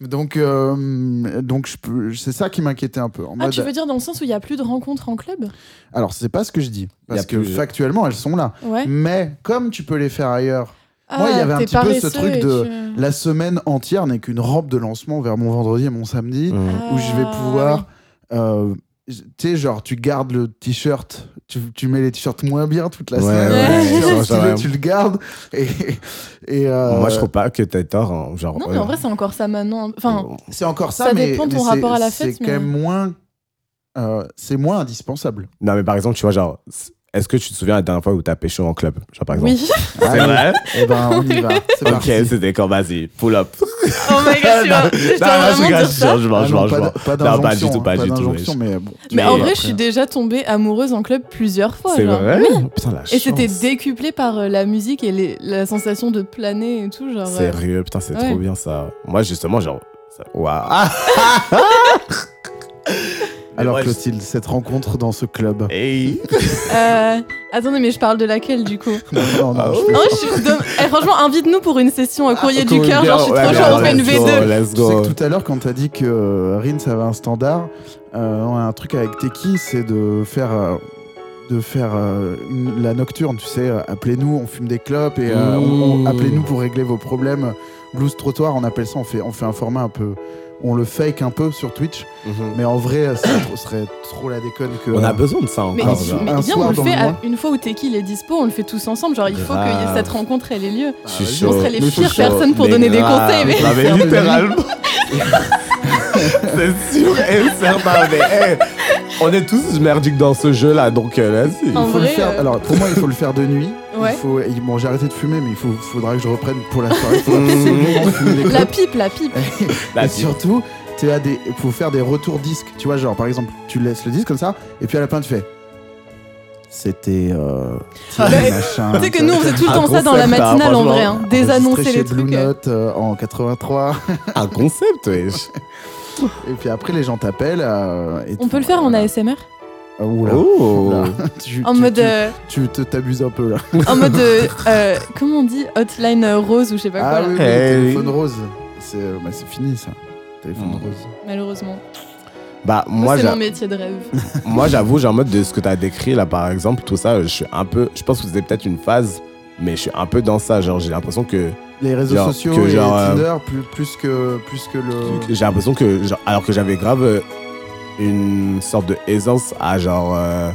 Speaker 3: donc euh, donc je peux- c'est ça qui m'inquiétait un peu en
Speaker 4: Ah,
Speaker 3: mode-
Speaker 4: tu veux dire dans le sens où il n'y a plus de rencontres en club
Speaker 3: alors c'est pas ce que je dis
Speaker 5: Y
Speaker 3: parce
Speaker 5: a
Speaker 3: que
Speaker 5: plus-
Speaker 3: factuellement elles sont là
Speaker 4: Ouais.
Speaker 3: mais comme tu peux les faire ailleurs Moi,
Speaker 4: Ah,
Speaker 3: il y avait un
Speaker 4: t'es
Speaker 3: petit peu ce
Speaker 4: paresseux
Speaker 3: truc
Speaker 4: et
Speaker 3: de-
Speaker 4: tu-
Speaker 3: la semaine entière n'est qu'une rampe de lancement vers mon vendredi et mon samedi
Speaker 5: Mm.
Speaker 4: Ah,
Speaker 3: où je vais pouvoir. euh, j- tu sais, genre, tu gardes le t-shirt, tu, tu mets les t-shirts moins bien toute la
Speaker 5: Ouais,
Speaker 3: semaine.
Speaker 4: ouais,
Speaker 3: tu,
Speaker 4: ouais,
Speaker 3: vois,
Speaker 5: ouais,
Speaker 3: si tu
Speaker 5: ouais.
Speaker 3: veux, tu le gardes. Et, et, euh,
Speaker 5: Moi, je trouve pas que t'as tort, hein, genre.
Speaker 4: Non, mais en vrai, c'est encore ça maintenant. Enfin,
Speaker 5: Oh,
Speaker 3: c'est encore ça,
Speaker 4: ça
Speaker 3: mais,
Speaker 4: dépend de
Speaker 3: mais
Speaker 4: ton
Speaker 3: c'est-
Speaker 4: rapport à la
Speaker 3: c'est
Speaker 4: fête,
Speaker 3: quand
Speaker 4: mais-
Speaker 3: même moins. euh, c'est moins indispensable.
Speaker 5: Non, mais par exemple, tu vois, genre, est-ce que tu te souviens la dernière fois où t'as pêché en club Genre, par exemple.
Speaker 4: oui.
Speaker 3: Allez,
Speaker 5: C'est vrai
Speaker 3: Eh ben, on y va. C'est
Speaker 5: Ok,
Speaker 3: parti.
Speaker 5: c'était quand vas-y, pull up.
Speaker 4: Oh my god, tu
Speaker 5: Non,
Speaker 4: vas- je
Speaker 5: non,
Speaker 4: dois
Speaker 5: non,
Speaker 4: vraiment
Speaker 5: je
Speaker 4: dire
Speaker 5: gâche,
Speaker 4: ça.
Speaker 5: genre, je
Speaker 3: Ah
Speaker 5: mange, je
Speaker 3: non,
Speaker 5: mange,
Speaker 3: pas
Speaker 5: je
Speaker 3: d-
Speaker 5: mange.
Speaker 3: pas
Speaker 5: Non, pas
Speaker 3: d'injonction,
Speaker 5: du tout,
Speaker 3: hein,
Speaker 5: pas du tout,
Speaker 3: d'injonction,
Speaker 5: wesh.
Speaker 3: mais bon.
Speaker 4: Mais
Speaker 5: Mais
Speaker 4: en
Speaker 5: après-
Speaker 4: vrai, je suis déjà tombée amoureuse en club plusieurs fois.
Speaker 5: C'est
Speaker 4: genre.
Speaker 5: vrai Putain, la
Speaker 4: Et c'était
Speaker 5: chance.
Speaker 4: décuplé par euh, la musique et les- la sensation de planer et tout. Genre, euh,
Speaker 5: Sérieux, putain, c'est
Speaker 4: Ouais.
Speaker 5: trop bien ça. Moi, justement, genre. ça- Waouh! Ah,
Speaker 3: Alors,
Speaker 5: bref.
Speaker 3: Clotilde, cette rencontre dans ce club.
Speaker 5: hey.
Speaker 4: euh, attendez, mais je parle de laquelle du coup
Speaker 3: Non, non, non,
Speaker 5: Ah,
Speaker 3: je
Speaker 5: ouais.
Speaker 3: fais-
Speaker 4: Non, je suis dom- Eh, franchement, invite-nous pour une session à courrier du
Speaker 5: Cool,
Speaker 4: cœur. Genre, je suis
Speaker 5: ouais,
Speaker 4: trop
Speaker 5: ouais,
Speaker 4: chaud, on
Speaker 5: ouais,
Speaker 4: fait une V2.
Speaker 5: let's go, Let's
Speaker 3: Tu sais
Speaker 5: go.
Speaker 3: que tout à l'heure, quand t'as dit que euh, Rin, ça avait un standard, euh, on a un truc avec Teki, c'est de faire, euh, de faire euh, une- la nocturne, tu sais, euh, appelez-nous, on fume des clopes, et euh, on- on-
Speaker 5: Mmh.
Speaker 3: appelez-nous pour régler vos problèmes. Blues trottoir, on appelle ça, on fait, on fait un format un peu... on le fake un peu sur Twitch.
Speaker 5: Mhm.
Speaker 3: Mais en vrai, ça tr- serait trop la déconne que.
Speaker 5: On a besoin de ça
Speaker 4: Mais,
Speaker 5: encore.
Speaker 3: Alors,
Speaker 4: mais
Speaker 5: genre.
Speaker 3: un
Speaker 4: viens,
Speaker 3: soir
Speaker 4: on le
Speaker 3: dans
Speaker 4: fait
Speaker 3: le
Speaker 4: à-
Speaker 3: mois.
Speaker 4: une fois où Teki il est dispo, on le fait tous ensemble. Genre, il faut que y ait
Speaker 5: Grave.
Speaker 4: cette rencontre elle ait lieu.
Speaker 5: Je suis
Speaker 3: Ah,
Speaker 5: chaud.
Speaker 4: On serait les
Speaker 5: Mais je suis
Speaker 4: pires
Speaker 5: chaud.
Speaker 4: personnes pour
Speaker 5: Mais
Speaker 4: donner des
Speaker 5: grave.
Speaker 4: conseils, mais-
Speaker 5: Non, mais littéralement. C'est sûr et certain. Mais hey, on est tous merdiques dans ce jeu-là, donc euh, vas-y.
Speaker 4: En
Speaker 3: Il faut le
Speaker 4: vrai,
Speaker 3: faire.
Speaker 4: euh,
Speaker 3: Alors pour moi, il faut le faire de nuit.
Speaker 4: Ouais.
Speaker 3: Il faut. il- Bon, j'ai arrêté de fumer, mais il faut... faudra que je reprenne pour la soirée. Il faut
Speaker 5: Mmh.
Speaker 3: absolument fumer des
Speaker 4: La
Speaker 3: clopes.
Speaker 4: pipe, la pipe.
Speaker 5: La
Speaker 3: et
Speaker 5: vie.
Speaker 3: surtout, tu as des, faut faire des retours disques. Tu vois, genre par exemple, tu laisses le disque comme ça, et puis à la fin tu fais. C'était. Euh,
Speaker 4: Ah,
Speaker 3: Thierry
Speaker 4: mais-
Speaker 3: machin,
Speaker 4: Tu sais que nous, on faisait tout le
Speaker 5: Un
Speaker 4: temps ça dans la
Speaker 5: concept, hein,
Speaker 4: matinale en
Speaker 5: franchement.
Speaker 4: vrai. hein.
Speaker 3: enregistré
Speaker 4: Désannoncer
Speaker 3: chez
Speaker 4: les
Speaker 3: Blue
Speaker 4: trucs. euh.
Speaker 3: Note euh, en 83.
Speaker 5: Un concept, wesh.
Speaker 3: Et puis après, les gens t'appellent. euh, et
Speaker 4: On
Speaker 3: tu-
Speaker 4: peut le faire en ASMR
Speaker 3: Ah, oula.
Speaker 5: Oh.
Speaker 3: Oula. Tu,
Speaker 4: En
Speaker 3: tu-
Speaker 4: mode.
Speaker 3: tu-
Speaker 4: euh,
Speaker 3: Tu te t'abuses un peu là.
Speaker 4: En mode. euh, euh, Comment on dit Hotline euh, rose ou je sais pas
Speaker 3: Ah
Speaker 4: quoi.
Speaker 3: oui,
Speaker 4: là.
Speaker 3: oui,
Speaker 5: Hey.
Speaker 3: téléphone rose. C'est bah, c'est fini ça. Téléphone
Speaker 5: Mm.
Speaker 3: rose.
Speaker 4: Malheureusement.
Speaker 5: Bah, moi,
Speaker 4: Moi, c'est
Speaker 5: j'a-
Speaker 4: mon métier de rêve.
Speaker 5: moi j'avoue, j'ai en mode de ce que t'as décrit là, par exemple, tout ça, euh, je suis un peu. Je pense que c'était peut-être une phase, mais je suis un peu dans ça. Genre, j'ai l'impression que.
Speaker 3: Les réseaux
Speaker 5: Genre,
Speaker 3: sociaux
Speaker 5: que
Speaker 3: et
Speaker 5: genre, euh,
Speaker 3: Tinder, plus, plus, que, plus que le.
Speaker 5: J'ai l'impression que, genre, alors que j'avais grave euh, une sorte de aisance à genre. euh,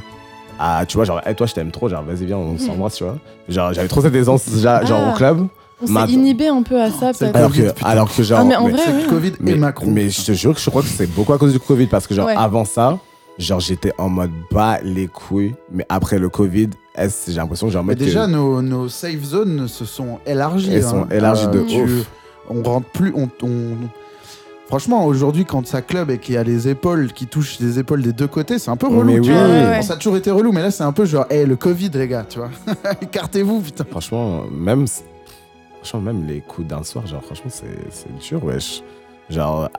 Speaker 5: à, tu vois, genre, hey, toi je t'aime trop, genre, vas-y, viens, on s'embrasse, tu vois. Genre, j'avais trop cette aisance, ja- genre,
Speaker 4: Hmm. Ah.
Speaker 5: au club.
Speaker 4: On s'est
Speaker 5: Maintenant.
Speaker 4: inhibé un peu à ça,
Speaker 3: c'est
Speaker 4: peut-être.
Speaker 5: Alors que,
Speaker 3: Ah, putain.
Speaker 5: alors que genre.
Speaker 4: Ah, mais en vrai,
Speaker 3: C'est
Speaker 4: oui.
Speaker 3: Covid
Speaker 5: mais-
Speaker 3: et Macron.
Speaker 5: mais je te jure que je crois que c'est beaucoup à cause du Covid, parce que, genre,
Speaker 4: Ouais.
Speaker 5: avant ça, genre, j'étais en mode bas les couilles, mais après le Covid, est-ce- j'ai l'impression que, genre, en
Speaker 3: Mais
Speaker 5: mode que-
Speaker 3: déjà, nos, nos safe zones se sont élargies.
Speaker 5: euh, Elles
Speaker 3: hein.
Speaker 5: sont élargies de
Speaker 3: tu-
Speaker 5: ouf.
Speaker 3: On rentre plus. On, on- Franchement, aujourd'hui, quand ça club et qu'il y a les épaules qui touchent les épaules des deux côtés, c'est un peu relou.
Speaker 5: Oh, Mais
Speaker 3: tu
Speaker 5: oui.
Speaker 3: vois.
Speaker 4: Ouais, ouais, ouais.
Speaker 3: Bon, ça a toujours été relou, mais là, c'est un peu genre, hé, le Covid, les gars, tu vois. Écartez-vous, putain.
Speaker 5: Franchement, même, franchement, même les coups d'un soir, genre, franchement, c'est, c'est dur, wesh. Genre,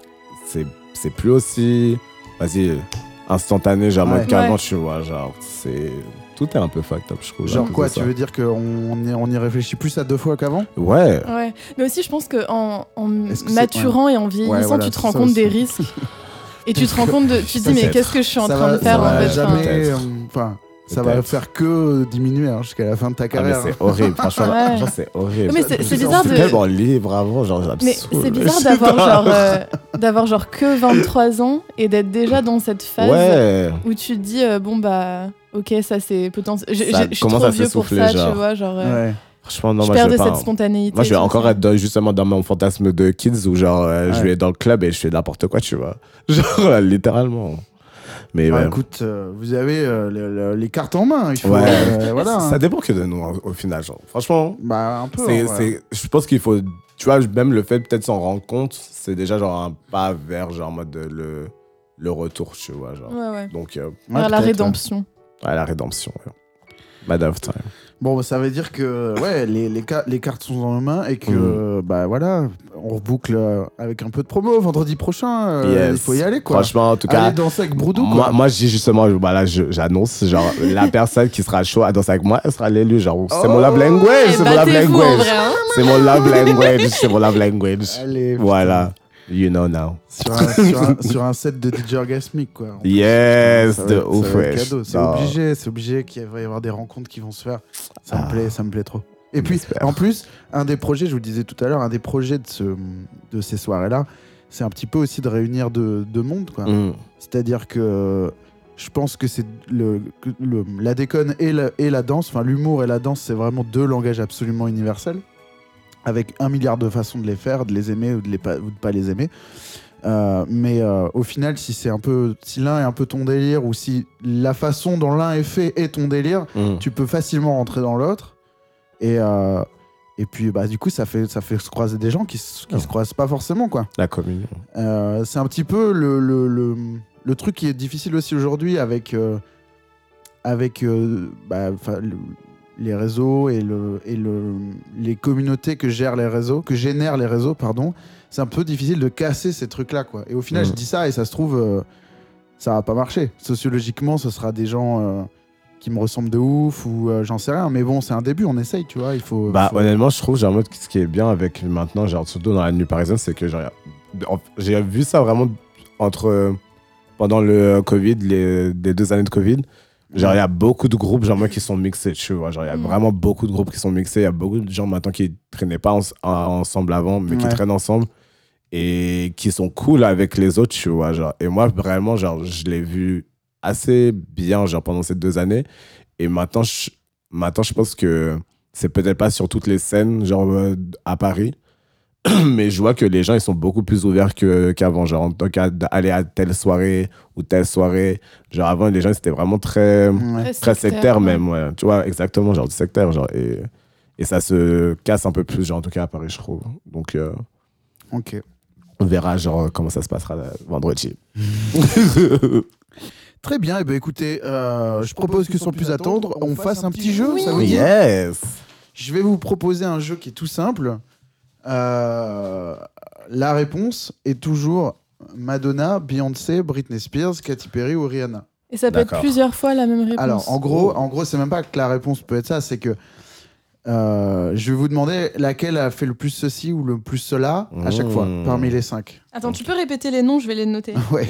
Speaker 5: c'est, c'est plus aussi, vas-y, instantané, genre,
Speaker 3: Ouais.
Speaker 5: mode qu'avant,
Speaker 4: Ouais.
Speaker 5: tu vois, genre, c'est... Tout est un peu fucked up, je trouve. à
Speaker 3: Genre
Speaker 5: cause
Speaker 3: quoi,
Speaker 5: de ça.
Speaker 3: tu veux dire qu'on y, on y réfléchit plus à deux fois qu'avant
Speaker 5: Ouais.
Speaker 4: Ouais. Mais aussi, je pense qu'en en, en
Speaker 3: Est-ce que c'est-
Speaker 4: maturant et en vieillissant,
Speaker 3: voilà,
Speaker 4: tu te
Speaker 3: c'est
Speaker 4: rends
Speaker 3: ça
Speaker 4: compte des
Speaker 3: aussi.
Speaker 4: risques. Et tu te rends compte de. Tu te dis,
Speaker 5: Ça,
Speaker 4: mais
Speaker 5: c'est-
Speaker 4: qu'est-ce que je suis en
Speaker 3: Ça
Speaker 4: train
Speaker 3: va-
Speaker 4: de faire
Speaker 3: ça
Speaker 4: en
Speaker 3: va
Speaker 4: fait hein. enfin,
Speaker 3: jamais,
Speaker 5: Peut-être.
Speaker 3: euh, enfin, ça va
Speaker 5: Peut-être.
Speaker 3: faire que diminuer hein, jusqu'à la fin de ta
Speaker 5: Ah, mais
Speaker 3: carrière.
Speaker 5: c'est horrible, franchement,
Speaker 4: Ouais.
Speaker 5: franchement, c'est horrible.
Speaker 4: Mais c'est- c'est
Speaker 5: J'étais
Speaker 4: bizarre de-
Speaker 5: tellement libre avant, genre, ça me
Speaker 4: Mais
Speaker 5: saoule,
Speaker 4: c'est
Speaker 5: wesh.
Speaker 4: bizarre d'avoir genre, euh, d'avoir genre que 23 ans et d'être déjà dans cette phase
Speaker 5: Ouais.
Speaker 4: où tu te dis euh, bon bah ok ça c'est potentiel. Je je-
Speaker 5: Ça
Speaker 4: je suis
Speaker 5: commence
Speaker 4: trop
Speaker 5: à
Speaker 4: vieux pour
Speaker 5: s'essouffler,
Speaker 4: ça
Speaker 5: genre.
Speaker 4: tu vois genre euh,
Speaker 3: hein. Ouais.
Speaker 5: Franchement, non,
Speaker 4: je
Speaker 5: moi,
Speaker 4: perds
Speaker 5: je
Speaker 4: de
Speaker 5: vais pas...
Speaker 4: cette spontanéité.
Speaker 5: Moi, je
Speaker 4: et
Speaker 5: vais
Speaker 4: tout
Speaker 5: encore
Speaker 4: ça.
Speaker 5: être dans- justement dans mon fantasme de kids où, genre, euh, je
Speaker 3: Ouais.
Speaker 5: vais dans le club et je fais n'importe quoi, tu vois. Genre, euh, littéralement. Mais
Speaker 3: Bah,
Speaker 5: ouais.
Speaker 3: écoute, euh, vous avez euh, le- le- les cartes en main, il faut.
Speaker 5: Ouais.
Speaker 3: euh, voilà.
Speaker 5: Ça dépend que de nous, hein, au final. Genre. Franchement,
Speaker 3: Bah, un peu.
Speaker 5: c'est,
Speaker 3: hein, ouais.
Speaker 5: c'est- je pense qu'il faut. Tu vois, même le fait de peut-être s'en rendre compte, c'est déjà genre un pas vers genre en mode de le, le retour, tu vois. Genre.
Speaker 4: Ouais, ouais.
Speaker 5: Donc, euh,
Speaker 3: Ouais,
Speaker 4: Vers la
Speaker 3: peut-être,
Speaker 4: rédemption.
Speaker 5: à la rédemption. ouais. Mad of time.
Speaker 3: ouais. Bon, bah, ça veut dire que ouais, les, les, ca- les cartes sont dans nos mains et que,
Speaker 5: Mhm.
Speaker 3: euh, bah voilà, on reboucle euh, avec un peu de promo vendredi prochain. euh,
Speaker 5: Yes.
Speaker 3: Il faut y aller, quoi.
Speaker 5: Franchement, en tout cas.
Speaker 3: Allez danser avec Broudou, quoi.
Speaker 5: Moi, moi, je dis justement, je- bah là, je- j'annonce, genre, la personne qui sera chaud à danser avec moi, elle sera l'élue. Genre, c'est mon
Speaker 3: Oh,
Speaker 5: love language,
Speaker 4: Eh,
Speaker 5: c'est mon love
Speaker 4: battez-vous, en
Speaker 5: language.
Speaker 4: vrai, hein.
Speaker 5: C'est mon love language, c'est mon love language.
Speaker 3: Allez,
Speaker 5: Voilà, you know now.
Speaker 3: sur un, sur un- sur un set de DJ Orgasmic, quoi. En
Speaker 5: Yes,
Speaker 3: Ça va
Speaker 5: de
Speaker 3: être- ça
Speaker 5: ouf,
Speaker 3: va être
Speaker 5: wesh.
Speaker 3: cadeau. C'est
Speaker 5: Non.
Speaker 3: obligé, c'est obligé qu'il va y avoir des rencontres qui vont se faire. Ça
Speaker 5: Ah.
Speaker 3: me plaît, ça me plaît trop. Et puis,
Speaker 5: J'espère.
Speaker 3: en plus, un des projets, je vous le disais tout à l'heure, un des projets de, ce- de ces soirées-là, c'est un petit peu aussi de réunir deux deux mondes. quoi.
Speaker 5: Mm.
Speaker 3: C'est-à-dire que euh, je pense que c'est le, que le- la déconne et la, et la danse, enfin l'humour et la danse, c'est vraiment deux langages absolument universels, avec un milliard de façons de les faire, de les aimer ou de, les pas, ou de pas les aimer. Euh, mais euh, au final, si c'est un peu, si l'un est un peu ton délire ou si la façon dont l'un est fait est ton délire,
Speaker 5: Mm.
Speaker 3: tu peux facilement rentrer dans l'autre. Et euh, et puis bah du coup, ça fait ça fait se croiser des gens qui, se- qui
Speaker 5: Oh.
Speaker 3: se croisent pas forcément quoi.
Speaker 5: La communion.
Speaker 3: Euh, c'est un petit peu le, le, le, le truc qui est difficile aussi aujourd'hui avec, euh, avec euh, bah, 'fin, le- les réseaux et, le, et le, les communautés que gèrent les réseaux, que génèrent les réseaux, pardon. C'est un peu difficile de casser ces trucs-là, quoi. Et au final,
Speaker 5: Mhm.
Speaker 3: je dis ça et ça se trouve, euh, ça va pas marcher. Sociologiquement, ce sera des gens euh, qui me ressemblent de ouf ou euh, j'en sais rien. Mais bon, c'est un début, on essaye, tu vois. Il faut.
Speaker 5: Bah,
Speaker 3: faut-
Speaker 5: honnêtement, je trouve, genre, en mode, ce qui est bien avec maintenant, genre, surtout dans la nuit parisienne, c'est que, genre, en- j'ai vu ça vraiment entre. euh, Pendant le Covid, les, les deux années de Covid, genre, il y a beaucoup de groupes, genre, moi, qui sont mixés, tu vois. Genre, il y a
Speaker 4: Mm.
Speaker 5: vraiment beaucoup de groupes qui sont mixés. Il y a beaucoup de gens maintenant qui traînaient pas en- en- ensemble avant, mais qui
Speaker 3: Ouais.
Speaker 5: traînent ensemble. et qui sont cool avec les autres, tu vois. Genre. Et moi, vraiment, genre, je l'ai vu assez bien genre, pendant ces deux années. Et maintenant, je, maintenant, je pense que c'est peut-être pas sur toutes les scènes, genre euh, à Paris. Mais je vois que les gens, ils sont beaucoup plus ouverts que- qu'avant. genre, en tant qu'aller à telle soirée ou telle soirée. Genre, avant, les gens, c'était vraiment très
Speaker 3: Ouais.
Speaker 5: très sectaire, même, ouais. Tu vois, exactement, genre du sectaire, genre. Et, et ça se casse un peu plus, genre, en tout cas à Paris, je trouve. Donc, euh,
Speaker 3: Ok.
Speaker 5: on verra, genre, comment ça se passera euh, vendredi.
Speaker 3: Très bien. Et ben écoutez, euh, je propose que sans plus attendre, on fasse un petit jeu. Ça vous dit
Speaker 5: yes!
Speaker 3: Je vais vous proposer un jeu qui est tout simple. Euh, la réponse est toujours Madonna, Beyoncé, Britney Spears, Katy Perry ou Rihanna.
Speaker 4: Et ça peut être
Speaker 5: D'accord.
Speaker 4: plusieurs fois la même réponse.
Speaker 3: Alors, en gros, en gros, c'est même pas que la réponse peut être ça, c'est que euh, je vais vous demander laquelle a fait le plus ceci ou le plus cela à chaque fois
Speaker 5: Mmh.
Speaker 3: parmi les cinq.
Speaker 4: Attends, tu peux répéter les noms, je vais les noter.
Speaker 3: Ouais,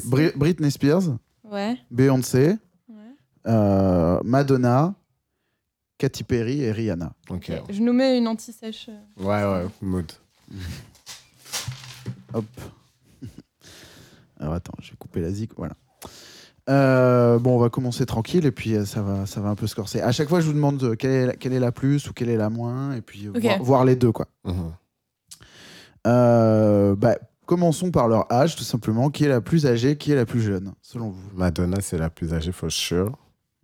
Speaker 3: c'est Bri- Britney Spears,
Speaker 4: Ouais.
Speaker 3: Beyoncé,
Speaker 4: Ouais.
Speaker 3: euh, Madonna, Katy Perry et Rihanna.
Speaker 5: Ok.
Speaker 4: Ok, Je nous mets une anti-sèche. euh.
Speaker 5: Ouais, ouais, mood.
Speaker 3: Hop. Alors attends, je vais couper la zik, voilà. Euh, bon, on va commencer tranquille et puis euh, ça va, ça va un peu se corser. À chaque fois, je vous demande euh, quelle est la, quelle est la plus ou quelle est la moins et puis euh,
Speaker 4: Ok.
Speaker 3: voir, voir les deux quoi.
Speaker 5: Mhm.
Speaker 3: Euh, bah, commençons par leur âge tout simplement. Qui est la plus âgée, qui est la plus jeune selon vous
Speaker 5: Madonna, c'est la plus âgée, for sure.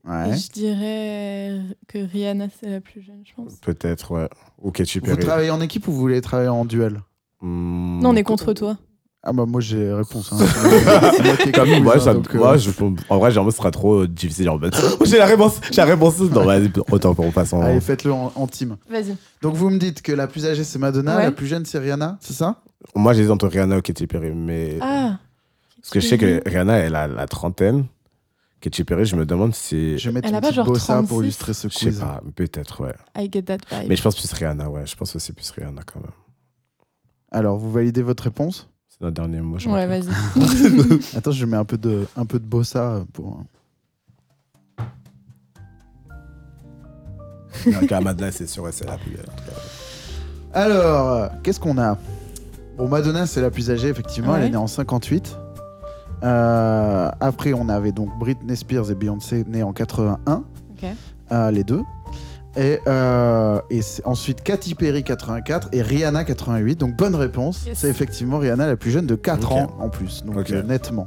Speaker 3: Ouais.
Speaker 4: Je dirais que Rihanna, c'est la plus jeune, je pense.
Speaker 5: Peut-être, ouais. Ou Katy
Speaker 3: Vous
Speaker 5: Perry.
Speaker 3: travaillez en équipe ou vous voulez travailler en duel
Speaker 5: Hmm.
Speaker 4: Non, on est contre toi.
Speaker 3: Ah bah moi j'ai réponse. hein. C'est moi qui ai
Speaker 5: Comme
Speaker 3: compris,
Speaker 5: moi,
Speaker 3: hein,
Speaker 5: ça,
Speaker 3: donc, euh,
Speaker 5: moi, je- en vrai, genre, moi, ce sera trop euh, difficile. En mode, Oh, j'ai la réponse, j'ai la réponse. Non, vas-y, autant qu'on passe en.
Speaker 3: Allez, faites-le en, en team.
Speaker 4: Vas-y.
Speaker 3: Donc vous me dites que la plus âgée c'est Madonna,
Speaker 4: Ouais.
Speaker 3: la plus jeune c'est Rihanna, c'est ça
Speaker 5: Moi, j'hésite entre Rihanna ou Katy Perry, mais.
Speaker 4: Ah
Speaker 5: Parce que je sais que Rihanna, elle a la trentaine. Katy Perry, je me demande si. Je
Speaker 3: Je vais mettre
Speaker 4: Elle
Speaker 3: une
Speaker 4: a pas
Speaker 3: petite
Speaker 4: genre
Speaker 3: bossa pour
Speaker 4: 36?
Speaker 3: illustrer ce
Speaker 5: sais
Speaker 3: quiz.
Speaker 5: pas, peut-être, ouais.
Speaker 4: I get that vibe.
Speaker 5: Mais je pense plus Rihanna, ouais. Je pense aussi plus Rihanna quand même.
Speaker 3: Alors, vous validez votre réponse
Speaker 5: C'est notre dernier mot, je
Speaker 4: Ouais,
Speaker 5: crois.
Speaker 4: vas-y.
Speaker 3: Attends, je mets un peu de, un peu de bossa pour.
Speaker 5: Donc, à Madonna, c'est sûr, ouais, c'est la plus belle. en tout cas.
Speaker 3: Alors, euh, qu'est-ce qu'on a Bon, Madonna, c'est la plus âgée, effectivement. Elle est
Speaker 4: Ouais.
Speaker 3: née en 58. Euh, après, on avait donc Britney Spears et Beyoncé, nées en 81,
Speaker 4: Ok.
Speaker 3: euh, les deux. Et, euh, et c'est- ensuite Katy Perry 84 et Rihanna 88. Donc bonne réponse.
Speaker 4: Yes.
Speaker 3: C'est effectivement Rihanna la plus jeune de 4
Speaker 5: Ok.
Speaker 3: ans en plus. Donc
Speaker 5: Ok.
Speaker 3: euh, nettement.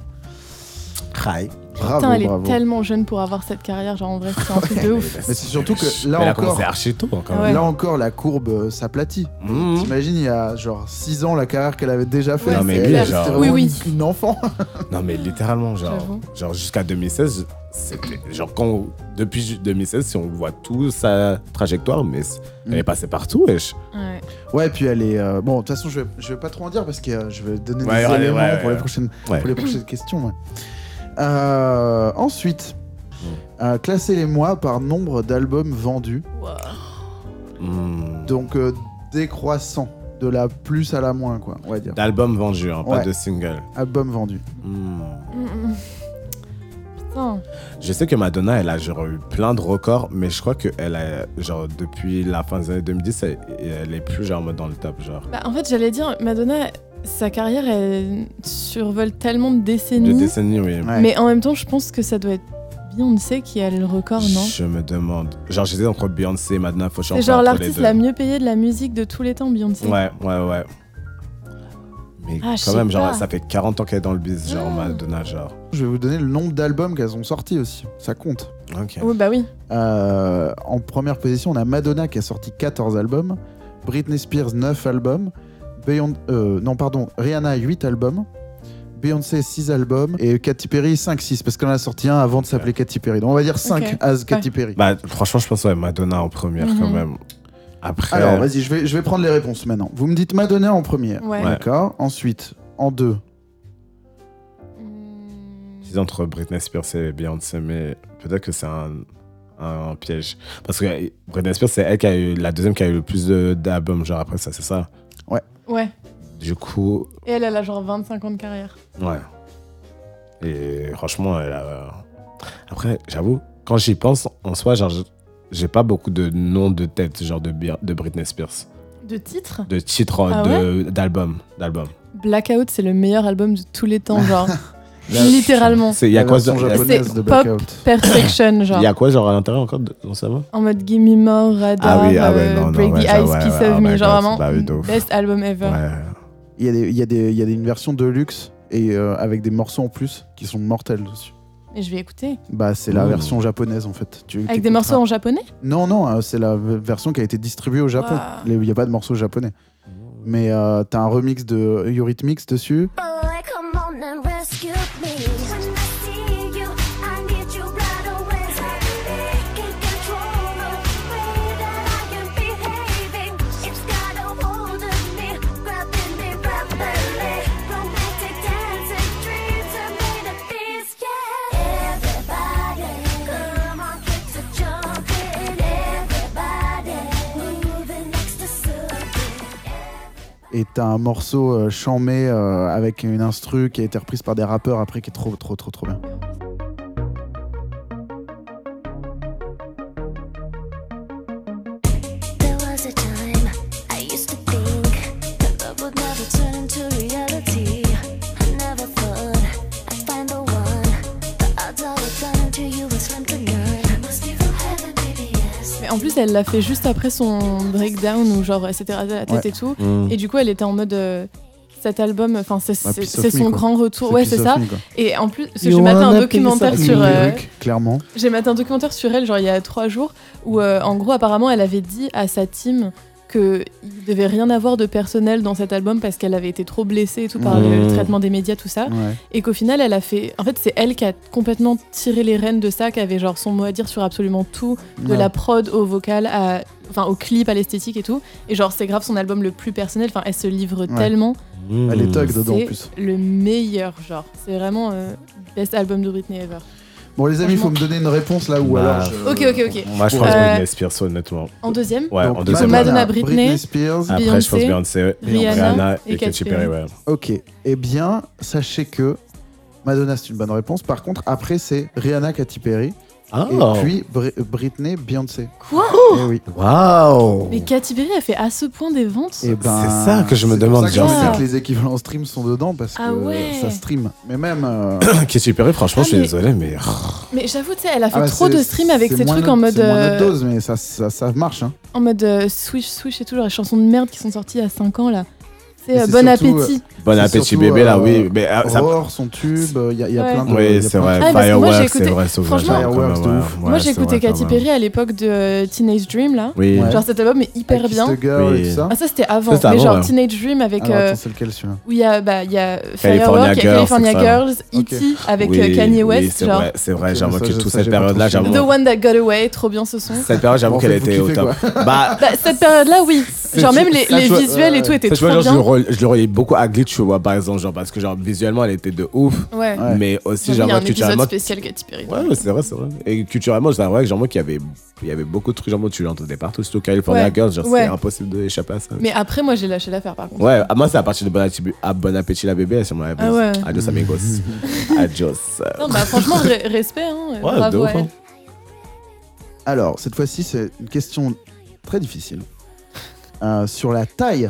Speaker 5: Hi.
Speaker 3: Bravo,
Speaker 4: Putain, elle
Speaker 3: bravo.
Speaker 4: est tellement jeune pour avoir cette carrière. Genre, en vrai, c'est un truc de ouf.
Speaker 3: Mais c'est surtout que là
Speaker 5: Mais elle a
Speaker 3: encore,
Speaker 5: commencé archi tôt, hein, quand
Speaker 4: Ah
Speaker 5: même.
Speaker 4: ouais.
Speaker 3: Là encore, la courbe euh, s'aplatit.
Speaker 4: Mm.
Speaker 5: Mhm.
Speaker 3: T'imagines, il y a genre 6 ans, la carrière qu'elle avait déjà faite.
Speaker 4: Ouais,
Speaker 5: Non, mais
Speaker 3: Elle,
Speaker 5: oui,
Speaker 3: elle,
Speaker 5: genre-
Speaker 3: c'était vraiment
Speaker 4: Oui, oui.
Speaker 3: Une, une enfant.
Speaker 5: Non, mais littéralement, genre,
Speaker 4: J'avoue.
Speaker 5: genre jusqu'à 2016, c'était. Genre, quand, depuis ju- 2016, si on voit toute sa trajectoire, mais c'est-
Speaker 3: Mhm.
Speaker 5: elle est passée partout, wesh.
Speaker 4: Ouais.
Speaker 3: Ouais, puis elle est. euh, Bon, de toute façon, je vais, je vais pas trop en dire parce que euh, je vais donner
Speaker 5: Ouais,
Speaker 3: des
Speaker 5: ouais,
Speaker 3: éléments
Speaker 5: ouais,
Speaker 3: pour,
Speaker 5: ouais.
Speaker 3: Les prochaines,
Speaker 5: Ouais.
Speaker 3: pour les prochaines questions. ouais. Euh, ensuite, euh, classez-les-moi par nombre d'albums vendus.
Speaker 5: Mhm.
Speaker 3: Donc, euh, décroissant. De la plus à la moins, quoi, on va dire.
Speaker 5: D'albums vendus, hein, pas
Speaker 3: Ouais.
Speaker 5: de single.
Speaker 3: Album vendu.
Speaker 5: Mhm.
Speaker 4: Mm, mm. Putain.
Speaker 5: Je sais que Madonna, elle a genre eu plein de records, mais je crois que elle a genre depuis la fin des années 2010, elle, elle est plus genre en mode dans le top genre.
Speaker 4: Bah, en fait, j'allais dire, Madonna, sa carrière, elle survole tellement de
Speaker 5: De
Speaker 4: décennies.
Speaker 5: décennies, oui.
Speaker 3: Ouais.
Speaker 4: Mais en même temps, je pense que ça doit être Beyoncé qui a le record, non
Speaker 5: Je me demande. Genre j'étais entre Beyoncé et Madonna, faut
Speaker 4: C'est
Speaker 5: choisir
Speaker 4: genre
Speaker 5: entre les
Speaker 4: l'artiste
Speaker 5: deux.
Speaker 4: la mieux payée de la musique de tous les temps, Beyoncé.
Speaker 5: Ouais, ouais, ouais. Mais
Speaker 4: Ah, je
Speaker 5: quand
Speaker 4: sais
Speaker 5: même, genre
Speaker 4: pas.
Speaker 5: ça fait 40 ans qu'elle est dans le biz, genre
Speaker 4: Ah.
Speaker 5: Madonna, genre.
Speaker 3: Je vais vous donner le nombre d'albums qu'elles ont sortis aussi. Ça compte.
Speaker 5: Ok.
Speaker 4: Oui, bah oui.
Speaker 3: Euh, en première position, on a Madonna qui a sorti 14 albums, Britney Spears 9 albums, Beyon- euh, non, pardon, Rihanna 8 albums, Beyoncé 6 albums et Katy Perry 5-6 parce qu'on a sorti un avant de s'appeler Katy Perry. Donc on va dire 5
Speaker 4: Ok.
Speaker 3: as Katy Perry.
Speaker 5: Bah franchement, je pense ouais Madonna en première quand
Speaker 4: Mhm.
Speaker 5: même. Après. euh,
Speaker 3: Alors vas-y, je vais, je vais prendre les réponses maintenant. Vous me dites Madonna en première.
Speaker 4: Ouais.
Speaker 5: Ouais.
Speaker 3: D'accord. Ensuite, en deux.
Speaker 4: Mm.
Speaker 5: C'est entre Britney Spears et Beyoncé, mais peut-être que c'est un, un piège. Parce que Britney Spears, c'est elle qui a eu la deuxième qui a eu le plus de- d'albums, genre après ça, c'est ça.
Speaker 4: Ouais.
Speaker 5: Du coup,
Speaker 4: Et elle, elle a genre 25 ans de carrière.
Speaker 5: ouais. Et franchement, elle a- après, j'avoue, quand j'y pense, en soi, genre, je- j'ai pas beaucoup de noms de tête, genre de, Bi- de Britney Spears.
Speaker 4: de titres.
Speaker 5: de titres euh,
Speaker 4: Ah
Speaker 5: de- d'albums. d'albums.
Speaker 4: Blackout, c'est le meilleur album de tous les temps, genre.
Speaker 5: Là,
Speaker 4: Littéralement.
Speaker 5: C'est- Il y a
Speaker 3: La
Speaker 5: quoi
Speaker 3: version
Speaker 5: genre- il y a-
Speaker 3: japonaise
Speaker 4: C'est
Speaker 3: de
Speaker 4: pop.
Speaker 3: Blackout.
Speaker 4: Perfection, genre.
Speaker 5: Il y a quoi genre à l'intérieur encore de- dans sa main
Speaker 4: En mode Gimme More, Radar,
Speaker 5: Ah oui, ah ouais,
Speaker 4: euh,
Speaker 5: non, non,
Speaker 4: Break
Speaker 5: ouais,
Speaker 4: the
Speaker 5: ça,
Speaker 4: Ice,
Speaker 5: ouais,
Speaker 4: Kiss
Speaker 5: ouais,
Speaker 4: of
Speaker 5: oh
Speaker 4: Me,
Speaker 5: my
Speaker 4: genre
Speaker 5: God,
Speaker 4: vraiment,
Speaker 5: bah oui, de ouf.
Speaker 4: best album ever.
Speaker 3: Il y, a des- il y a des- il y a des- une version de luxe et euh, avec des morceaux en plus qui sont mortels dessus.
Speaker 4: Et je vais écouter.
Speaker 3: Bah, c'est la
Speaker 5: Mmh.
Speaker 3: version japonaise en fait. Tu-
Speaker 4: Avec des
Speaker 3: t'écouteras.
Speaker 4: morceaux en japonais
Speaker 3: Non, non, euh, c'est la v- version qui a été distribuée au Japon.
Speaker 4: Waouh.
Speaker 3: Les- Il n'y a pas de morceaux japonais. Mais euh, t'as un remix de Eurythmics dessus.
Speaker 2: Boy, come on and rescue me. When I see you, I need you right away. Can't control the way that I am behaving. It's got a hold of me, grabbing me rapidly. Romantic dancing dreams are made of these, yeah. Everybody, come on, get to jumping. Everybody, moving next to something.
Speaker 3: Et t'as un morceau euh, chamé euh, avec une instru qui a été reprise par des rappeurs après qui est trop, trop, trop, trop bien.
Speaker 2: There was a time I used to think that love would never turn into reality. I never thought I'd find the one. The odds I would run into you were slim to none. Must be from heaven, baby, yes.
Speaker 4: Mais en plus, elle l'a fait juste après son breakdown où genre elle s'était rasée la tête
Speaker 3: Ouais.
Speaker 4: et tout.
Speaker 5: Mm.
Speaker 4: Et du coup, elle était en mode euh, cet album, enfin c'est
Speaker 3: Ouais,
Speaker 4: c'est-
Speaker 3: Piece of
Speaker 4: c'est
Speaker 3: Me,
Speaker 4: son
Speaker 3: quoi.
Speaker 4: grand retour. Ouais,
Speaker 3: Piece
Speaker 4: c'est
Speaker 3: of
Speaker 4: ça.
Speaker 3: Me, quoi.
Speaker 4: Et en plus, parce que j'ai maté un documentaire sur euh,
Speaker 3: Lyrique, clairement.
Speaker 4: j'ai maté un documentaire sur elle genre il y a trois jours où euh, en gros apparemment elle avait dit à sa team que il devait rien avoir de personnel dans cet album parce qu'elle avait été trop blessée et tout par le
Speaker 5: Mmh.
Speaker 4: traitement des médias tout ça
Speaker 3: Ouais.
Speaker 4: et qu'au final elle a fait en fait c'est elle qui a complètement tiré les rênes de ça qui avait genre son mot à dire sur absolument tout de
Speaker 3: Ouais.
Speaker 4: la prod au vocal à enfin au clip à l'esthétique et tout et genre c'est grave son album le plus personnel enfin elle se livre
Speaker 3: Ouais.
Speaker 4: tellement
Speaker 5: Mm.
Speaker 3: Elle est thug dedans en
Speaker 4: c'est
Speaker 3: plus.
Speaker 4: le meilleur genre c'est vraiment euh, best album de Britney ever
Speaker 3: Bon, les amis, il faut me donner une réponse là ou
Speaker 5: Bah,
Speaker 3: alors. je-
Speaker 4: ok ok ok
Speaker 5: Moi, je pense
Speaker 4: Euh,
Speaker 5: Britney Spears, honnêtement.
Speaker 4: en deuxième
Speaker 5: Ouais,
Speaker 3: Donc,
Speaker 5: en deuxième.
Speaker 4: Madonna,
Speaker 5: Madonna,
Speaker 4: Britney,
Speaker 3: Spears.
Speaker 5: Après, je pense Beyoncé,
Speaker 4: Rihanna et
Speaker 5: et Katy Perry, ouais.
Speaker 3: Ok. Eh bien, sachez que Madonna, c'est une bonne réponse. Par contre, après, c'est Rihanna, Katy Perry.
Speaker 5: Ah,
Speaker 3: Et puis Br- Britney, Beyoncé.
Speaker 4: Quoi
Speaker 5: Oh.
Speaker 3: Eh oui.
Speaker 5: Waouh
Speaker 4: Mais Katy Perry a fait à ce point des ventes
Speaker 3: Eh ben,
Speaker 5: C'est ça que je me
Speaker 3: c'est pour
Speaker 5: demande,
Speaker 3: ça que
Speaker 4: genre.
Speaker 3: je disais que les équivalents stream sont dedans parce que
Speaker 4: Ah ouais.
Speaker 3: ça stream. Mais même. euh,
Speaker 5: Katy Perry, franchement,
Speaker 4: Ah,
Speaker 5: je suis
Speaker 4: mais-
Speaker 5: désolé, mais.
Speaker 4: Mais j'avoue, tu sais, elle a fait
Speaker 3: ah bah,
Speaker 4: trop
Speaker 3: c'est-
Speaker 4: de streams avec
Speaker 3: c'est
Speaker 4: ces
Speaker 3: moins
Speaker 4: trucs
Speaker 3: notre-
Speaker 4: en mode,
Speaker 3: C'est moins notre
Speaker 4: euh,
Speaker 3: dose, mais ça, ça, ça marche. Hein.
Speaker 4: en mode euh, swish swish et tout, genre les chansons de merde qui sont sorties il y a 5 ans là.
Speaker 3: Mais
Speaker 4: C'est euh,
Speaker 3: c'est
Speaker 4: Bon
Speaker 3: surtout,
Speaker 4: Appétit.
Speaker 5: Bon
Speaker 3: C'est
Speaker 5: appétit,
Speaker 3: surtout,
Speaker 5: bébé, là,
Speaker 3: euh,
Speaker 5: oui. Mais, ah, ça-
Speaker 3: Roar, son tube, il y a, il y a
Speaker 4: Ouais.
Speaker 3: plein de. il y a
Speaker 5: Oui, c'est
Speaker 3: plein de-
Speaker 5: vrai.
Speaker 4: Ah, parce que moi, j'ai
Speaker 5: Fireworks,
Speaker 4: écouté-
Speaker 5: c'est vrai, sauvage.
Speaker 4: franchement-
Speaker 5: hein, quand
Speaker 3: Fireworks,
Speaker 5: même,
Speaker 3: de
Speaker 5: ouais.
Speaker 3: ouf.
Speaker 5: Ouais,
Speaker 4: Moi,
Speaker 5: c'est
Speaker 4: j'ai écouté
Speaker 5: vrai, quand
Speaker 4: Katy
Speaker 5: même.
Speaker 4: Perry à l'époque de euh, Teenage Dream là.
Speaker 5: Oui.
Speaker 3: Ouais.
Speaker 4: Genre cet album est hyper
Speaker 3: I Kissed
Speaker 4: bien.
Speaker 3: a Girl et
Speaker 5: Oui.
Speaker 3: tout ça.
Speaker 4: Ah ça c'était avant,
Speaker 5: Hein Ça, c'était
Speaker 4: mais
Speaker 5: avant,
Speaker 4: genre
Speaker 5: ouais.
Speaker 4: Teenage Dream avec
Speaker 3: Alors,
Speaker 4: euh,
Speaker 3: Ah, attends, c'est lequel celui-là
Speaker 4: où il y a bah il y a
Speaker 5: California
Speaker 4: Firework, il y a
Speaker 5: Girls,
Speaker 4: California
Speaker 5: c'est ça.
Speaker 4: Girls,
Speaker 3: Ok.
Speaker 4: E.T. avec
Speaker 5: Oui,
Speaker 4: euh, Kanye
Speaker 5: oui,
Speaker 4: West,
Speaker 5: c'est
Speaker 4: genre
Speaker 5: vrai, c'est vrai,
Speaker 3: Ok,
Speaker 5: j'avoue
Speaker 3: ça,
Speaker 5: que
Speaker 3: je-
Speaker 5: toute
Speaker 3: ça,
Speaker 5: cette
Speaker 3: j'ai pas
Speaker 5: période-là,
Speaker 3: trop
Speaker 5: j'avoue.
Speaker 4: The One That Got Away, trop bien ce son.
Speaker 5: Cette période, j'avoue
Speaker 3: Bon,
Speaker 5: qu'elle
Speaker 3: faites-vous
Speaker 5: était au
Speaker 3: kiffer,
Speaker 5: top. Bah,
Speaker 4: Bah cette période là oui, genre même les,
Speaker 3: ça,
Speaker 4: les
Speaker 3: tu vois,
Speaker 4: visuels et
Speaker 3: ouais,
Speaker 4: tout étaient
Speaker 5: Ça, tu
Speaker 4: trop
Speaker 5: vois, genre, je le,
Speaker 4: bien.
Speaker 5: re- je le reliais beaucoup à Glitch, tu vois, par exemple, genre, parce que, genre, visuellement, elle était de ouf,
Speaker 4: Ouais.
Speaker 3: Ouais.
Speaker 5: mais aussi,
Speaker 4: Il y
Speaker 5: genre,
Speaker 4: a un épisode
Speaker 5: culturellement.
Speaker 4: spécial Katy Perry.
Speaker 5: Ouais, ouais, c'est vrai, c'est vrai. Et culturellement, c'est vrai que, genre, moi, qu'il y avait, il y avait beaucoup de trucs, genre, moi, tu l'entendais partout, surtout California
Speaker 4: Ouais.
Speaker 5: Girls, genre,
Speaker 4: Ouais.
Speaker 5: c'est impossible d'échapper à ça.
Speaker 4: Mais après moi j'ai lâché l'affaire par contre.
Speaker 5: Ouais, à moi, c'est à partir de Bon Appétit, à bon appétit la bébé, c'est moi.
Speaker 4: Ah ouais.
Speaker 5: Adios, amigos. Adios.
Speaker 4: Non, bah franchement, re- respect, hein. euh,
Speaker 5: Ouais, de
Speaker 4: bravo
Speaker 5: ouf,
Speaker 4: à elle.
Speaker 5: hein.
Speaker 3: Alors, cette fois-ci, c'est une question très difficile euh, sur la taille,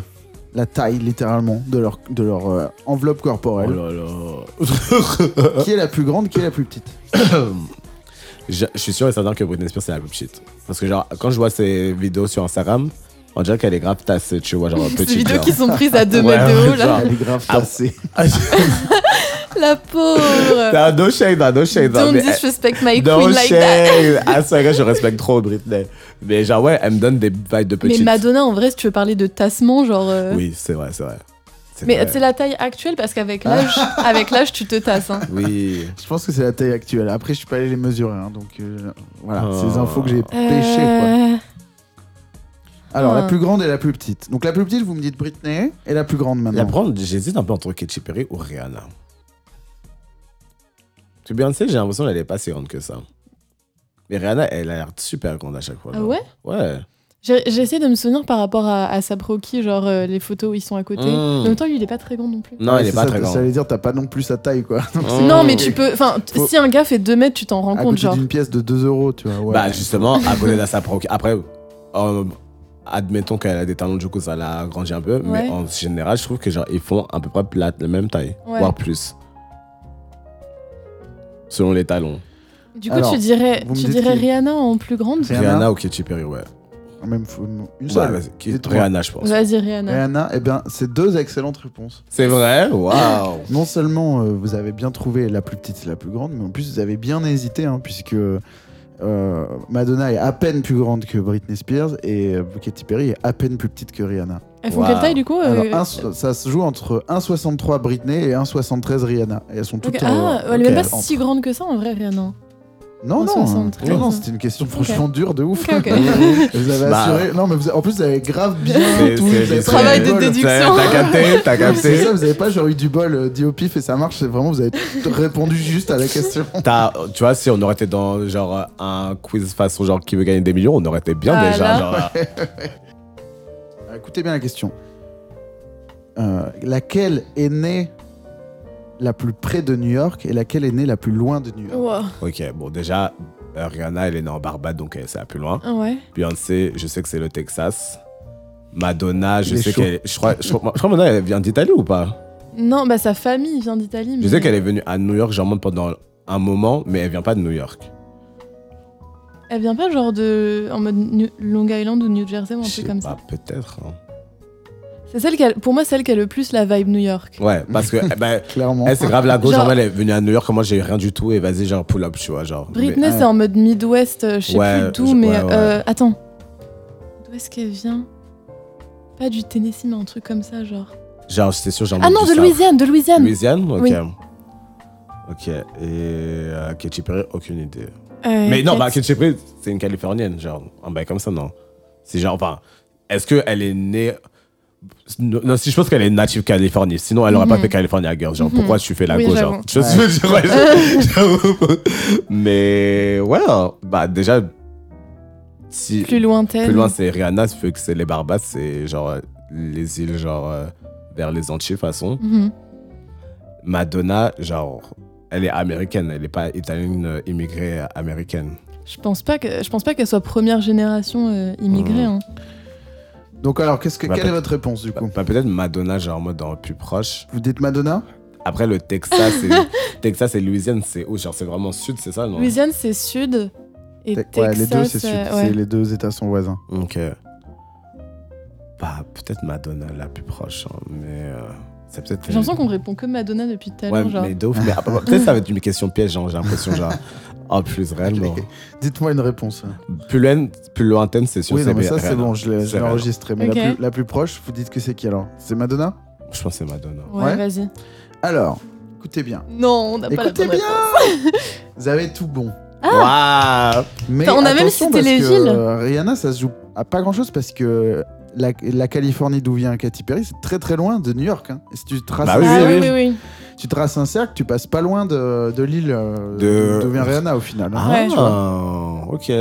Speaker 3: la taille littéralement de leur, de leur euh, enveloppe
Speaker 5: Oh
Speaker 3: corporelle.
Speaker 5: là là.
Speaker 3: Qui est la plus grande, qui est la plus petite
Speaker 5: je, je suis sûr et certain que Britney Spears, c'est la plus petite. Parce que, genre, quand je vois ses vidéos sur Instagram, on dirait qu'elle est grave tassée, tu vois, genre,
Speaker 4: Ces
Speaker 5: petite.
Speaker 4: vidéos
Speaker 5: genre.
Speaker 4: qui sont prises à 2
Speaker 5: Ouais,
Speaker 4: mètres de haut,
Speaker 5: ouais,
Speaker 4: là.
Speaker 5: genre.
Speaker 3: Elle est grave
Speaker 5: Ah.
Speaker 3: tassée.
Speaker 4: La pauvre.
Speaker 5: Non, no shade, non, no shade. non,
Speaker 4: euh, Don't
Speaker 5: mais-
Speaker 4: disrespect my
Speaker 5: No
Speaker 4: queen like that.
Speaker 5: shade. Ah, c'est vrai, je respecte trop Britney. Mais genre, ouais, elle me donne des vibes de
Speaker 4: Mais
Speaker 5: petite.
Speaker 4: Madonna, en vrai, si tu veux parler de tassement, genre. euh,
Speaker 5: Oui, c'est vrai, c'est vrai. C'est
Speaker 4: Mais
Speaker 5: vrai.
Speaker 4: c'est la taille actuelle parce qu'avec l'âge, avec l'âge, tu te tasses. Hein.
Speaker 5: Oui.
Speaker 3: Je pense que c'est la taille actuelle. Après, je suis pas allé les mesurer, hein, donc euh, voilà,
Speaker 5: Oh.
Speaker 3: c'est des infos que j'ai pêchées. quoi.
Speaker 4: Euh,
Speaker 3: Alors, la
Speaker 4: Ah.
Speaker 3: plus grande et la plus petite. Donc, la plus petite, vous me dites Britney, et la plus grande
Speaker 5: La
Speaker 3: maintenant.
Speaker 5: grande, j'hésite un peu entre Katy Perry ou Rihanna. Tu bien sais, j'ai l'impression qu'elle est pas si grande que ça. Mais Rihanna, elle a l'air super grande à chaque fois.
Speaker 4: Ah
Speaker 5: genre.
Speaker 4: ouais
Speaker 5: Ouais.
Speaker 4: J'ai- J'essaie de me souvenir par rapport à, à Sab Rocky, genre euh, les photos où ils sont à côté.
Speaker 5: Mm.
Speaker 3: Mmh.
Speaker 4: En même temps, lui, il est pas très grand non plus.
Speaker 5: Non,
Speaker 3: Ouais,
Speaker 5: Ah, elle est
Speaker 3: c'est
Speaker 5: pas
Speaker 3: ça,
Speaker 5: très
Speaker 3: Ça
Speaker 5: grande.
Speaker 3: veut dire t'as pas non plus sa taille, quoi.
Speaker 5: Mm.
Speaker 4: Non, mais tu peux. Enfin, t-
Speaker 3: Mmh. Faut- Ah,
Speaker 4: si un gars fait 2 mètres, tu t'en rends
Speaker 3: à
Speaker 4: compte,
Speaker 3: côté
Speaker 4: genre.
Speaker 3: d'une pièce de 2 euros, tu vois. ouais.
Speaker 5: Bah, justement, à côté de sa proc. Après, euh, admettons qu'elle a des talons de jeu que ça l'a agrandi un peu, mais
Speaker 4: Ouais.
Speaker 5: en général, je trouve que genre ils font à peu près la, la même taille,
Speaker 4: Ouais.
Speaker 5: voire plus. Selon les talons.
Speaker 4: Du coup,
Speaker 3: Alors,
Speaker 4: tu dirais,
Speaker 3: vous me
Speaker 4: tu
Speaker 3: dites
Speaker 4: dirais
Speaker 3: qui
Speaker 4: Rihanna en plus grande
Speaker 3: Rihanna.
Speaker 5: Rihanna ou Katy Perry, ouais.
Speaker 3: Même faut- une
Speaker 5: Ouais,
Speaker 3: seule.
Speaker 5: vas-y, qui-
Speaker 3: Dites-moi.
Speaker 5: Rihanna, je pense.
Speaker 4: Vas-y, Rihanna.
Speaker 3: Rihanna, eh bien, c'est deux excellentes réponses.
Speaker 5: C'est vrai Waouh
Speaker 3: Non seulement euh, vous avez bien trouvé la plus petite et la plus grande, mais en plus vous avez bien hésité, hein, puisque euh, Madonna est à peine plus grande que Britney Spears et euh, Katy Perry est à peine plus petite que Rihanna.
Speaker 4: Elles font quelle
Speaker 5: Wow.
Speaker 4: taille du coup
Speaker 3: Alors,
Speaker 4: euh,
Speaker 3: un so- ça se joue entre 1,63 Britney et 1,73 Rihanna. Et elles sont toutes.
Speaker 4: Ok,
Speaker 3: euh,
Speaker 4: Ah, elle est
Speaker 5: ok,
Speaker 4: même pas
Speaker 3: entre-
Speaker 4: si grande que ça en vrai, Rihanna.
Speaker 3: Non, non,
Speaker 4: 1,73.
Speaker 3: non, non, c'était une question franchement dure de ouf.
Speaker 4: Ok, ok.
Speaker 3: Vous avez
Speaker 5: Bah.
Speaker 3: assuré. Non, mais vous- en plus, vous avez grave bien.
Speaker 5: C'est-
Speaker 3: tout, vous
Speaker 5: c'est-
Speaker 3: avez
Speaker 5: c'est-
Speaker 3: pas
Speaker 4: Travail
Speaker 3: eu
Speaker 4: de
Speaker 3: bol.
Speaker 4: déduction.
Speaker 5: T'as capté, t'as
Speaker 3: C'est
Speaker 5: capté.
Speaker 3: ça, vous avez pas genre eu du bol euh, dit au pif et ça marche, c'est vraiment vous avez t- répondu juste à la question.
Speaker 5: T'as- tu vois, si on aurait été dans genre un quiz façon genre qui veut gagner des millions, on aurait été bien
Speaker 4: Ah,
Speaker 5: déjà.
Speaker 4: là.
Speaker 5: genre.
Speaker 3: Alors, Écoutez bien la question. Euh, laquelle est née la plus près de New York et laquelle est née la plus loin de New York
Speaker 4: Wow.
Speaker 5: ok, bon déjà, euh, Rihanna, elle est née en Barbade, donc euh, c'est à plus loin.
Speaker 4: Ah ouais.
Speaker 5: Beyoncé, je sais que c'est le Texas. Madonna, je
Speaker 3: Il est
Speaker 5: sais
Speaker 3: chaud.
Speaker 5: qu'elle. Je crois, je, crois, je crois que Madonna, elle vient d'Italie ou pas
Speaker 4: Non, bah sa famille vient d'Italie.
Speaker 5: Je
Speaker 4: mais-
Speaker 5: sais qu'elle est venue à New York, genre pendant un moment, mais elle vient pas de New York.
Speaker 4: Elle vient pas genre de. en mode New- Long Island ou New Jersey ou un
Speaker 5: Je
Speaker 4: truc
Speaker 5: sais
Speaker 4: comme
Speaker 5: pas,
Speaker 4: ça.
Speaker 5: peut-être. hein.
Speaker 4: C'est celle qui a- Pour moi, celle qui a le plus la vibe New York.
Speaker 5: Ouais, parce que eh ben,
Speaker 3: Clairement.
Speaker 5: elle, c'est grave la gauche.
Speaker 4: Genre-
Speaker 5: genre, elle est venue à New York, moi j'ai eu rien du tout, et vas-y, genre pull up, tu vois. Genre, Mais-
Speaker 4: Britney,
Speaker 3: Mais-
Speaker 4: c'est en mode Midwest, euh, je sais
Speaker 5: Ouais,
Speaker 4: plus d'où,
Speaker 5: je-
Speaker 4: mais.
Speaker 5: ouais, ouais.
Speaker 4: euh, attends. D'où est-ce qu'elle vient Pas du Tennessee, mais un truc comme ça, genre.
Speaker 5: genre j'étais sûr, genre.
Speaker 4: Ah non,
Speaker 5: du
Speaker 4: de
Speaker 5: South.
Speaker 4: Louisiane, de Louisiane
Speaker 5: Louisiane Ok.
Speaker 4: Oui.
Speaker 5: Ok. Et euh, Katy Perry, aucune idée.
Speaker 4: Euh,
Speaker 5: Mais non,
Speaker 4: Kat-
Speaker 5: bah, Katy Perry, c'est une Californienne, genre. Un bail comme ça, non. C'est genre, enfin, est-ce qu'elle est née. Non, non, si je pense qu'elle est native Californie, sinon elle aurait pas
Speaker 4: Mhm.
Speaker 5: fait California Girl. Genre,
Speaker 4: Mhm.
Speaker 5: pourquoi tu fais la
Speaker 4: Oui,
Speaker 5: gauche
Speaker 4: j'avoue.
Speaker 5: genre, Je veux dire, ouais, je- j'avoue. Mais ouais, bah déjà, si
Speaker 4: Plus lointaine.
Speaker 5: plus loin c'est Rihanna, vu que c'est les Barbades, c'est genre euh, les îles, genre euh, vers les Antilles, de toute façon.
Speaker 4: Mhm.
Speaker 5: Madonna, genre, elle est américaine, elle n'est pas italienne euh, immigrée américaine.
Speaker 4: Je pense pas que je pense pas qu'elle soit première génération euh, immigrée. hein.
Speaker 3: Donc alors, qu'est-ce que
Speaker 5: Bah,
Speaker 3: quelle est
Speaker 5: peut-
Speaker 3: votre réponse du
Speaker 5: Bah,
Speaker 3: coup
Speaker 5: bah, peut-être Madonna, genre en mode en plus proche.
Speaker 3: Vous dites Madonna
Speaker 5: Après, le Texas et, Texas et Louisiane, c'est où Genre, c'est vraiment sud, c'est ça, non
Speaker 4: Louisiane c'est sud et
Speaker 3: Te-
Speaker 4: Texas.
Speaker 3: Ouais, les deux c'est sud,
Speaker 4: euh,
Speaker 3: c'est-
Speaker 4: ouais.
Speaker 3: les deux États sont voisins.
Speaker 5: Ok. Bah, peut-être Madonna la plus proche, hein, mais euh, c'est peut-être.
Speaker 4: J'ai l'impression qu'on répond que Madonna depuis tout à
Speaker 5: Ouais,
Speaker 4: l'heure. genre.
Speaker 5: mais de ouf. Mais ah, bah, peut-être ça va être une question piège, genre, j'ai l'impression, genre. En plus, réellement.
Speaker 3: Dites-moi une réponse.
Speaker 5: Plus, loin, plus lointaine, c'est sûr.
Speaker 3: Oui, non, mais ça
Speaker 5: Rihanna.
Speaker 3: c'est bon, je l'ai je
Speaker 5: C'est
Speaker 3: l'ai
Speaker 5: Rihanna.
Speaker 3: enregistré. Mais la,
Speaker 4: Ok.
Speaker 3: plus, la plus proche, vous dites que c'est qui alors C'est Madonna
Speaker 5: Je pense que c'est Madonna.
Speaker 4: Ouais,
Speaker 3: Ouais.
Speaker 4: vas-y.
Speaker 3: Alors, écoutez bien.
Speaker 4: Non, on n'a Ah, pas la
Speaker 3: Écoutez
Speaker 4: bonne
Speaker 3: bien
Speaker 4: réponse.
Speaker 3: Vous avez tout bon.
Speaker 5: Waouh
Speaker 3: Mais
Speaker 4: Ah. Attends, on a même
Speaker 3: attention
Speaker 4: cité
Speaker 3: parce
Speaker 4: les
Speaker 3: que,
Speaker 4: villes.
Speaker 3: euh, Rihanna, ça se joue à pas grand chose parce que la, la Californie d'où vient Katy Perry, c'est très très loin de New York. hein. Et si tu traces,
Speaker 5: Bah
Speaker 3: un,
Speaker 5: oui,
Speaker 4: Ah
Speaker 3: cercle,
Speaker 4: oui, oui, oui.
Speaker 3: tu traces un cercle, tu passes pas loin de, de l'île euh,
Speaker 5: De-
Speaker 3: d'où vient Rihanna au final. hein.
Speaker 4: Ouais.
Speaker 5: Ah, ok.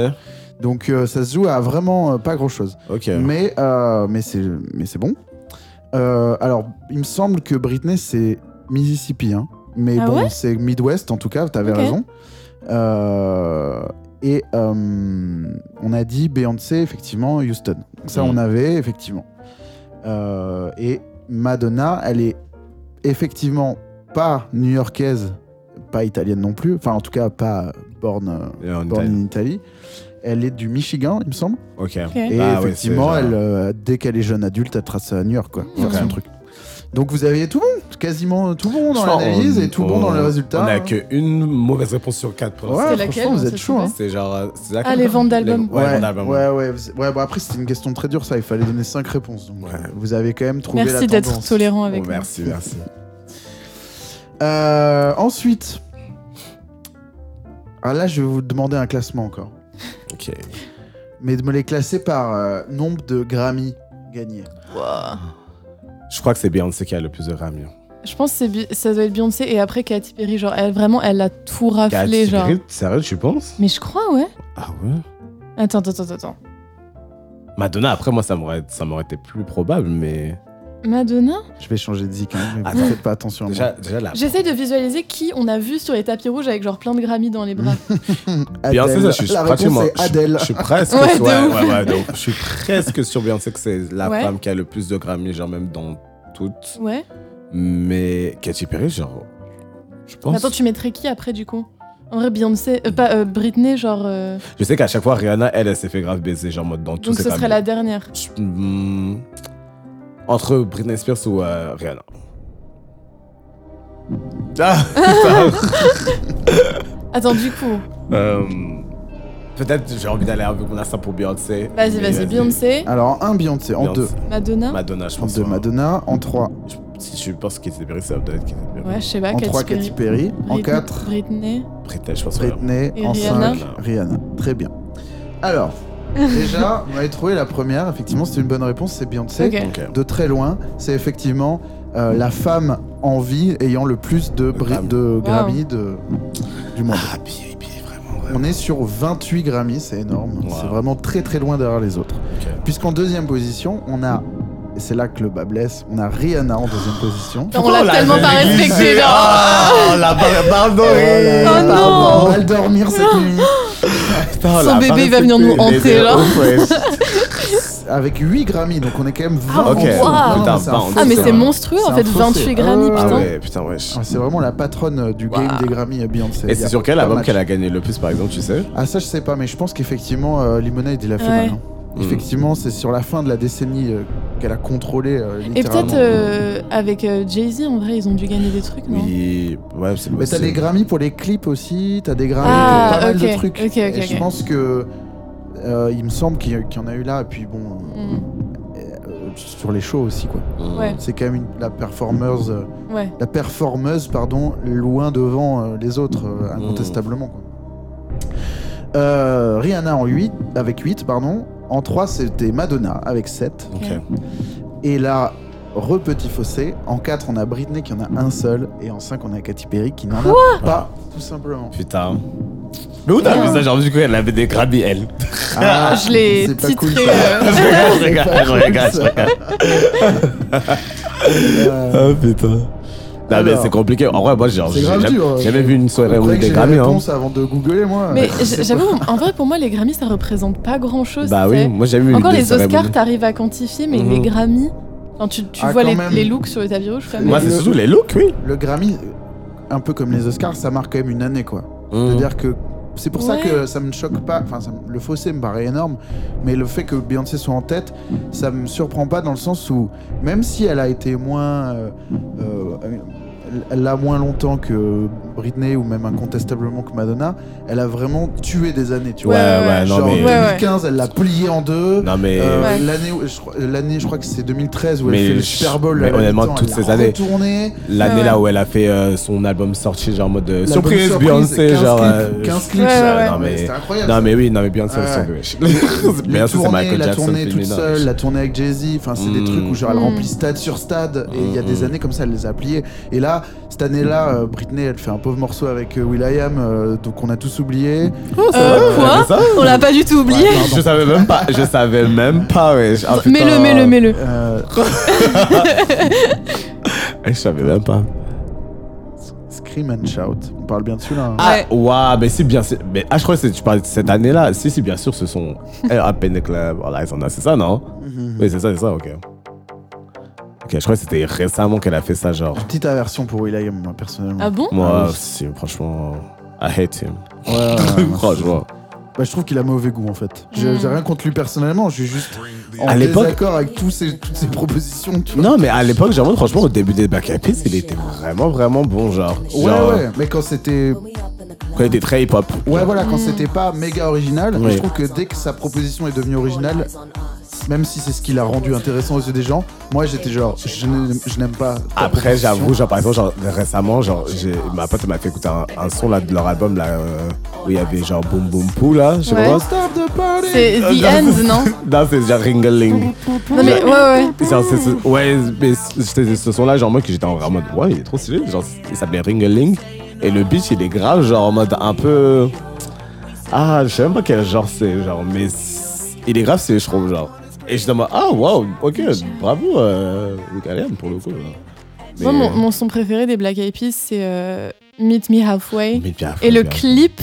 Speaker 3: Donc euh, ça se joue à vraiment euh, pas grand chose.
Speaker 5: Ok.
Speaker 3: Mais, euh, mais c'est mais c'est bon. Euh, alors, il me semble que Britney, c'est Mississippi. hein. Mais
Speaker 4: Ah
Speaker 3: bon,
Speaker 4: ouais
Speaker 3: c'est Midwest en tout cas, t'avais
Speaker 4: Ok.
Speaker 3: raison. Euh, et euh, on a dit Beyoncé, effectivement, Houston. Donc ça,
Speaker 5: Mhm.
Speaker 3: on avait, effectivement. Euh, et Madonna, elle est effectivement pas new-yorkaise, pas italienne non plus. Enfin, en tout cas, pas euh, borne,
Speaker 5: Et en
Speaker 3: borne
Speaker 5: Italie.
Speaker 3: en Italie. Elle est du Michigan, il me semble.
Speaker 5: Ok.
Speaker 4: Ok.
Speaker 3: Et
Speaker 5: Ah ouais,
Speaker 3: effectivement,
Speaker 5: c'est
Speaker 3: elle,
Speaker 5: genre-
Speaker 3: euh, dès qu'elle est jeune adulte, elle trace à New York, quoi.
Speaker 4: Mmh.
Speaker 3: Faire son
Speaker 5: Ok.
Speaker 3: truc. Donc vous aviez tout bon, quasiment tout bon dans
Speaker 5: Je pense
Speaker 3: l'analyse
Speaker 5: on-
Speaker 3: et tout bon
Speaker 5: on-
Speaker 3: dans le résultat.
Speaker 5: On a qu'une mauvaise réponse sur quatre pour
Speaker 3: Ouais,
Speaker 5: l'instant.
Speaker 4: C'est
Speaker 3: franchement,
Speaker 4: laquelle,
Speaker 3: vous
Speaker 4: on
Speaker 3: êtes
Speaker 4: sait
Speaker 3: chaud. hein.
Speaker 5: C'est genre. euh, c'est ça
Speaker 4: Ah,
Speaker 5: que-
Speaker 4: les ventes d'albums.
Speaker 5: Ouais, les
Speaker 3: ouais,
Speaker 5: ventes d'albums.
Speaker 3: ouais, ouais, vous- ouais, bon, après, c'était une question très dure, ça. Il fallait donner 5 réponses. Donc,
Speaker 5: Ouais.
Speaker 3: euh, vous avez quand même trouvé la
Speaker 4: Merci
Speaker 3: tendance.
Speaker 4: d'être tolérant
Speaker 5: Bon,
Speaker 4: avec nous.
Speaker 5: merci, merci.
Speaker 3: Euh, ensuite, ah, là, je vais vous demander un classement encore.
Speaker 5: Ok.
Speaker 3: Mais de me les classer par euh, nombre de Grammy gagnés.
Speaker 4: Wow.
Speaker 5: Je crois que c'est Beyoncé qui a le plus de Grammy.
Speaker 4: Je pense que c'est Bi- ça doit être Beyoncé et après Katy Perry. Genre, elle, vraiment, elle a tout raflé.
Speaker 5: Katy
Speaker 4: genre.
Speaker 5: Perry, Sérieux, tu penses
Speaker 4: Mais je crois, ouais.
Speaker 5: Ah ouais
Speaker 4: Attends, attends, attends, attends.
Speaker 5: Madonna, après moi, ça m'aurait ça m'aurait été plus probable, mais.
Speaker 4: Madonna
Speaker 3: Je vais changer de zik, hein, mais vous
Speaker 5: Attends.
Speaker 3: faites pas attention à
Speaker 5: Ah Déjà, déjà là.
Speaker 4: J'essaie de visualiser qui on a vu sur les tapis rouges avec genre plein de Grammy dans les bras.
Speaker 3: moi.
Speaker 5: Beyoncé,
Speaker 3: Adèle.
Speaker 5: ça, je suis
Speaker 3: La réponse
Speaker 5: pratiquement.
Speaker 3: est
Speaker 5: je-
Speaker 3: Adèle.
Speaker 5: Je, suis presque.
Speaker 4: Ouais,
Speaker 5: sur-
Speaker 4: de
Speaker 5: ouais,
Speaker 4: ouf.
Speaker 5: ouais, ouais, de ouf. Je suis presque sur Beyoncé que c'est la
Speaker 4: Ouais.
Speaker 5: femme qui a le plus de Grammy, genre même dans toutes.
Speaker 4: Ouais.
Speaker 5: Mais Katy Perry, genre, je pense.
Speaker 4: Mais Attends, tu mettrais qui après du coup En vrai, Beyoncé, euh, pas euh, Britney, genre. euh,
Speaker 5: Je sais qu'à chaque fois, Rihanna, elle, elle s'est fait grave baiser, genre en mode dans tous
Speaker 4: Donc
Speaker 5: ses
Speaker 4: ce serait la
Speaker 5: Grammys.
Speaker 4: dernière.
Speaker 5: Je- hmm, entre Britney Spears ou euh, Rihanna. Ah,
Speaker 4: Attends, du coup,
Speaker 5: euh, Peut-être j'ai envie d'aller avec mon instinct pour Beyoncé.
Speaker 4: vas-y,
Speaker 5: Mais
Speaker 4: vas-y, Beyoncé,
Speaker 3: Alors, un Beyoncé, en deux.
Speaker 5: Beyoncé.
Speaker 4: Madonna.
Speaker 5: Madonna, je
Speaker 3: En
Speaker 5: pense.
Speaker 3: deux,
Speaker 5: hein.
Speaker 3: Madonna. En trois,
Speaker 5: Je- Si je pense Katy Perry, ça doit être Katy Perry.
Speaker 4: Ouais, je sais pas,
Speaker 3: en trois Katy Perry. En
Speaker 4: Britney-
Speaker 3: quatre,
Speaker 4: Britney.
Speaker 5: Britney, je pense. vraiment.
Speaker 3: Britney.
Speaker 4: Et
Speaker 3: En
Speaker 4: Rihanna.
Speaker 3: cinq, Rihanna. Très bien. Alors, déjà, on avait trouvé la première. Effectivement, c'est une bonne réponse, c'est Beyoncé.
Speaker 4: Ok.
Speaker 5: Ok.
Speaker 3: de très loin, c'est effectivement euh, la femme en vie ayant le plus de, bri-
Speaker 5: Grammy.
Speaker 3: de Grammy de, du monde.
Speaker 5: Ah, Billy, Billy, vraiment. vraiment.
Speaker 3: On est sur 28 Grammy, c'est énorme.
Speaker 5: Wow.
Speaker 3: C'est vraiment très très loin derrière les autres.
Speaker 5: Ok.
Speaker 3: Puisqu'en deuxième position, on a, et c'est là que le bas blesse, on a Rihanna en deuxième position.
Speaker 4: Non, on l'a tellement pas respecté, genre.
Speaker 5: Oh, la barre
Speaker 3: Euh,
Speaker 4: Oh non.
Speaker 3: pardon, on va le dormir cette nuit.
Speaker 4: Son bébé, il va venir nous hanter, là.
Speaker 3: Avec 8 Grammy, donc on est quand même 20
Speaker 4: Ah,
Speaker 3: en
Speaker 4: ok.
Speaker 3: dessous.
Speaker 4: Wow.
Speaker 3: Non,
Speaker 5: Putain,
Speaker 3: c'est un
Speaker 5: pas
Speaker 3: fossé,
Speaker 5: en dessous, hein.
Speaker 4: Ah, mais
Speaker 5: ça.
Speaker 4: c'est monstrueux en
Speaker 3: C'est un
Speaker 4: fait,
Speaker 3: fossé.
Speaker 4: 28
Speaker 3: Ah,
Speaker 4: Grammy,
Speaker 3: ouais, ouais,
Speaker 5: Ah
Speaker 4: putain.
Speaker 5: ouais, putain, wesh.
Speaker 3: Ah, C'est vraiment la patronne euh, du game
Speaker 4: Waouh.
Speaker 3: des Grammy, euh, Beyoncé.
Speaker 5: Et
Speaker 3: Y a
Speaker 5: c'est sur quel
Speaker 3: pas
Speaker 5: album
Speaker 3: match.
Speaker 5: qu'elle a gagné le plus, par exemple, tu sais
Speaker 3: Ah ça je sais pas, mais je pense qu'effectivement euh, Lemonade il a fait
Speaker 4: Ouais.
Speaker 3: mal. hein.
Speaker 5: Hmm.
Speaker 3: Effectivement c'est sur la fin de la décennie euh, qu'elle a contrôlé euh,
Speaker 4: Et
Speaker 3: littéralement.
Speaker 4: peut-être euh, avec euh, Jay-Z, en vrai, ils ont dû gagner des trucs, non
Speaker 5: Oui, ouais, c'est
Speaker 3: Mais t'as
Speaker 5: possible.
Speaker 3: des Grammys pour les clips aussi, t'as des Grammys
Speaker 4: Ah,
Speaker 3: pour pas
Speaker 4: ok,
Speaker 3: mal de trucs.
Speaker 4: ok, ok,
Speaker 3: Et je
Speaker 4: ok.
Speaker 3: pense que euh, il me semble qu'il y, qu'il y en a eu là, et puis bon
Speaker 4: Mm.
Speaker 3: euh, euh, sur les shows aussi quoi.
Speaker 5: Mm.
Speaker 4: Ouais.
Speaker 3: C'est quand même une- la performeuse, euh,
Speaker 4: Ouais.
Speaker 3: la performeuse pardon, loin devant euh, les autres euh,
Speaker 5: Mm.
Speaker 3: incontestablement quoi. Euh, Rihanna en 8, avec 8 pardon. En 3 c'était Madonna avec 7.
Speaker 5: Ok.
Speaker 3: Et là, repetit fossé. En 4, on a Britney qui en a un seul. Et en 5, on a Katy Perry qui n'en a pas, tout simplement.
Speaker 5: Putain. Mais où t'as
Speaker 4: Ouais.
Speaker 5: vu ça Genre, du coup, elle avait des Grammys, elle.
Speaker 3: Ah,
Speaker 4: je l'ai
Speaker 3: c'est pas
Speaker 4: titré.
Speaker 3: cool,
Speaker 4: euh,
Speaker 3: pas
Speaker 5: Je regarde, je regarde, je
Speaker 3: cool,
Speaker 5: regarde, je
Speaker 3: ça.
Speaker 5: regarde.
Speaker 3: Euh,
Speaker 5: Ah, putain. Non, mais
Speaker 3: Alors.
Speaker 5: c'est compliqué. En vrai, moi, genre,
Speaker 3: C'est
Speaker 5: j'ai
Speaker 3: grave
Speaker 5: jamais,
Speaker 3: dur,
Speaker 5: j'ai
Speaker 3: euh,
Speaker 5: jamais vu une
Speaker 3: je
Speaker 5: soirée où
Speaker 3: croyais
Speaker 5: il y
Speaker 3: que
Speaker 5: a des
Speaker 3: j'ai la
Speaker 5: Grammys, hein.
Speaker 3: réponse avant de googler,
Speaker 5: Ah,
Speaker 3: moi.
Speaker 4: Mais
Speaker 3: C'est pas-
Speaker 4: j'avoue, en vrai, pour moi, les Grammys, ça représente pas grand-chose.
Speaker 5: Bah
Speaker 4: tu sais.
Speaker 5: oui, moi, j'ai jamais vu
Speaker 4: Encore
Speaker 5: des
Speaker 4: les
Speaker 5: soirées
Speaker 4: Oscars,
Speaker 5: où-
Speaker 4: t'arrives à quantifier, mais
Speaker 5: Mhm.
Speaker 4: les Grammys, enfin, tu, tu
Speaker 3: Ah,
Speaker 4: vois
Speaker 3: quand
Speaker 4: les,
Speaker 3: même.
Speaker 4: les looks sur les tapis rouges, quand même.
Speaker 5: hein. Moi, c'est
Speaker 3: Le-
Speaker 5: surtout les looks, oui.
Speaker 3: Le Grammy, un peu comme les Oscars, ça marque quand même une année, quoi.
Speaker 5: Hmm.
Speaker 3: C'est-à-dire que c'est pour ça
Speaker 4: Ouais.
Speaker 3: que ça me choque pas. Enfin, ça me- le fossé me paraît énorme, mais le fait que Beyoncé soit en tête, ça me surprend pas dans le sens où même si elle a été moins euh, euh, là moins longtemps que Britney ou même incontestablement que Madonna, elle a vraiment tué des années. Tu
Speaker 5: Ouais,
Speaker 3: vois.
Speaker 5: ouais,
Speaker 4: ouais.
Speaker 5: non,
Speaker 3: Genre
Speaker 5: mais.
Speaker 4: Ouais, ouais.
Speaker 3: 2015, elle l'a plié en deux.
Speaker 5: Non, mais.
Speaker 3: Euh,
Speaker 4: Ouais.
Speaker 3: L'année, où- je crois, l'année, je crois que c'est 2013 où elle
Speaker 5: Mais
Speaker 3: fait le
Speaker 5: je-
Speaker 3: Super Bowl.
Speaker 5: mais
Speaker 3: elle a
Speaker 5: honnêtement,
Speaker 3: huit ans,
Speaker 5: toutes
Speaker 3: elle
Speaker 5: ces
Speaker 3: l'a
Speaker 5: années.
Speaker 3: retournée.
Speaker 5: L'année
Speaker 4: Ouais,
Speaker 5: là où elle a fait euh, son album sorti, genre en mode euh,
Speaker 3: L'album
Speaker 5: surprise, Beyoncé,
Speaker 3: 15
Speaker 5: genre.
Speaker 3: clips,
Speaker 5: euh,
Speaker 3: 15 clips,
Speaker 4: Ouais,
Speaker 3: ça.
Speaker 4: ouais,
Speaker 5: Non,
Speaker 3: Non, mais
Speaker 5: mais-
Speaker 3: c'était incroyable.
Speaker 5: Non
Speaker 3: ça.
Speaker 5: mais oui, non mais Beyoncé,
Speaker 3: Ouais.
Speaker 5: elle s'en veut, wesh. Beyoncé,
Speaker 3: Les
Speaker 5: c'est
Speaker 3: tournées,
Speaker 5: Michael
Speaker 3: la
Speaker 5: Jackson
Speaker 3: tournée toute
Speaker 5: féminin,
Speaker 3: seule,
Speaker 5: wesh.
Speaker 3: la tournée avec Jay-Z, enfin c'est des
Speaker 5: Mm.
Speaker 3: trucs où genre elle
Speaker 4: Mm.
Speaker 3: remplit stade sur stade et il y a des
Speaker 5: Mm.
Speaker 3: années comme ça elle les a pliés. Et là, cette année-là,
Speaker 5: Mmh.
Speaker 3: euh, Britney elle fait un pauvre morceau avec euh, Will.i.am, euh, donc on a tous oublié.
Speaker 4: Euh,
Speaker 5: Ouais,
Speaker 4: quoi
Speaker 5: mais ça,
Speaker 4: On l'a pas du tout oublié.
Speaker 3: Ouais, pardon.
Speaker 5: Je savais même pas, je savais même pas, wesh. Ah, putain.
Speaker 4: mets-le, mets-le, mets-le.
Speaker 3: Euh,
Speaker 5: Ah, Je savais même pas.
Speaker 3: Scream and Shout, on parle bien de celui-là. hein.
Speaker 5: Ah,
Speaker 4: Ouais.
Speaker 5: waouh, mais si bien sûr. Mais ah, je crois que c'est- tu parles de cette année-là. Si, si, bien sûr, ce sont. Eh, à peine que la- Voilà, ils en ont, c'est ça, non
Speaker 3: Mhm.
Speaker 5: Oui, c'est ça, c'est ça, ok. Ok, je crois que c'était récemment qu'elle a fait ça, genre.
Speaker 3: Petite aversion pour Will.i.am, moi personnellement.
Speaker 4: Ah bon
Speaker 5: Moi,
Speaker 3: Ah oui.
Speaker 5: si, franchement. I hate him.
Speaker 3: Ouais, ouais, ouais.
Speaker 5: franchement.
Speaker 3: Bah, je trouve qu'il a mauvais goût en fait. Je-
Speaker 5: Mmh.
Speaker 3: J'ai rien contre lui personnellement, je suis juste en
Speaker 5: À l'époque-
Speaker 3: désaccord avec tous ces, toutes ces propositions. tu vois.
Speaker 5: Non, mais à l'époque, genre, franchement, au début des Black Eyed Peas, il était vraiment, vraiment bon, genre. Genre,
Speaker 3: Ouais, ouais, mais quand c'était
Speaker 5: Quand il était très hip-hop.
Speaker 3: Ouais, voilà, quand c'était pas méga original,
Speaker 5: Oui.
Speaker 3: je trouve que dès que sa proposition est devenue originale, même si c'est ce qui l'a rendu intéressant aux yeux des gens, moi j'étais genre, je n'aime je n'aime pas. ta
Speaker 5: Après,
Speaker 3: proposition.
Speaker 5: j'avoue, genre, par exemple, genre, récemment, genre, j'ai- ma pote m'a fait écouter un, un son là, de leur album là, euh, où il y avait genre Boom Boom Poo là, je sais
Speaker 4: Ouais.
Speaker 5: pas. Euh,
Speaker 3: Stop the party
Speaker 4: C'est The Ends, non
Speaker 5: Non, c'est genre Ringling.
Speaker 4: Non, mais ouais, ouais.
Speaker 5: Genre, c'est ce- ouais, mais c'était ce son là, genre, moi, que j'étais en en mode, ouais, il est trop stylé. Genre, il s'appelait Ringling. Et le beat, il est grave, genre, en mode un peu. Ah, je sais même pas quel genre c'est, genre, mais c'est- il est grave, c'est, je trouve, genre. Et j'étais en mode, ah, waouh, ok, bravo, euh, Luc Allen, pour le coup. là. Mais-
Speaker 4: Moi, mon, mon son préféré des Black Eyed Peas, c'est euh, Meet Me Halfway.
Speaker 5: Mais bien,
Speaker 4: Et le
Speaker 5: bien.
Speaker 4: clip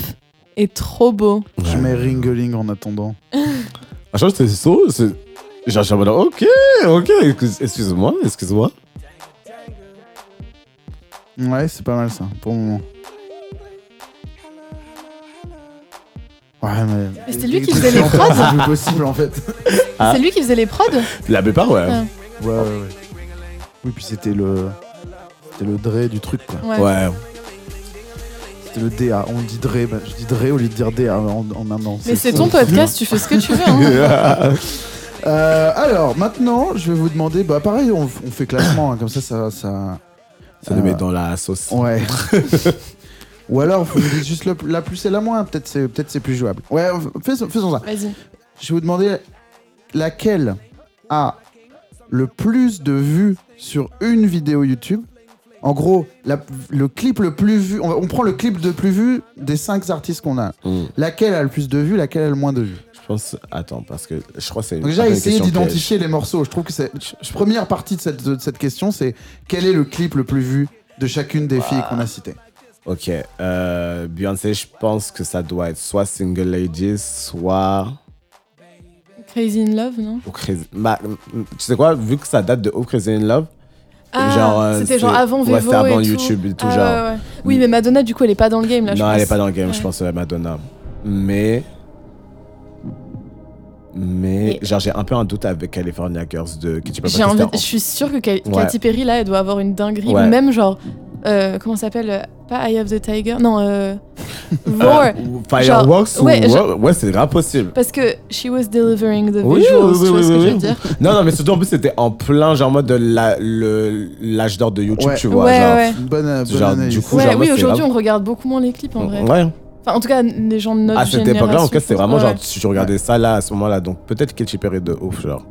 Speaker 4: est trop beau.
Speaker 3: Je mets Ringoling en attendant.
Speaker 5: Franchement, Ah, c'était so. c'est- Genre, j'étais en mode, ok, ok, excuse- excuse-moi, excuse-moi.
Speaker 3: Ouais, c'est pas mal ça, pour le moment. Ouais, mais.
Speaker 4: Mais c'est lui qui faisait les
Speaker 3: C'est
Speaker 4: prods
Speaker 3: plus possible en fait.
Speaker 5: Ah.
Speaker 4: C'est lui qui faisait les prods
Speaker 5: La plupart, ouais.
Speaker 4: Ah.
Speaker 3: Ouais, ouais, ouais. Oui, puis c'était le. C'était le Dre du truc quoi.
Speaker 4: Ah, Ouais.
Speaker 5: Ouais.
Speaker 3: C'était le DA. On dit Dre, bah, je dis Dre au lieu de dire DA en, en un an.
Speaker 4: Mais c'est ton podcast, tu fais ce que tu veux. Hein.
Speaker 3: Euh, alors maintenant, je vais vous demander. Bah pareil, on, on fait classement, hein, comme ça, ça. ça...
Speaker 5: Ça nous met dans la sauce.
Speaker 3: Ouais. Ou alors, faut me dire juste le- la plus et la moins. Peut-être c'est peut-être c'est plus jouable. Ouais, fais- faisons ça.
Speaker 4: Vas-y.
Speaker 3: Je vais vous demander laquelle a le plus de vues sur une vidéo YouTube. En gros, la- le clip le plus vu, on, on prend le clip de plus vu des cinq artistes qu'on a.
Speaker 5: Mm.
Speaker 3: Laquelle a le plus de vues, laquelle a le moins de vues
Speaker 5: Je pense, attends, parce que je crois que c'est.
Speaker 3: Donc déjà,
Speaker 5: Ah, une
Speaker 3: essayez
Speaker 5: question
Speaker 3: d'identifier les morceaux. Je trouve que c'est la première partie de cette, de cette question, c'est quel est le clip le plus vu de chacune des filles qu'on a citées.
Speaker 5: piège. Ok. Euh, Beyoncé, je pense que ça doit être soit Single Ladies, soit.
Speaker 4: Crazy in Love, non
Speaker 5: Oh, Crazy- Bah, mm, tu sais quoi, vu que ça date de Oh Crazy in Love,
Speaker 4: Ah,
Speaker 5: Genre, euh,
Speaker 4: c'était
Speaker 5: c'est-
Speaker 4: genre avant
Speaker 5: ouais,
Speaker 4: Vevo
Speaker 5: c'était avant
Speaker 4: et tout.
Speaker 5: YouTube et tout,
Speaker 4: Ah,
Speaker 5: genre.
Speaker 4: ouais, ouais. Oui, mais Madonna, du coup, elle est pas dans le game là. je
Speaker 5: non, elle est
Speaker 4: pense.
Speaker 5: pas dans le game, je
Speaker 4: Ouais.
Speaker 5: pense, ouais, Madonna. Mais. Mais,
Speaker 4: Et-
Speaker 5: genre, j'ai un peu un doute avec California Girls de Kitty Papa
Speaker 4: J'ai envie.
Speaker 5: Sister.
Speaker 4: Je suis sûre que Ka-
Speaker 5: Ouais.
Speaker 4: Katy Perry là, elle doit avoir une dinguerie.
Speaker 5: Ouais.
Speaker 4: Ou même genre, euh, comment ça s'appelle euh, Pas Eye of the Tiger. Non, euh, Roar.
Speaker 5: Euh, ou Fireworks ou-
Speaker 4: ouais,
Speaker 5: ouais,
Speaker 4: genre-
Speaker 5: ouais, c'est grave possible.
Speaker 4: Parce que she was delivering the
Speaker 5: Oui,
Speaker 4: visuals.
Speaker 5: oui, oui,
Speaker 4: tu vois
Speaker 5: oui,
Speaker 4: ce que
Speaker 5: oui,
Speaker 4: je veux
Speaker 5: oui.
Speaker 4: dire
Speaker 5: Non, non, mais surtout en plus, c'était en plein genre mode de la- le- l'âge d'or de YouTube,
Speaker 3: Ouais.
Speaker 5: tu vois.
Speaker 4: Ouais,
Speaker 5: genre,
Speaker 4: ouais.
Speaker 3: Une bonne, euh, bonne
Speaker 5: Genre,
Speaker 3: analyse.
Speaker 5: du coup,
Speaker 4: Ouais,
Speaker 5: genre, moi,
Speaker 4: oui,
Speaker 5: c'est
Speaker 4: aujourd'hui,
Speaker 5: grave.
Speaker 4: on regarde beaucoup moins les clips en vrai.
Speaker 5: Ouais.
Speaker 4: Enfin, en tout cas, les gens de notre
Speaker 5: À Ah, cette
Speaker 4: génération.
Speaker 5: époque-là, en tout cas, c'était vraiment
Speaker 4: ouais.
Speaker 5: genre, si je regardais ça là, à ce moment-là, donc peut-être Katy Perry de ouf, genre.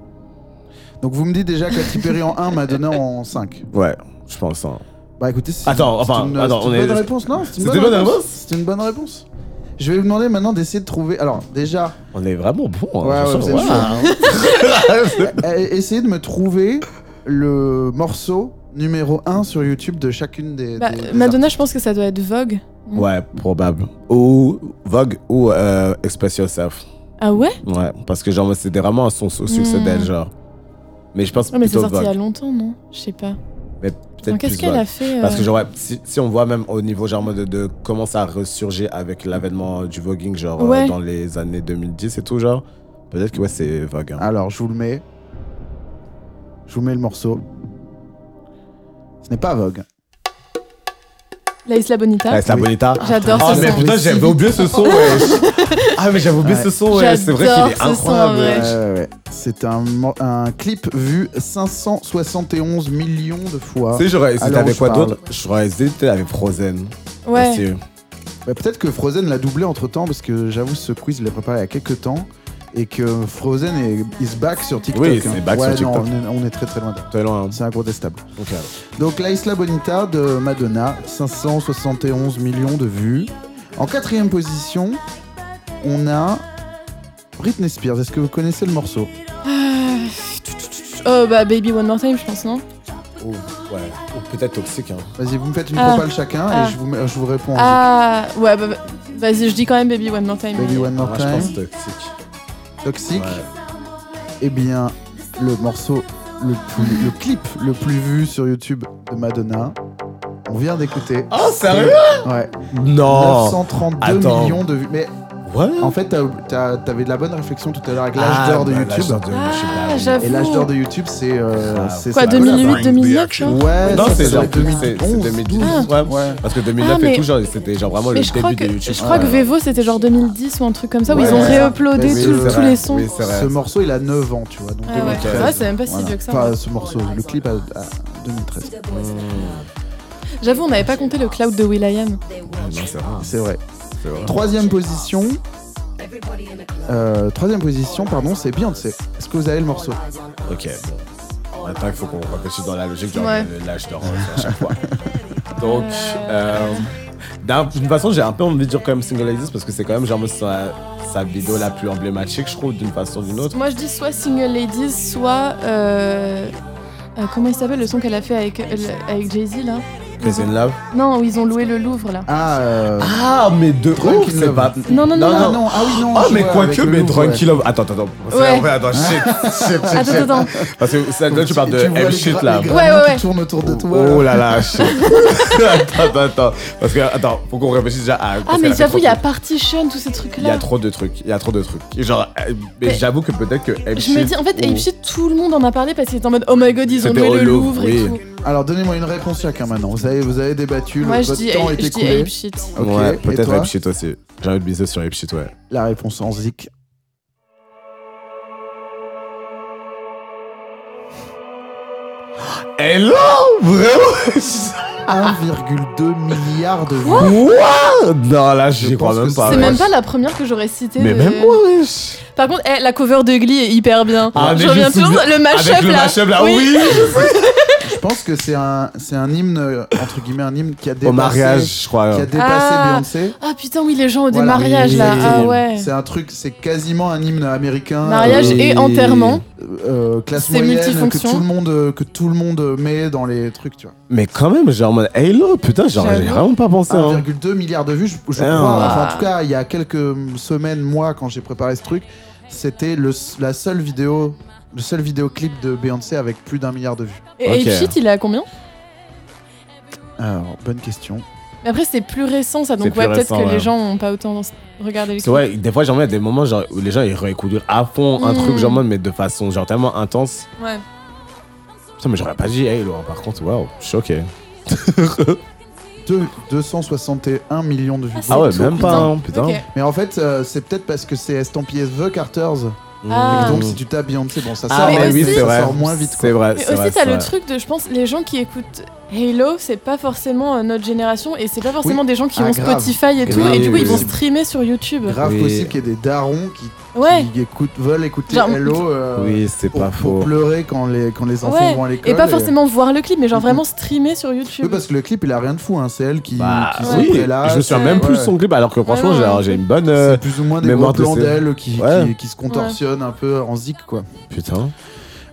Speaker 3: Donc vous me dites déjà Katy Perry en 1, Madonna en 5.
Speaker 5: Ouais, je pense. hein.
Speaker 3: Bah écoutez, c'est
Speaker 5: Attends,
Speaker 3: c'est
Speaker 5: enfin,
Speaker 3: une,
Speaker 5: attends,
Speaker 3: c'est
Speaker 5: on
Speaker 3: une
Speaker 5: est-
Speaker 3: bonne réponse, non C'est
Speaker 5: C'était une bonne réponse
Speaker 3: C'est une bonne réponse. Je vais vous demander maintenant d'essayer de trouver. Alors déjà,
Speaker 5: On est vraiment bon. hein,
Speaker 3: Ouais, ouais,
Speaker 5: franchement,
Speaker 3: vous êtes euh, essayez de me trouver le morceau numéro 1 sur YouTube de chacune des.
Speaker 4: Bah,
Speaker 3: des- des
Speaker 4: Madonna, je pense que ça doit être Vogue.
Speaker 5: Ouais, probable. Ou Vogue ou euh, Express Yourself.
Speaker 4: Ah ouais
Speaker 5: Ouais, parce que genre, c'était vraiment son son succès
Speaker 4: Hmm.
Speaker 5: d'elle, genre. Mais je pense
Speaker 4: Ouais, Ah, mais c'est
Speaker 5: plutôt
Speaker 4: sorti il y a
Speaker 5: Vogue.
Speaker 4: longtemps, non Je sais pas.
Speaker 5: Mais
Speaker 4: Attends,
Speaker 5: peut-être
Speaker 4: Qu'est-ce
Speaker 5: plus
Speaker 4: qu'elle
Speaker 5: Vogue.
Speaker 4: a fait euh,
Speaker 5: Parce que genre, ouais, si, si on voit même au niveau genre mode de, de comment ça a ressurgé avec l'avènement du voguing, genre euh,
Speaker 4: Ouais.
Speaker 5: dans les années 2010 et tout, genre, peut-être que ouais, c'est Vogue. hein.
Speaker 3: Alors, je vous le mets. Je vous mets le morceau. Ce n'est pas Vogue.
Speaker 4: La Isla Bonita.
Speaker 5: Ouais, c'est la
Speaker 3: oui.
Speaker 5: Bonita.
Speaker 4: J'adore
Speaker 5: Ah,
Speaker 4: ce
Speaker 5: mais
Speaker 4: son.
Speaker 5: putain,
Speaker 3: aussi
Speaker 5: j'avais
Speaker 3: vite.
Speaker 5: oublié ce son, ouais. Ah, mais j'avais oublié
Speaker 3: Ouais.
Speaker 5: ce son, ouais. C'est vrai
Speaker 4: J'adore
Speaker 5: qu'il est
Speaker 4: ce son,
Speaker 5: incroyable.
Speaker 4: ouais.
Speaker 3: Ouais, ouais, ouais. C'est un, mo- un clip vu 571 millions de fois.
Speaker 5: Tu sais, j'aurais hésité
Speaker 3: Alors,
Speaker 5: avec
Speaker 3: je
Speaker 5: quoi
Speaker 3: parle.
Speaker 5: d'autre J'aurais hésité avec Frozen.
Speaker 4: Ouais.
Speaker 5: aussi.
Speaker 3: Bah, Peut-être que Frozen l'a doublé entre temps parce que j'avoue ce quiz je l'ai préparé il y a quelques temps et que Frozen est is back sur TikTok. hein.
Speaker 5: Oui, c'est back
Speaker 3: Ouais,
Speaker 5: sur
Speaker 3: non,
Speaker 5: TikTok.
Speaker 3: on est, on est très très loin. d'elle.
Speaker 5: Très loin. hein.
Speaker 3: C'est incontestable.
Speaker 5: Ok.
Speaker 3: Donc La Isla Bonita de Madonna, 571 millions de vues. En quatrième position, on a Britney Spears. Est-ce que vous connaissez le morceau
Speaker 4: Euh, Oh bah Baby One More Time, je pense, non
Speaker 5: Ou, ouais. Ou peut-être toxique. Hein.
Speaker 3: Vas-y, vous me faites une
Speaker 4: Ah.
Speaker 3: propale chacun
Speaker 4: Ah.
Speaker 3: et je vous, mets- je vous réponds.
Speaker 4: Ah ouais, bah, bah, vas-y, je dis quand même Baby One More Time.
Speaker 3: Baby One More
Speaker 5: Moi, Ah, je
Speaker 3: Time,
Speaker 5: pense toxique.
Speaker 3: Toxic.
Speaker 5: Ouais.
Speaker 3: Eh bien, le morceau, le, plus- le clip le plus vu sur YouTube de Madonna, on vient d'écouter.
Speaker 5: Oh, sérieux
Speaker 3: Ouais.
Speaker 5: Non
Speaker 3: 932
Speaker 5: Attends.
Speaker 3: millions de vues. Mais
Speaker 5: Ouais.
Speaker 3: en fait, t'as- t'as- t'avais de la bonne réflexion tout à l'heure avec l'âge d'or de
Speaker 5: bah,
Speaker 3: YouTube.
Speaker 5: l'âge d'or de YouTube,
Speaker 4: Ah,
Speaker 5: bah oui.
Speaker 4: j'avoue.
Speaker 3: Et l'âge d'or de YouTube, c'est. euh,
Speaker 5: Grave.
Speaker 3: c'est
Speaker 4: Quoi,
Speaker 3: ça.
Speaker 4: 2008, 2009 genre
Speaker 3: Ouais,
Speaker 5: Non,
Speaker 3: ça,
Speaker 5: c'est
Speaker 3: ça
Speaker 5: genre
Speaker 3: doit être
Speaker 5: 2011,
Speaker 3: 2011.
Speaker 5: ouais.
Speaker 3: Ouais.
Speaker 5: Parce que 2009
Speaker 4: Ah, mais-
Speaker 5: et tout, genre, c'était genre vraiment
Speaker 4: Mais
Speaker 5: le
Speaker 4: je crois
Speaker 5: début
Speaker 4: que,
Speaker 5: de YouTube.
Speaker 4: je crois que Vevo c'était genre 2010 ou un truc comme ça où
Speaker 5: Ouais.
Speaker 4: ils ont
Speaker 3: Mais
Speaker 4: réuploadé
Speaker 3: oui,
Speaker 4: tout-
Speaker 3: c'est
Speaker 4: tous
Speaker 5: vrai.
Speaker 4: les sons.
Speaker 5: Oui, c'est vrai.
Speaker 3: Ce morceau, il a 9 ans, tu vois. Donc
Speaker 4: Ah ouais,
Speaker 3: 2013.
Speaker 4: c'est vrai, c'est même pas si
Speaker 3: Voilà.
Speaker 4: vieux que ça.
Speaker 3: Pas ce morceau, le clip à, à 2013.
Speaker 4: J'avoue, on n'avait pas compté le cloud de Will.i.am.
Speaker 5: Ah, non, c'est vrai,
Speaker 3: C'est vrai.
Speaker 5: c'est vrai.
Speaker 3: Troisième position. Euh, troisième position, pardon, c'est Beyoncé. Est-ce que vous avez le morceau
Speaker 5: Ok, bon. Attends, il faut qu'on réfléchisse dans la logique, euh, genre
Speaker 4: Ouais.
Speaker 5: de l'âge d'or euh, à chaque fois. Donc, euh, D'un- D'une façon, j'ai un peu envie de dire quand même Single Ladies parce que c'est quand même genre sa, sa vidéo la plus emblématique, je trouve, d'une façon ou d'une autre.
Speaker 4: Moi, je dis soit Single Ladies, soit. euh, euh, comment il s'appelle le son qu'elle a fait avec, euh, avec Jay-Z là
Speaker 5: Crazy in Love.
Speaker 4: Non, où ils ont loué le Louvre là.
Speaker 3: Ah, euh,
Speaker 5: Ah, mais de ouf,
Speaker 3: Drunk in
Speaker 5: c'est
Speaker 3: Love.
Speaker 5: pas.
Speaker 4: Non, non, non, non.
Speaker 3: ah non, ah oui, non.
Speaker 5: Ah,
Speaker 3: je
Speaker 5: mais
Speaker 3: vois,
Speaker 5: quoique,
Speaker 3: avec le
Speaker 5: mais
Speaker 3: loup,
Speaker 5: Drunk
Speaker 3: ouais. Ah.
Speaker 5: in Love. Attends, attends, attends. C'est-
Speaker 4: Ouais.
Speaker 5: attends, shit, shit, shit,
Speaker 4: Attends,
Speaker 5: shit.
Speaker 4: attends, attends.
Speaker 5: Parce que Ah, ça, là, tu parles de
Speaker 3: Tu vois
Speaker 5: M
Speaker 3: les
Speaker 5: shit
Speaker 3: gra-
Speaker 5: là.
Speaker 3: les
Speaker 4: Ouais,
Speaker 3: grains
Speaker 4: ouais,
Speaker 3: qui
Speaker 4: ouais.
Speaker 3: tournent autour de toi.
Speaker 5: Oh là là, shit. attends, attends, attends. Parce que, attends, faut qu'on réfléchisse déjà à.
Speaker 4: Ah,
Speaker 5: parce qu'elle
Speaker 4: mais
Speaker 5: a fait
Speaker 4: j'avoue,
Speaker 5: trop
Speaker 4: il y a
Speaker 5: de-
Speaker 4: Partition, tous ces trucs
Speaker 5: Il y
Speaker 4: là.
Speaker 5: a trop de trucs, il y a trop de trucs. Genre, euh, mais,
Speaker 4: Mais-
Speaker 5: j'avoue que peut-être que M
Speaker 4: Je me dis, en fait, Ape Shit, tout le monde en a parlé parce qu'il était en mode Oh my god, ils ont
Speaker 5: C'était
Speaker 4: loué
Speaker 5: au
Speaker 4: le
Speaker 5: Louvre,
Speaker 4: Louvre et
Speaker 5: oui.
Speaker 4: tout.
Speaker 3: Alors donnez-moi une réponse chacun maintenant. Vous avez, vous avez débattu,
Speaker 4: Moi,
Speaker 3: le
Speaker 4: je
Speaker 3: votre
Speaker 4: dis,
Speaker 3: temps
Speaker 4: Ape-
Speaker 3: est
Speaker 4: je dis
Speaker 3: écoulé.
Speaker 4: Ape Shit.
Speaker 3: Ok,
Speaker 5: Ouais,
Speaker 3: et
Speaker 5: peut-être
Speaker 3: toi
Speaker 5: Ape Shit aussi. J'ai envie de miser sur Ape Shit, ouais.
Speaker 3: La réponse en zik.
Speaker 5: Hello Vraiment
Speaker 3: 1,2 milliard de vues.
Speaker 5: Quoi Non, là,
Speaker 3: Je
Speaker 5: j'y crois
Speaker 3: pense que
Speaker 5: même pas.
Speaker 4: C'est
Speaker 5: ouais.
Speaker 4: même pas la première que j'aurais citée.
Speaker 5: Ah, Mais
Speaker 4: de-
Speaker 5: même moi, wesh
Speaker 4: Par contre, eh, la cover de Glee est hyper bien.
Speaker 5: Ah, mais
Speaker 4: je
Speaker 5: je
Speaker 4: reviens
Speaker 5: me
Speaker 4: toujours
Speaker 5: souviens-
Speaker 4: le mashup
Speaker 5: Avec le
Speaker 4: là.
Speaker 5: mashup là, oui
Speaker 3: Je pense que c'est un, c'est un hymne, euh, entre guillemets, un hymne qui a dépassé,
Speaker 5: Au mariage, je crois.
Speaker 3: qui a
Speaker 5: hein.
Speaker 3: dépassé
Speaker 4: Ah.
Speaker 3: Beyoncé.
Speaker 4: Ah putain, oui, les gens au
Speaker 3: Voilà.
Speaker 4: démarrage
Speaker 5: Oui,
Speaker 4: là.
Speaker 5: oui,
Speaker 4: Ah
Speaker 5: oui.
Speaker 4: ouais.
Speaker 3: C'est un truc, c'est quasiment un hymne américain.
Speaker 4: Mariage et enterrement.
Speaker 3: euh, classe
Speaker 4: C'est
Speaker 3: moyenne que
Speaker 4: multifonction.
Speaker 3: tout le monde, euh, que tout le monde met dans les trucs, tu vois.
Speaker 5: Mais quand même, genre, en mode Hello Putain, genre, j'ai
Speaker 4: J'avoue. Ah,
Speaker 5: vraiment pas pensé. hein.
Speaker 3: 1,2 milliard de vues, je, je
Speaker 5: Ah.
Speaker 3: crois. Enfin, en tout cas, il y a quelques semaines, moi, quand j'ai préparé ce truc, c'était le- la seule vidéo, le seul vidéoclip de Beyoncé avec plus d'un milliard de vues.
Speaker 4: Et
Speaker 5: Ok.
Speaker 4: Ape Shit, il est à combien
Speaker 3: Alors, bonne question.
Speaker 4: Mais après, c'est plus récent ça,
Speaker 5: C'est
Speaker 4: donc
Speaker 5: plus
Speaker 4: ouais, peut-être que
Speaker 5: récent, ouais.
Speaker 4: les gens ont pas autant regardé les
Speaker 5: C'est vrai, des fois, genre, il y a des moments genre, où les gens ils réécoutent à fond un
Speaker 4: Mm.
Speaker 5: truc, genre, en mode, mais de façon genre tellement intense.
Speaker 4: clips. Ouais.
Speaker 5: Putain, mais j'aurais pas dit Hello, par contre, waouh, choqué.
Speaker 3: Deux- 261 millions de vues.
Speaker 4: c'est
Speaker 5: Ah ouais,
Speaker 4: tout,
Speaker 5: même pas,
Speaker 4: putain.
Speaker 5: hein, putain.
Speaker 4: Ok.
Speaker 3: Mais en fait, euh, c'est peut-être parce que c'est estampillé The Carters.
Speaker 4: Ah.
Speaker 3: Et donc, si tu tapes Beyoncé, bon, ça sort,
Speaker 5: Mm. Ah,
Speaker 4: mais
Speaker 5: mais oui,
Speaker 4: aussi-
Speaker 5: c'est
Speaker 3: ça
Speaker 5: vrai.
Speaker 3: sort moins vite. quoi.
Speaker 5: C'est vrai,
Speaker 4: Mais
Speaker 5: c'est vrai.
Speaker 4: aussi, t'as
Speaker 5: c'est
Speaker 4: le
Speaker 5: vrai.
Speaker 4: truc de, je pense, les gens qui écoutent Halo, c'est pas forcément euh, notre génération et c'est pas forcément des gens qui
Speaker 3: Ah,
Speaker 4: ont
Speaker 3: grave.
Speaker 4: Spotify et tout,
Speaker 5: Grave,
Speaker 4: et du coup,
Speaker 5: oui,
Speaker 4: ils vont
Speaker 5: oui.
Speaker 4: streamer sur YouTube.
Speaker 3: Grave
Speaker 5: Oui.
Speaker 3: possible qu'il y ait des darons qui,
Speaker 4: Ouais.
Speaker 3: qui écoutent, veulent écouter
Speaker 4: Genre-
Speaker 3: Hello euh,
Speaker 5: Oui, c'est
Speaker 3: pour,
Speaker 5: pas
Speaker 3: pour
Speaker 5: faux.
Speaker 3: pleurer quand les, quand les enfants
Speaker 4: Ouais.
Speaker 3: vont à l'école.
Speaker 4: Et pas forcément voir le clip, mais genre
Speaker 3: Mhm.
Speaker 4: vraiment streamer sur
Speaker 3: Oui,
Speaker 4: YouTube.
Speaker 3: parce que le clip, il a rien de fou. Hein. C'est elle qui,
Speaker 5: Bah,
Speaker 3: qui
Speaker 5: oui,
Speaker 3: se prélasse.
Speaker 5: je me souviens
Speaker 4: ouais.
Speaker 5: même plus de
Speaker 3: Ouais.
Speaker 5: son clip, alors que franchement,
Speaker 4: Ouais, ouais,
Speaker 5: genre,
Speaker 4: ouais.
Speaker 5: j'ai une bonne. euh,
Speaker 3: C'est plus ou moins des gros
Speaker 5: mémoire de
Speaker 3: plans
Speaker 5: ces-
Speaker 3: d'elle qui,
Speaker 5: Ouais.
Speaker 3: qui, qui se contorsionnent un peu en zik, quoi.
Speaker 5: Putain.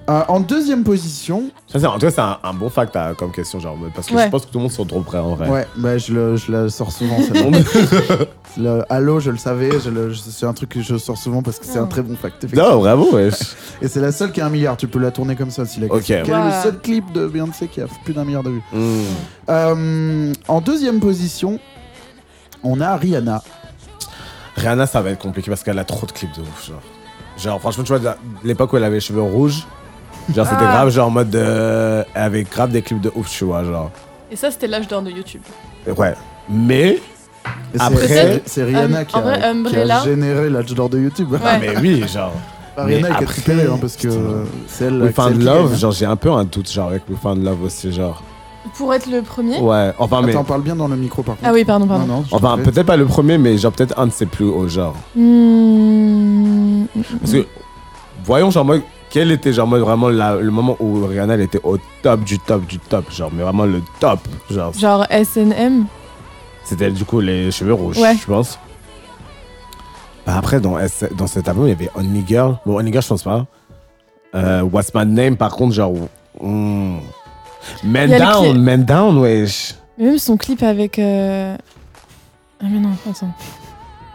Speaker 3: Euh, en deuxième position,
Speaker 5: Ça, c'est- en tout cas, c'est un, un bon fact à- comme question, genre, parce que
Speaker 4: Ouais.
Speaker 5: je pense que tout le monde s'en tromperait en vrai.
Speaker 3: ouais, bah, je, le- je la sors souvent, celle-là. Le Halo, je le savais, je le- je- c'est un truc que je sors souvent parce que c'est un très bon fact. effectivement.
Speaker 5: non, bravo, wesh.
Speaker 3: Et c'est la seule qui a un milliard, tu peux la tourner comme ça si la
Speaker 5: Ok.
Speaker 3: Quel est le
Speaker 4: Wow.
Speaker 3: seul clip de Beyoncé qui a plus d'un milliard de vues
Speaker 5: Mm.
Speaker 3: Euh, En deuxième position, on a Rihanna.
Speaker 5: Rihanna, ça va être compliqué parce qu'elle a trop de clips de ouf, genre. Genre, franchement, tu vois, la- l'époque où elle avait les cheveux rouges, genre, c'était
Speaker 4: Ah.
Speaker 5: grave, genre, en mode. euh, elle avait grave des clips de ouf, tu vois, genre.
Speaker 4: Et ça, c'était l'âge d'or de YouTube.
Speaker 5: Ouais. Mais.
Speaker 3: Et c'est-
Speaker 5: Après-
Speaker 3: c'est c'est Rihanna
Speaker 4: Hum,
Speaker 3: qui, a,
Speaker 4: en vrai,
Speaker 3: qui a
Speaker 4: Umbrella.
Speaker 3: généré l'âge d'or de YouTube.
Speaker 5: Ah,
Speaker 4: Ouais.
Speaker 5: mais oui, genre.
Speaker 3: Bah, Rihanna
Speaker 5: Mais
Speaker 3: est
Speaker 5: après-
Speaker 3: capturée hein, parce que
Speaker 5: Putain.
Speaker 3: euh, c'est elle.
Speaker 5: We
Speaker 3: c'est elle
Speaker 5: Found
Speaker 3: qui
Speaker 5: Love,
Speaker 3: gagne.
Speaker 5: genre, j'ai un peu un doute, genre, avec We Found Love aussi, genre.
Speaker 4: Pour être le premier.
Speaker 5: Ouais, enfin, mais.
Speaker 3: Attends, parle bien dans le micro par contre.
Speaker 4: Ah oui, pardon, pardon.
Speaker 3: Non, non, je
Speaker 5: Enfin,
Speaker 3: t'en prie.
Speaker 5: peut-être pas le premier, mais genre, peut-être un de ses plus hauts, genre.
Speaker 4: Hmm.
Speaker 5: Parce que, voyons, genre, moi, quel était, genre, moi, vraiment la- le moment où Rihanna, elle était au top du top du top, genre, mais vraiment le top, genre,
Speaker 4: Genre SNM.
Speaker 5: c'était du coup les cheveux rouges,
Speaker 4: Ouais.
Speaker 5: je pense. Bah, après, dans, S- dans cet album, il y avait Only Girl. Bon, Only Girl, je pense pas. Euh, What's My Name, par contre, genre, hmm.
Speaker 4: Il
Speaker 5: Man
Speaker 4: y a le
Speaker 5: Down,
Speaker 4: cli-
Speaker 5: Man Down, wesh.
Speaker 4: Mais même son clip avec. euh, Ah, mais non, attends.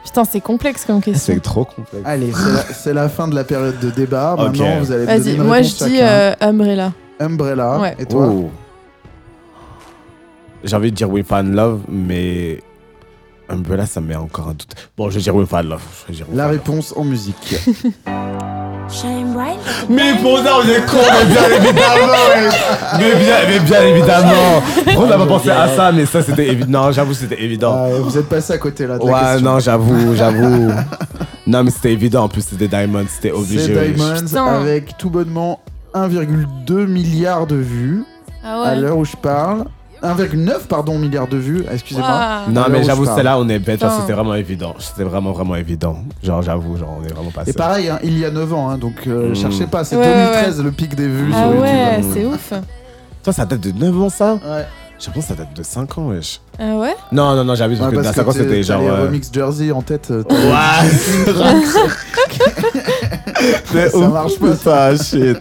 Speaker 4: Putain, c'est complexe
Speaker 3: Ah,
Speaker 4: comme question.
Speaker 5: C'est trop complexe.
Speaker 3: Allez, c'est la- c'est la, fin de la période de débat.
Speaker 5: Ok.
Speaker 3: Maintenant, vous allez me donner
Speaker 4: Vas-y,
Speaker 3: une
Speaker 4: moi je
Speaker 3: réponse hein.
Speaker 4: dis
Speaker 3: chacun.
Speaker 4: euh, Umbrella.
Speaker 3: Umbrella.
Speaker 4: Ouais.
Speaker 3: Et toi
Speaker 5: Oh. J'ai envie de dire We Found Love, mais un peu là, ça me met encore un doute. Bon, je vais dire We Found Love. Je vais dire We
Speaker 3: La
Speaker 5: Found
Speaker 3: réponse en musique. Ah
Speaker 2: Shine bright.
Speaker 5: Love. Mais bon, non, on est con, mais bien évidemment. mais, bien, mais bien évidemment. Pourquoi on n'a pas pensé à ça, mais ça, c'était évident. Non, j'avoue, c'était évident.
Speaker 3: Ah, vous êtes passé à côté là. De la
Speaker 5: ouais,
Speaker 3: question.
Speaker 5: non, j'avoue, j'avoue. non, mais c'était évident. En plus, c'était Diamond, c'était
Speaker 3: C'est
Speaker 5: obligé. oui.
Speaker 3: Diamonds
Speaker 4: Putain.
Speaker 3: avec tout bonnement 1,2 milliard de vues
Speaker 4: Ah
Speaker 3: à l'heure où je parle. 1,9 pardon milliard de vues, excusez-moi.
Speaker 5: Non,
Speaker 3: Alors,
Speaker 5: mais
Speaker 3: je
Speaker 5: j'avoue,
Speaker 3: parle.
Speaker 5: celle-là, on est bête. genre,
Speaker 4: Putain.
Speaker 5: C'était vraiment évident. C'était vraiment, vraiment évident. Genre, j'avoue, genre, on est vraiment passé.
Speaker 3: Et pareil, hein, il y a 9 ans, hein, donc euh,
Speaker 5: Mm.
Speaker 3: cherchez pas, c'est
Speaker 4: Ouais, ouais,
Speaker 3: 2013 le pic des vues
Speaker 4: Ah
Speaker 3: sur
Speaker 5: Hmm.
Speaker 3: YouTube.
Speaker 4: ouais,
Speaker 5: YouTube.
Speaker 4: c'est ouf.
Speaker 5: Toi, ça date de 9 ans, ça
Speaker 3: Ouais.
Speaker 5: Je pense que ça date de 5 ans, wesh.
Speaker 4: Ah ouais
Speaker 5: Non, non, non, j'abuse, parce
Speaker 3: Ouais,
Speaker 5: que dans 5 ans,
Speaker 3: t'es- t'as
Speaker 5: c'était genre.
Speaker 3: les
Speaker 5: euh,
Speaker 3: remix Jersey en tête. euh,
Speaker 5: Ouah, c'est
Speaker 3: Ça
Speaker 5: ouf,
Speaker 3: marche pas,
Speaker 5: ça, shit.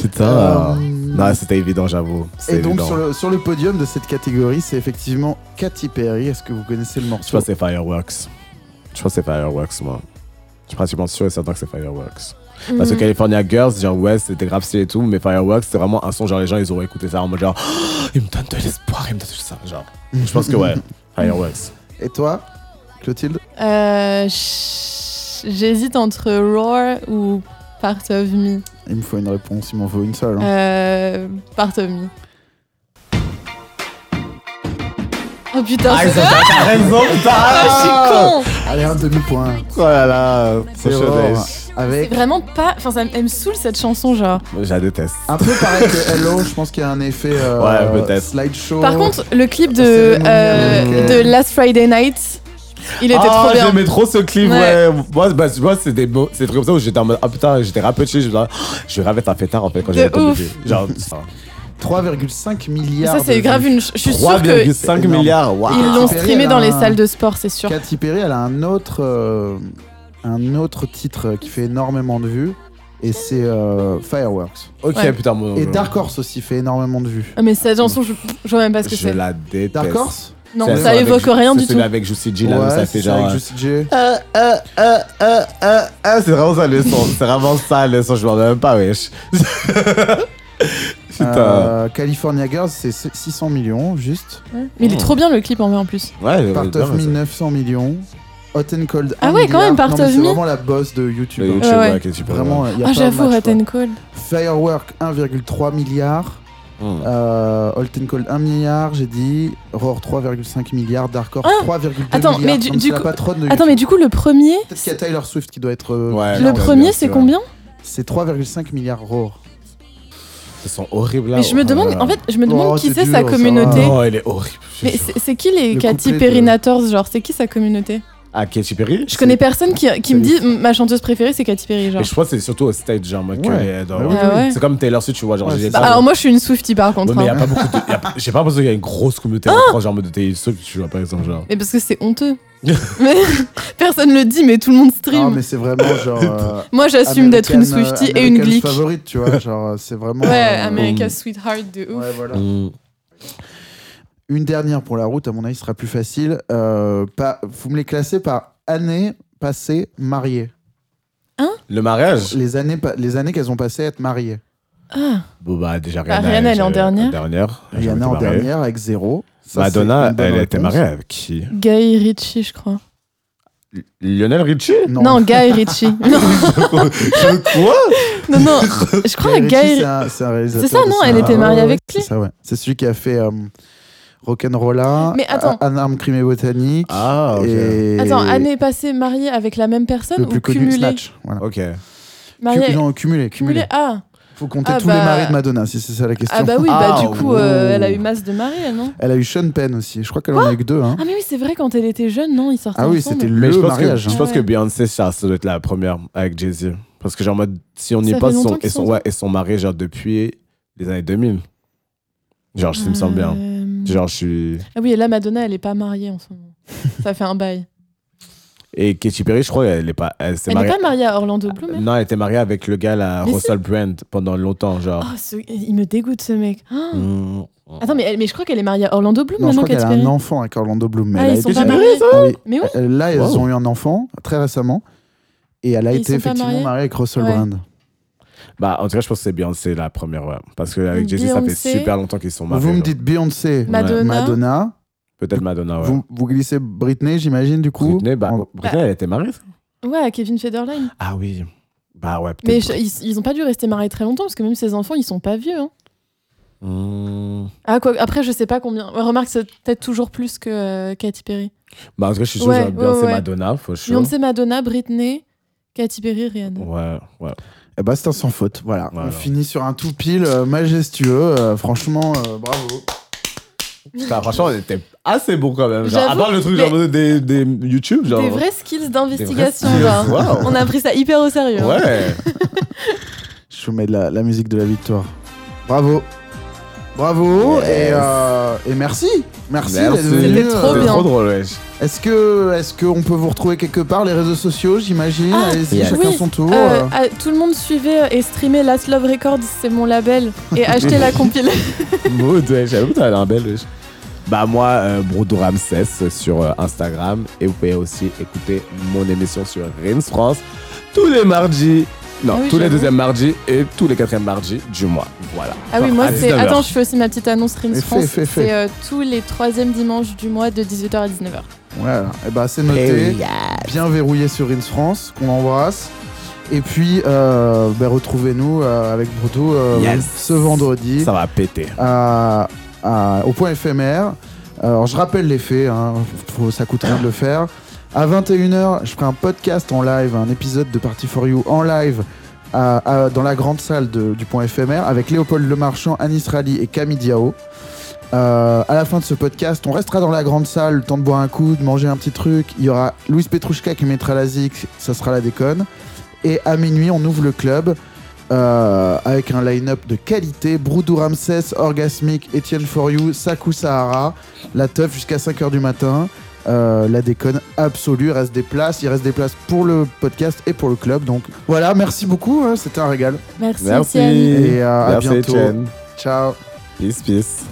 Speaker 5: Putain.
Speaker 3: Euh,
Speaker 5: Non, c'était évident, j'avoue.
Speaker 3: Et
Speaker 5: C'était
Speaker 3: donc
Speaker 5: Ah, bah, évident.
Speaker 3: sur le, sur le podium de cette catégorie, c'est effectivement Katy Perry. Est-ce que vous connaissez le
Speaker 5: Je
Speaker 3: morceau
Speaker 5: pense que c'est Fireworks. Je pense que c'est Fireworks, moi. Je suis pratiquement sûr et certain que c'est Fireworks.
Speaker 4: Mm.
Speaker 5: Parce que California Girls, genre, ouais, c'était grave stylé et tout, mais Fireworks, c'est vraiment un son, genre, les gens, ils auraient écouté ça en mode genre, Oh, il me donne de l'espoir, il me donne tout ça. Genre, je pense que ouais, Fireworks.
Speaker 3: Et toi, Clotilde
Speaker 4: Euh, ch- J'hésite entre Roar ou Part of Me.
Speaker 3: Il me faut une réponse, il m'en faut une seule. hein.
Speaker 4: Euh, part of Me. Oh putain, c'est
Speaker 5: Ah, ça, t'as raison, putain!
Speaker 4: Ah, je suis con
Speaker 3: Allez, un demi-point.
Speaker 5: Oh là là,
Speaker 3: C'est
Speaker 5: so
Speaker 3: Aurore,
Speaker 5: chaudasse.
Speaker 4: C'est
Speaker 3: Avec
Speaker 4: vraiment pas. Enfin, ça m- elle me saoule cette chanson, genre.
Speaker 5: Je la déteste.
Speaker 3: un peu pareil que Hello, je pense qu'il y a un effet euh,
Speaker 5: Ouais, peut-être.
Speaker 3: slideshow.
Speaker 4: Par contre, le clip de,
Speaker 3: cérémonie
Speaker 4: euh,
Speaker 3: américaine.
Speaker 4: de Last Friday Night, il était
Speaker 5: ah,
Speaker 4: trop bien.
Speaker 5: j'aimais trop ce clip,
Speaker 4: Ouais.
Speaker 5: ouais. Moi, bah, tu vois, c'est des mots, c'est des trucs comme ça où j'étais en mode, ah putain, j'étais rapetché, je me disais, Ah, je rêvais d'un fêtard en fait quand
Speaker 4: De
Speaker 5: j'avais entendu.
Speaker 4: ouf.
Speaker 5: le- Genre, ça.
Speaker 3: 3,5
Speaker 4: Mais
Speaker 3: milliards.
Speaker 4: Ça, c'est
Speaker 3: de
Speaker 4: grave
Speaker 3: vues.
Speaker 4: une. Je suis sûre que.
Speaker 5: 3,5
Speaker 3: énorme.
Speaker 5: milliards, waouh.
Speaker 4: Ils l'ont
Speaker 3: Perry,
Speaker 4: streamé
Speaker 3: elle
Speaker 4: dans
Speaker 3: a
Speaker 4: les
Speaker 3: un-
Speaker 4: salles de sport, c'est sûr.
Speaker 3: Katy Perry, elle a un autre, euh, un autre titre qui fait énormément de vues. Et c'est euh, Fireworks.
Speaker 5: Ok,
Speaker 4: Ouais.
Speaker 5: putain, mon
Speaker 3: Et Dark Horse aussi fait énormément de vues.
Speaker 4: Ah, Mais cette chanson, je, je vois même pas ce que
Speaker 5: je
Speaker 4: c'est.
Speaker 5: la déteste.
Speaker 3: Dark Horse
Speaker 4: Non,
Speaker 5: C'est
Speaker 4: ça
Speaker 5: avec-
Speaker 4: évoque rien
Speaker 5: c'est
Speaker 4: du tout.
Speaker 5: celui avec Juicy J, là, où
Speaker 3: Ouais, c'est
Speaker 5: ça fait genre.
Speaker 3: avec Juicy J.
Speaker 5: euh, euh, euh, euh, euh, euh, c'est vraiment ça le son, c'est vraiment ça le son, je m'en remets même pas, wesh. Putain.
Speaker 3: Euh, California Girls, c'est 600 millions, juste.
Speaker 4: Mais il est trop bien le clip en vrai en plus.
Speaker 5: ouais,
Speaker 3: Part
Speaker 5: non,
Speaker 3: of Me,
Speaker 5: mais
Speaker 3: 900 millions. Hot and Cold,
Speaker 4: Ah
Speaker 3: un
Speaker 4: ouais, quand
Speaker 3: milliard.
Speaker 4: même, Part
Speaker 3: Non, mais
Speaker 4: of
Speaker 3: C'est
Speaker 4: Me.
Speaker 3: vraiment la boss de
Speaker 5: c'est- Le
Speaker 3: YouTube.
Speaker 5: YouTube,
Speaker 4: Ah ouais.
Speaker 5: ouais, qui est super.
Speaker 3: Vraiment, il y a
Speaker 4: Ah,
Speaker 3: pas
Speaker 4: j'avoue,
Speaker 3: match,
Speaker 4: Red
Speaker 3: quoi.
Speaker 4: and Cold.
Speaker 3: Firework, 1,3 milliard.
Speaker 5: Hmm.
Speaker 3: Euh, Hot and Cold, 1 milliard, j'ai dit. Roar, 3,5 milliards. Dark Horse,
Speaker 4: Ah
Speaker 3: 3,2 milliards.
Speaker 4: Attends, mais du-
Speaker 3: comme
Speaker 4: du
Speaker 3: c'est la
Speaker 4: coup-
Speaker 3: patronne de
Speaker 4: Attends, mais
Speaker 3: YouTube.
Speaker 4: du coup, le premier.
Speaker 3: Peut-être qu'il y a Tyler Swift qui doit être. euh,
Speaker 5: Ouais.
Speaker 4: Le
Speaker 5: Non,
Speaker 4: premier,
Speaker 5: bien
Speaker 4: c'est
Speaker 5: sûr.
Speaker 4: combien
Speaker 3: C'est 3,5 milliards Roar.
Speaker 5: Ils sont horribles là.
Speaker 4: Mais je me
Speaker 5: oh là
Speaker 4: demande,
Speaker 5: là.
Speaker 4: en fait, je me demande
Speaker 3: Oh,
Speaker 4: qui
Speaker 3: c'est
Speaker 4: c'est sa
Speaker 3: dur, ça
Speaker 4: communauté.
Speaker 3: va.
Speaker 5: Non, elle est horrible. je
Speaker 4: Mais
Speaker 5: jure.
Speaker 4: c'est c'est qui les
Speaker 3: Le
Speaker 4: Katy
Speaker 3: couplet
Speaker 4: Perry
Speaker 3: de-
Speaker 4: Nators Genre, c'est qui sa communauté
Speaker 5: Ah, Katy Perry
Speaker 4: Je connais personne qui, qui me dit
Speaker 3: c'est-
Speaker 4: ma chanteuse préférée c'est Katy Perry. Genre.
Speaker 5: Mais je crois que c'est surtout au stage, genre, moi, que-
Speaker 3: Ouais.
Speaker 5: dans-
Speaker 3: Bah oui,
Speaker 4: Ah oui. ouais.
Speaker 5: C'est comme Taylor Swift, tu vois, genre,
Speaker 3: Ouais,
Speaker 5: j'ai
Speaker 3: c'est
Speaker 5: des
Speaker 3: ça.
Speaker 5: fans-
Speaker 4: Alors moi je suis une Swiftie par
Speaker 5: Ouais,
Speaker 4: contre.
Speaker 5: mais y a
Speaker 4: hein.
Speaker 5: pas beaucoup de. y a- J'ai pas l'impression qu'il y a une grosse communauté
Speaker 4: Ah
Speaker 5: en France, genre, en mode de Taylor Swift, tu vois, par exemple, genre.
Speaker 4: Mais parce que c'est honteux. mais personne le dit mais tout le monde
Speaker 3: Non,
Speaker 4: stream.
Speaker 3: mais c'est vraiment genre. euh,
Speaker 4: Moi j'assume d'être une
Speaker 3: American, euh,
Speaker 4: Swiftie et une
Speaker 3: American
Speaker 4: Glick.
Speaker 3: favorite, tu vois. Genre, euh, c'est vraiment.
Speaker 4: Ouais,
Speaker 3: euh,
Speaker 4: America's Sweetheart de ouf.
Speaker 3: ouais, voilà.
Speaker 5: Mm.
Speaker 3: Une dernière pour la route, à mon avis, sera plus facile. Euh, pas, vous me les classez par année passée mariée.
Speaker 5: Le mariage
Speaker 3: Les années, pa- les années qu'elles ont passées à être mariées.
Speaker 4: Ah,
Speaker 5: Bon, bah, déjà, Rihanna.
Speaker 4: Rihanna, elle est en dernière.
Speaker 5: dernière. Elle a
Speaker 3: Rihanna
Speaker 5: été
Speaker 3: en
Speaker 5: mariée.
Speaker 3: dernière avec zéro. Ça, c'est
Speaker 5: Madonna,
Speaker 3: une bonne
Speaker 5: elle était
Speaker 3: réponse.
Speaker 5: mariée avec qui
Speaker 4: Guy Ritchie je crois.
Speaker 5: Lionel Richie
Speaker 3: Non,
Speaker 4: Non, Guy Ritchie. non,
Speaker 5: Quoi
Speaker 4: non, non, je crois à
Speaker 3: Guy Ritchie,
Speaker 4: Guy.
Speaker 3: c'est un- c'est un réalisateur
Speaker 4: C'est ça,
Speaker 3: de
Speaker 4: non,
Speaker 3: cinéma.
Speaker 4: elle était
Speaker 3: Ah,
Speaker 4: mariée
Speaker 3: ouais,
Speaker 4: avec
Speaker 3: C'est
Speaker 4: qui
Speaker 3: ça, ouais. C'est celui qui a fait euh, Rock'n'Rolla,
Speaker 4: Mais attends.
Speaker 3: Un arme crime et botanique.
Speaker 5: Ah, ok.
Speaker 3: et
Speaker 4: Attends, année passée mariée avec la même personne
Speaker 3: Le
Speaker 4: ou
Speaker 3: plus connu,
Speaker 4: cumulée
Speaker 3: Snatch. Voilà.
Speaker 5: Ok.
Speaker 4: Mariée.
Speaker 3: Cu- non, cumulé, cumulé.
Speaker 4: Cumulée. Ah,
Speaker 3: Faut compter
Speaker 4: Ah
Speaker 3: tous les
Speaker 4: bah-
Speaker 3: maris de Madonna, si c'est ça la question. oh.
Speaker 4: ah bah oui, bah
Speaker 5: Ah,
Speaker 4: du coup,
Speaker 5: wow.
Speaker 4: euh, elle a eu masse de maris, elle, non
Speaker 3: Elle a eu Sean Penn aussi. Je crois qu'elle en a eu que deux. Hein.
Speaker 4: Ah mais oui, c'est vrai, quand elle était jeune, non, ils sortaient
Speaker 3: Ah oui,
Speaker 4: ensemble.
Speaker 3: c'était
Speaker 5: Mais je
Speaker 3: le
Speaker 5: pense, que,
Speaker 3: mariage.
Speaker 5: je
Speaker 3: hein.
Speaker 5: pense
Speaker 4: Ouais.
Speaker 5: que Beyoncé, ça, ça doit être la première avec Jay-Z. Parce que, genre, en mode, si on y
Speaker 4: Ça fait
Speaker 5: pense, ils
Speaker 4: longtemps
Speaker 5: sont,
Speaker 4: qu'ils
Speaker 5: ils sont,
Speaker 4: sont
Speaker 5: ouais, ils sont mariés, genre, depuis les années 2000. Genre, ça me semble bien.
Speaker 4: Euh,
Speaker 5: Genre, je suis.
Speaker 4: Ah oui, et là, Madonna, elle est pas mariée en ce moment. Ça fait un bail.
Speaker 5: Et Katy Perry, je crois, elle est pas. Elle s'est
Speaker 4: Elle n'est
Speaker 5: mariée.
Speaker 4: pas mariée à Orlando Bloom. elle
Speaker 5: Non, elle était mariée avec le gars, là,
Speaker 4: Mais si.
Speaker 5: Russell Brand, pendant longtemps,
Speaker 3: Ah,
Speaker 5: genre.
Speaker 4: Oh, ce- il me dégoûte ce mec. Ah.
Speaker 5: Mmh.
Speaker 4: Attends, mais, elle- mais je crois qu'elle est mariée à Orlando Bloom
Speaker 3: Mm. Non, je
Speaker 4: maintenant,
Speaker 3: crois qu'elle
Speaker 4: Katy
Speaker 3: a
Speaker 4: Perry.
Speaker 3: un enfant avec Orlando Bloom. mais
Speaker 4: Ah,
Speaker 3: elle a
Speaker 4: ils sont
Speaker 3: été
Speaker 4: pas
Speaker 3: mariée.
Speaker 4: mariés.
Speaker 3: Oui.
Speaker 4: Mais oui.
Speaker 3: Euh, Là, elles
Speaker 5: Wow.
Speaker 3: ont eu un enfant très récemment. Et elle a
Speaker 4: Ils
Speaker 3: été
Speaker 4: sont pas
Speaker 3: effectivement
Speaker 4: mariés
Speaker 3: mariée avec Russell
Speaker 4: Ouais.
Speaker 3: Brand.
Speaker 5: Bah, en tout cas, je pense que c'est Beyoncé la première, ouais. Parce qu'avec Jay-Z, ça fait
Speaker 4: Beyoncé.
Speaker 5: super longtemps qu'ils sont mariés.
Speaker 3: Vous me
Speaker 5: genre.
Speaker 3: dites Beyoncé,
Speaker 4: Madonna.
Speaker 3: Madonna.
Speaker 5: Peut-être Madonna, Ah ouais.
Speaker 3: Vous, vous glissez Britney, j'imagine, du coup.
Speaker 5: Britney, bah,
Speaker 3: En-
Speaker 5: Britney, elle était mariée, ça
Speaker 4: Ouais, à Kevin Federline.
Speaker 5: Ah oui. Bah, ouais,
Speaker 4: Mais
Speaker 5: peut-être.
Speaker 4: je- ils, ils ont pas dû rester mariés très longtemps parce que même ses enfants, ils sont pas vieux. hein.
Speaker 5: Mmh.
Speaker 4: Ah, quoi, après, je sais pas combien. Ouais, Remarque, c'est peut-être toujours plus que euh, Katy Perry.
Speaker 5: Bah, en tout cas, je suis sûr,
Speaker 4: Ouais,
Speaker 5: genre,
Speaker 4: ouais,
Speaker 5: Beyoncé,
Speaker 4: ouais.
Speaker 5: Madonna, faut sure.
Speaker 4: Beyoncé, Madonna, Britney, Katy Perry, Rihanna.
Speaker 5: Ouais, ouais.
Speaker 3: Eh bah, c'est un sans faute. Voilà.
Speaker 5: Voilà.
Speaker 3: On finit sur un tout pile euh, majestueux. euh, franchement, euh, bravo.
Speaker 5: Enfin, franchement, elle était assez bon quand même. Genre, à
Speaker 4: J'avoue,
Speaker 5: part le truc,
Speaker 4: mais-
Speaker 5: genre, des, des YouTube, genre.
Speaker 4: Des vrais skills d'investigation,
Speaker 5: skills,
Speaker 4: genre.
Speaker 5: wow.
Speaker 4: On a pris ça hyper au sérieux. hein.
Speaker 5: Ouais.
Speaker 3: Je vous mets de la, la musique de la victoire. Bravo. Bravo
Speaker 5: Yes.
Speaker 3: et, euh, et merci. Merci,
Speaker 5: Merci.
Speaker 3: d'être venu.
Speaker 4: C'était trop
Speaker 5: C'était
Speaker 4: bien.
Speaker 5: trop drôle, wesh.
Speaker 3: Est-ce que est-ce qu'on peut vous retrouver quelque part les réseaux sociaux, j'imagine
Speaker 4: Ah,
Speaker 3: Allez-y,
Speaker 5: yes.
Speaker 3: chacun
Speaker 4: oui.
Speaker 3: son tour.
Speaker 4: Euh, ah, tout le monde suivait et streamait Last Love Records, c'est mon label, et achetez la compilation.
Speaker 5: Maud, ouais, j'avoue, t'as l'air belle. wesh. Bah, moi, euh, Brodo Ramsès sur euh, Instagram. Et vous pouvez aussi écouter mon émission sur Rins France tous les mardis. Non,
Speaker 4: Ah oui,
Speaker 5: tous les
Speaker 4: j'avoue.
Speaker 5: deuxièmes mardis et tous les quatrièmes mardis du mois. Voilà.
Speaker 4: Ah oui,
Speaker 5: Enfin,
Speaker 4: moi
Speaker 5: à
Speaker 4: c'est.
Speaker 5: 19h.
Speaker 4: Attends, je fais aussi ma petite annonce Rings
Speaker 3: Mais fais,
Speaker 4: France.
Speaker 3: fais, fais.
Speaker 4: C'est euh, tous les troisièmes dimanches du mois de 18h à 19h.
Speaker 3: Voilà. Et bah c'est
Speaker 5: Eh
Speaker 3: noté.
Speaker 5: oui, yeah.
Speaker 3: bien verrouillé sur Ins France, qu'on embrasse. Et puis, euh, ben, retrouvez-nous euh, avec Bruto euh,
Speaker 5: Yes.
Speaker 3: ce vendredi
Speaker 5: Ça va péter.
Speaker 3: à- à- au point éphémère. Euh, Alors, je rappelle les faits, hein, faut- ça coûte rien de le faire. À 21h, je ferai un podcast en live, un épisode de Party for You en live à- à- dans la grande salle de- du point éphémère avec Léopold Lemarchand, Anis Rally et Camille Diao. Euh, à la fin de ce podcast, on restera dans la grande salle, le temps de boire un coup, de manger un petit truc. Il y aura Louise Petrouchka qui mettra la zik, ça sera la déconne. Et à minuit, on ouvre le club euh, avec un line-up de qualité. Broudou Ramsès, Orgasmic, Etienne For You, Saku Sahara, la teuf jusqu'à 5h du matin. Euh, la déconne absolue, il reste des places, il reste des places pour le podcast et pour le club. Donc voilà, merci beaucoup, hein, c'était un régal.
Speaker 4: Merci,
Speaker 5: Merci.
Speaker 4: Étienne.
Speaker 3: Et euh, à
Speaker 5: Merci,
Speaker 3: bientôt.
Speaker 5: Etienne.
Speaker 3: Ciao.
Speaker 5: Peace, peace.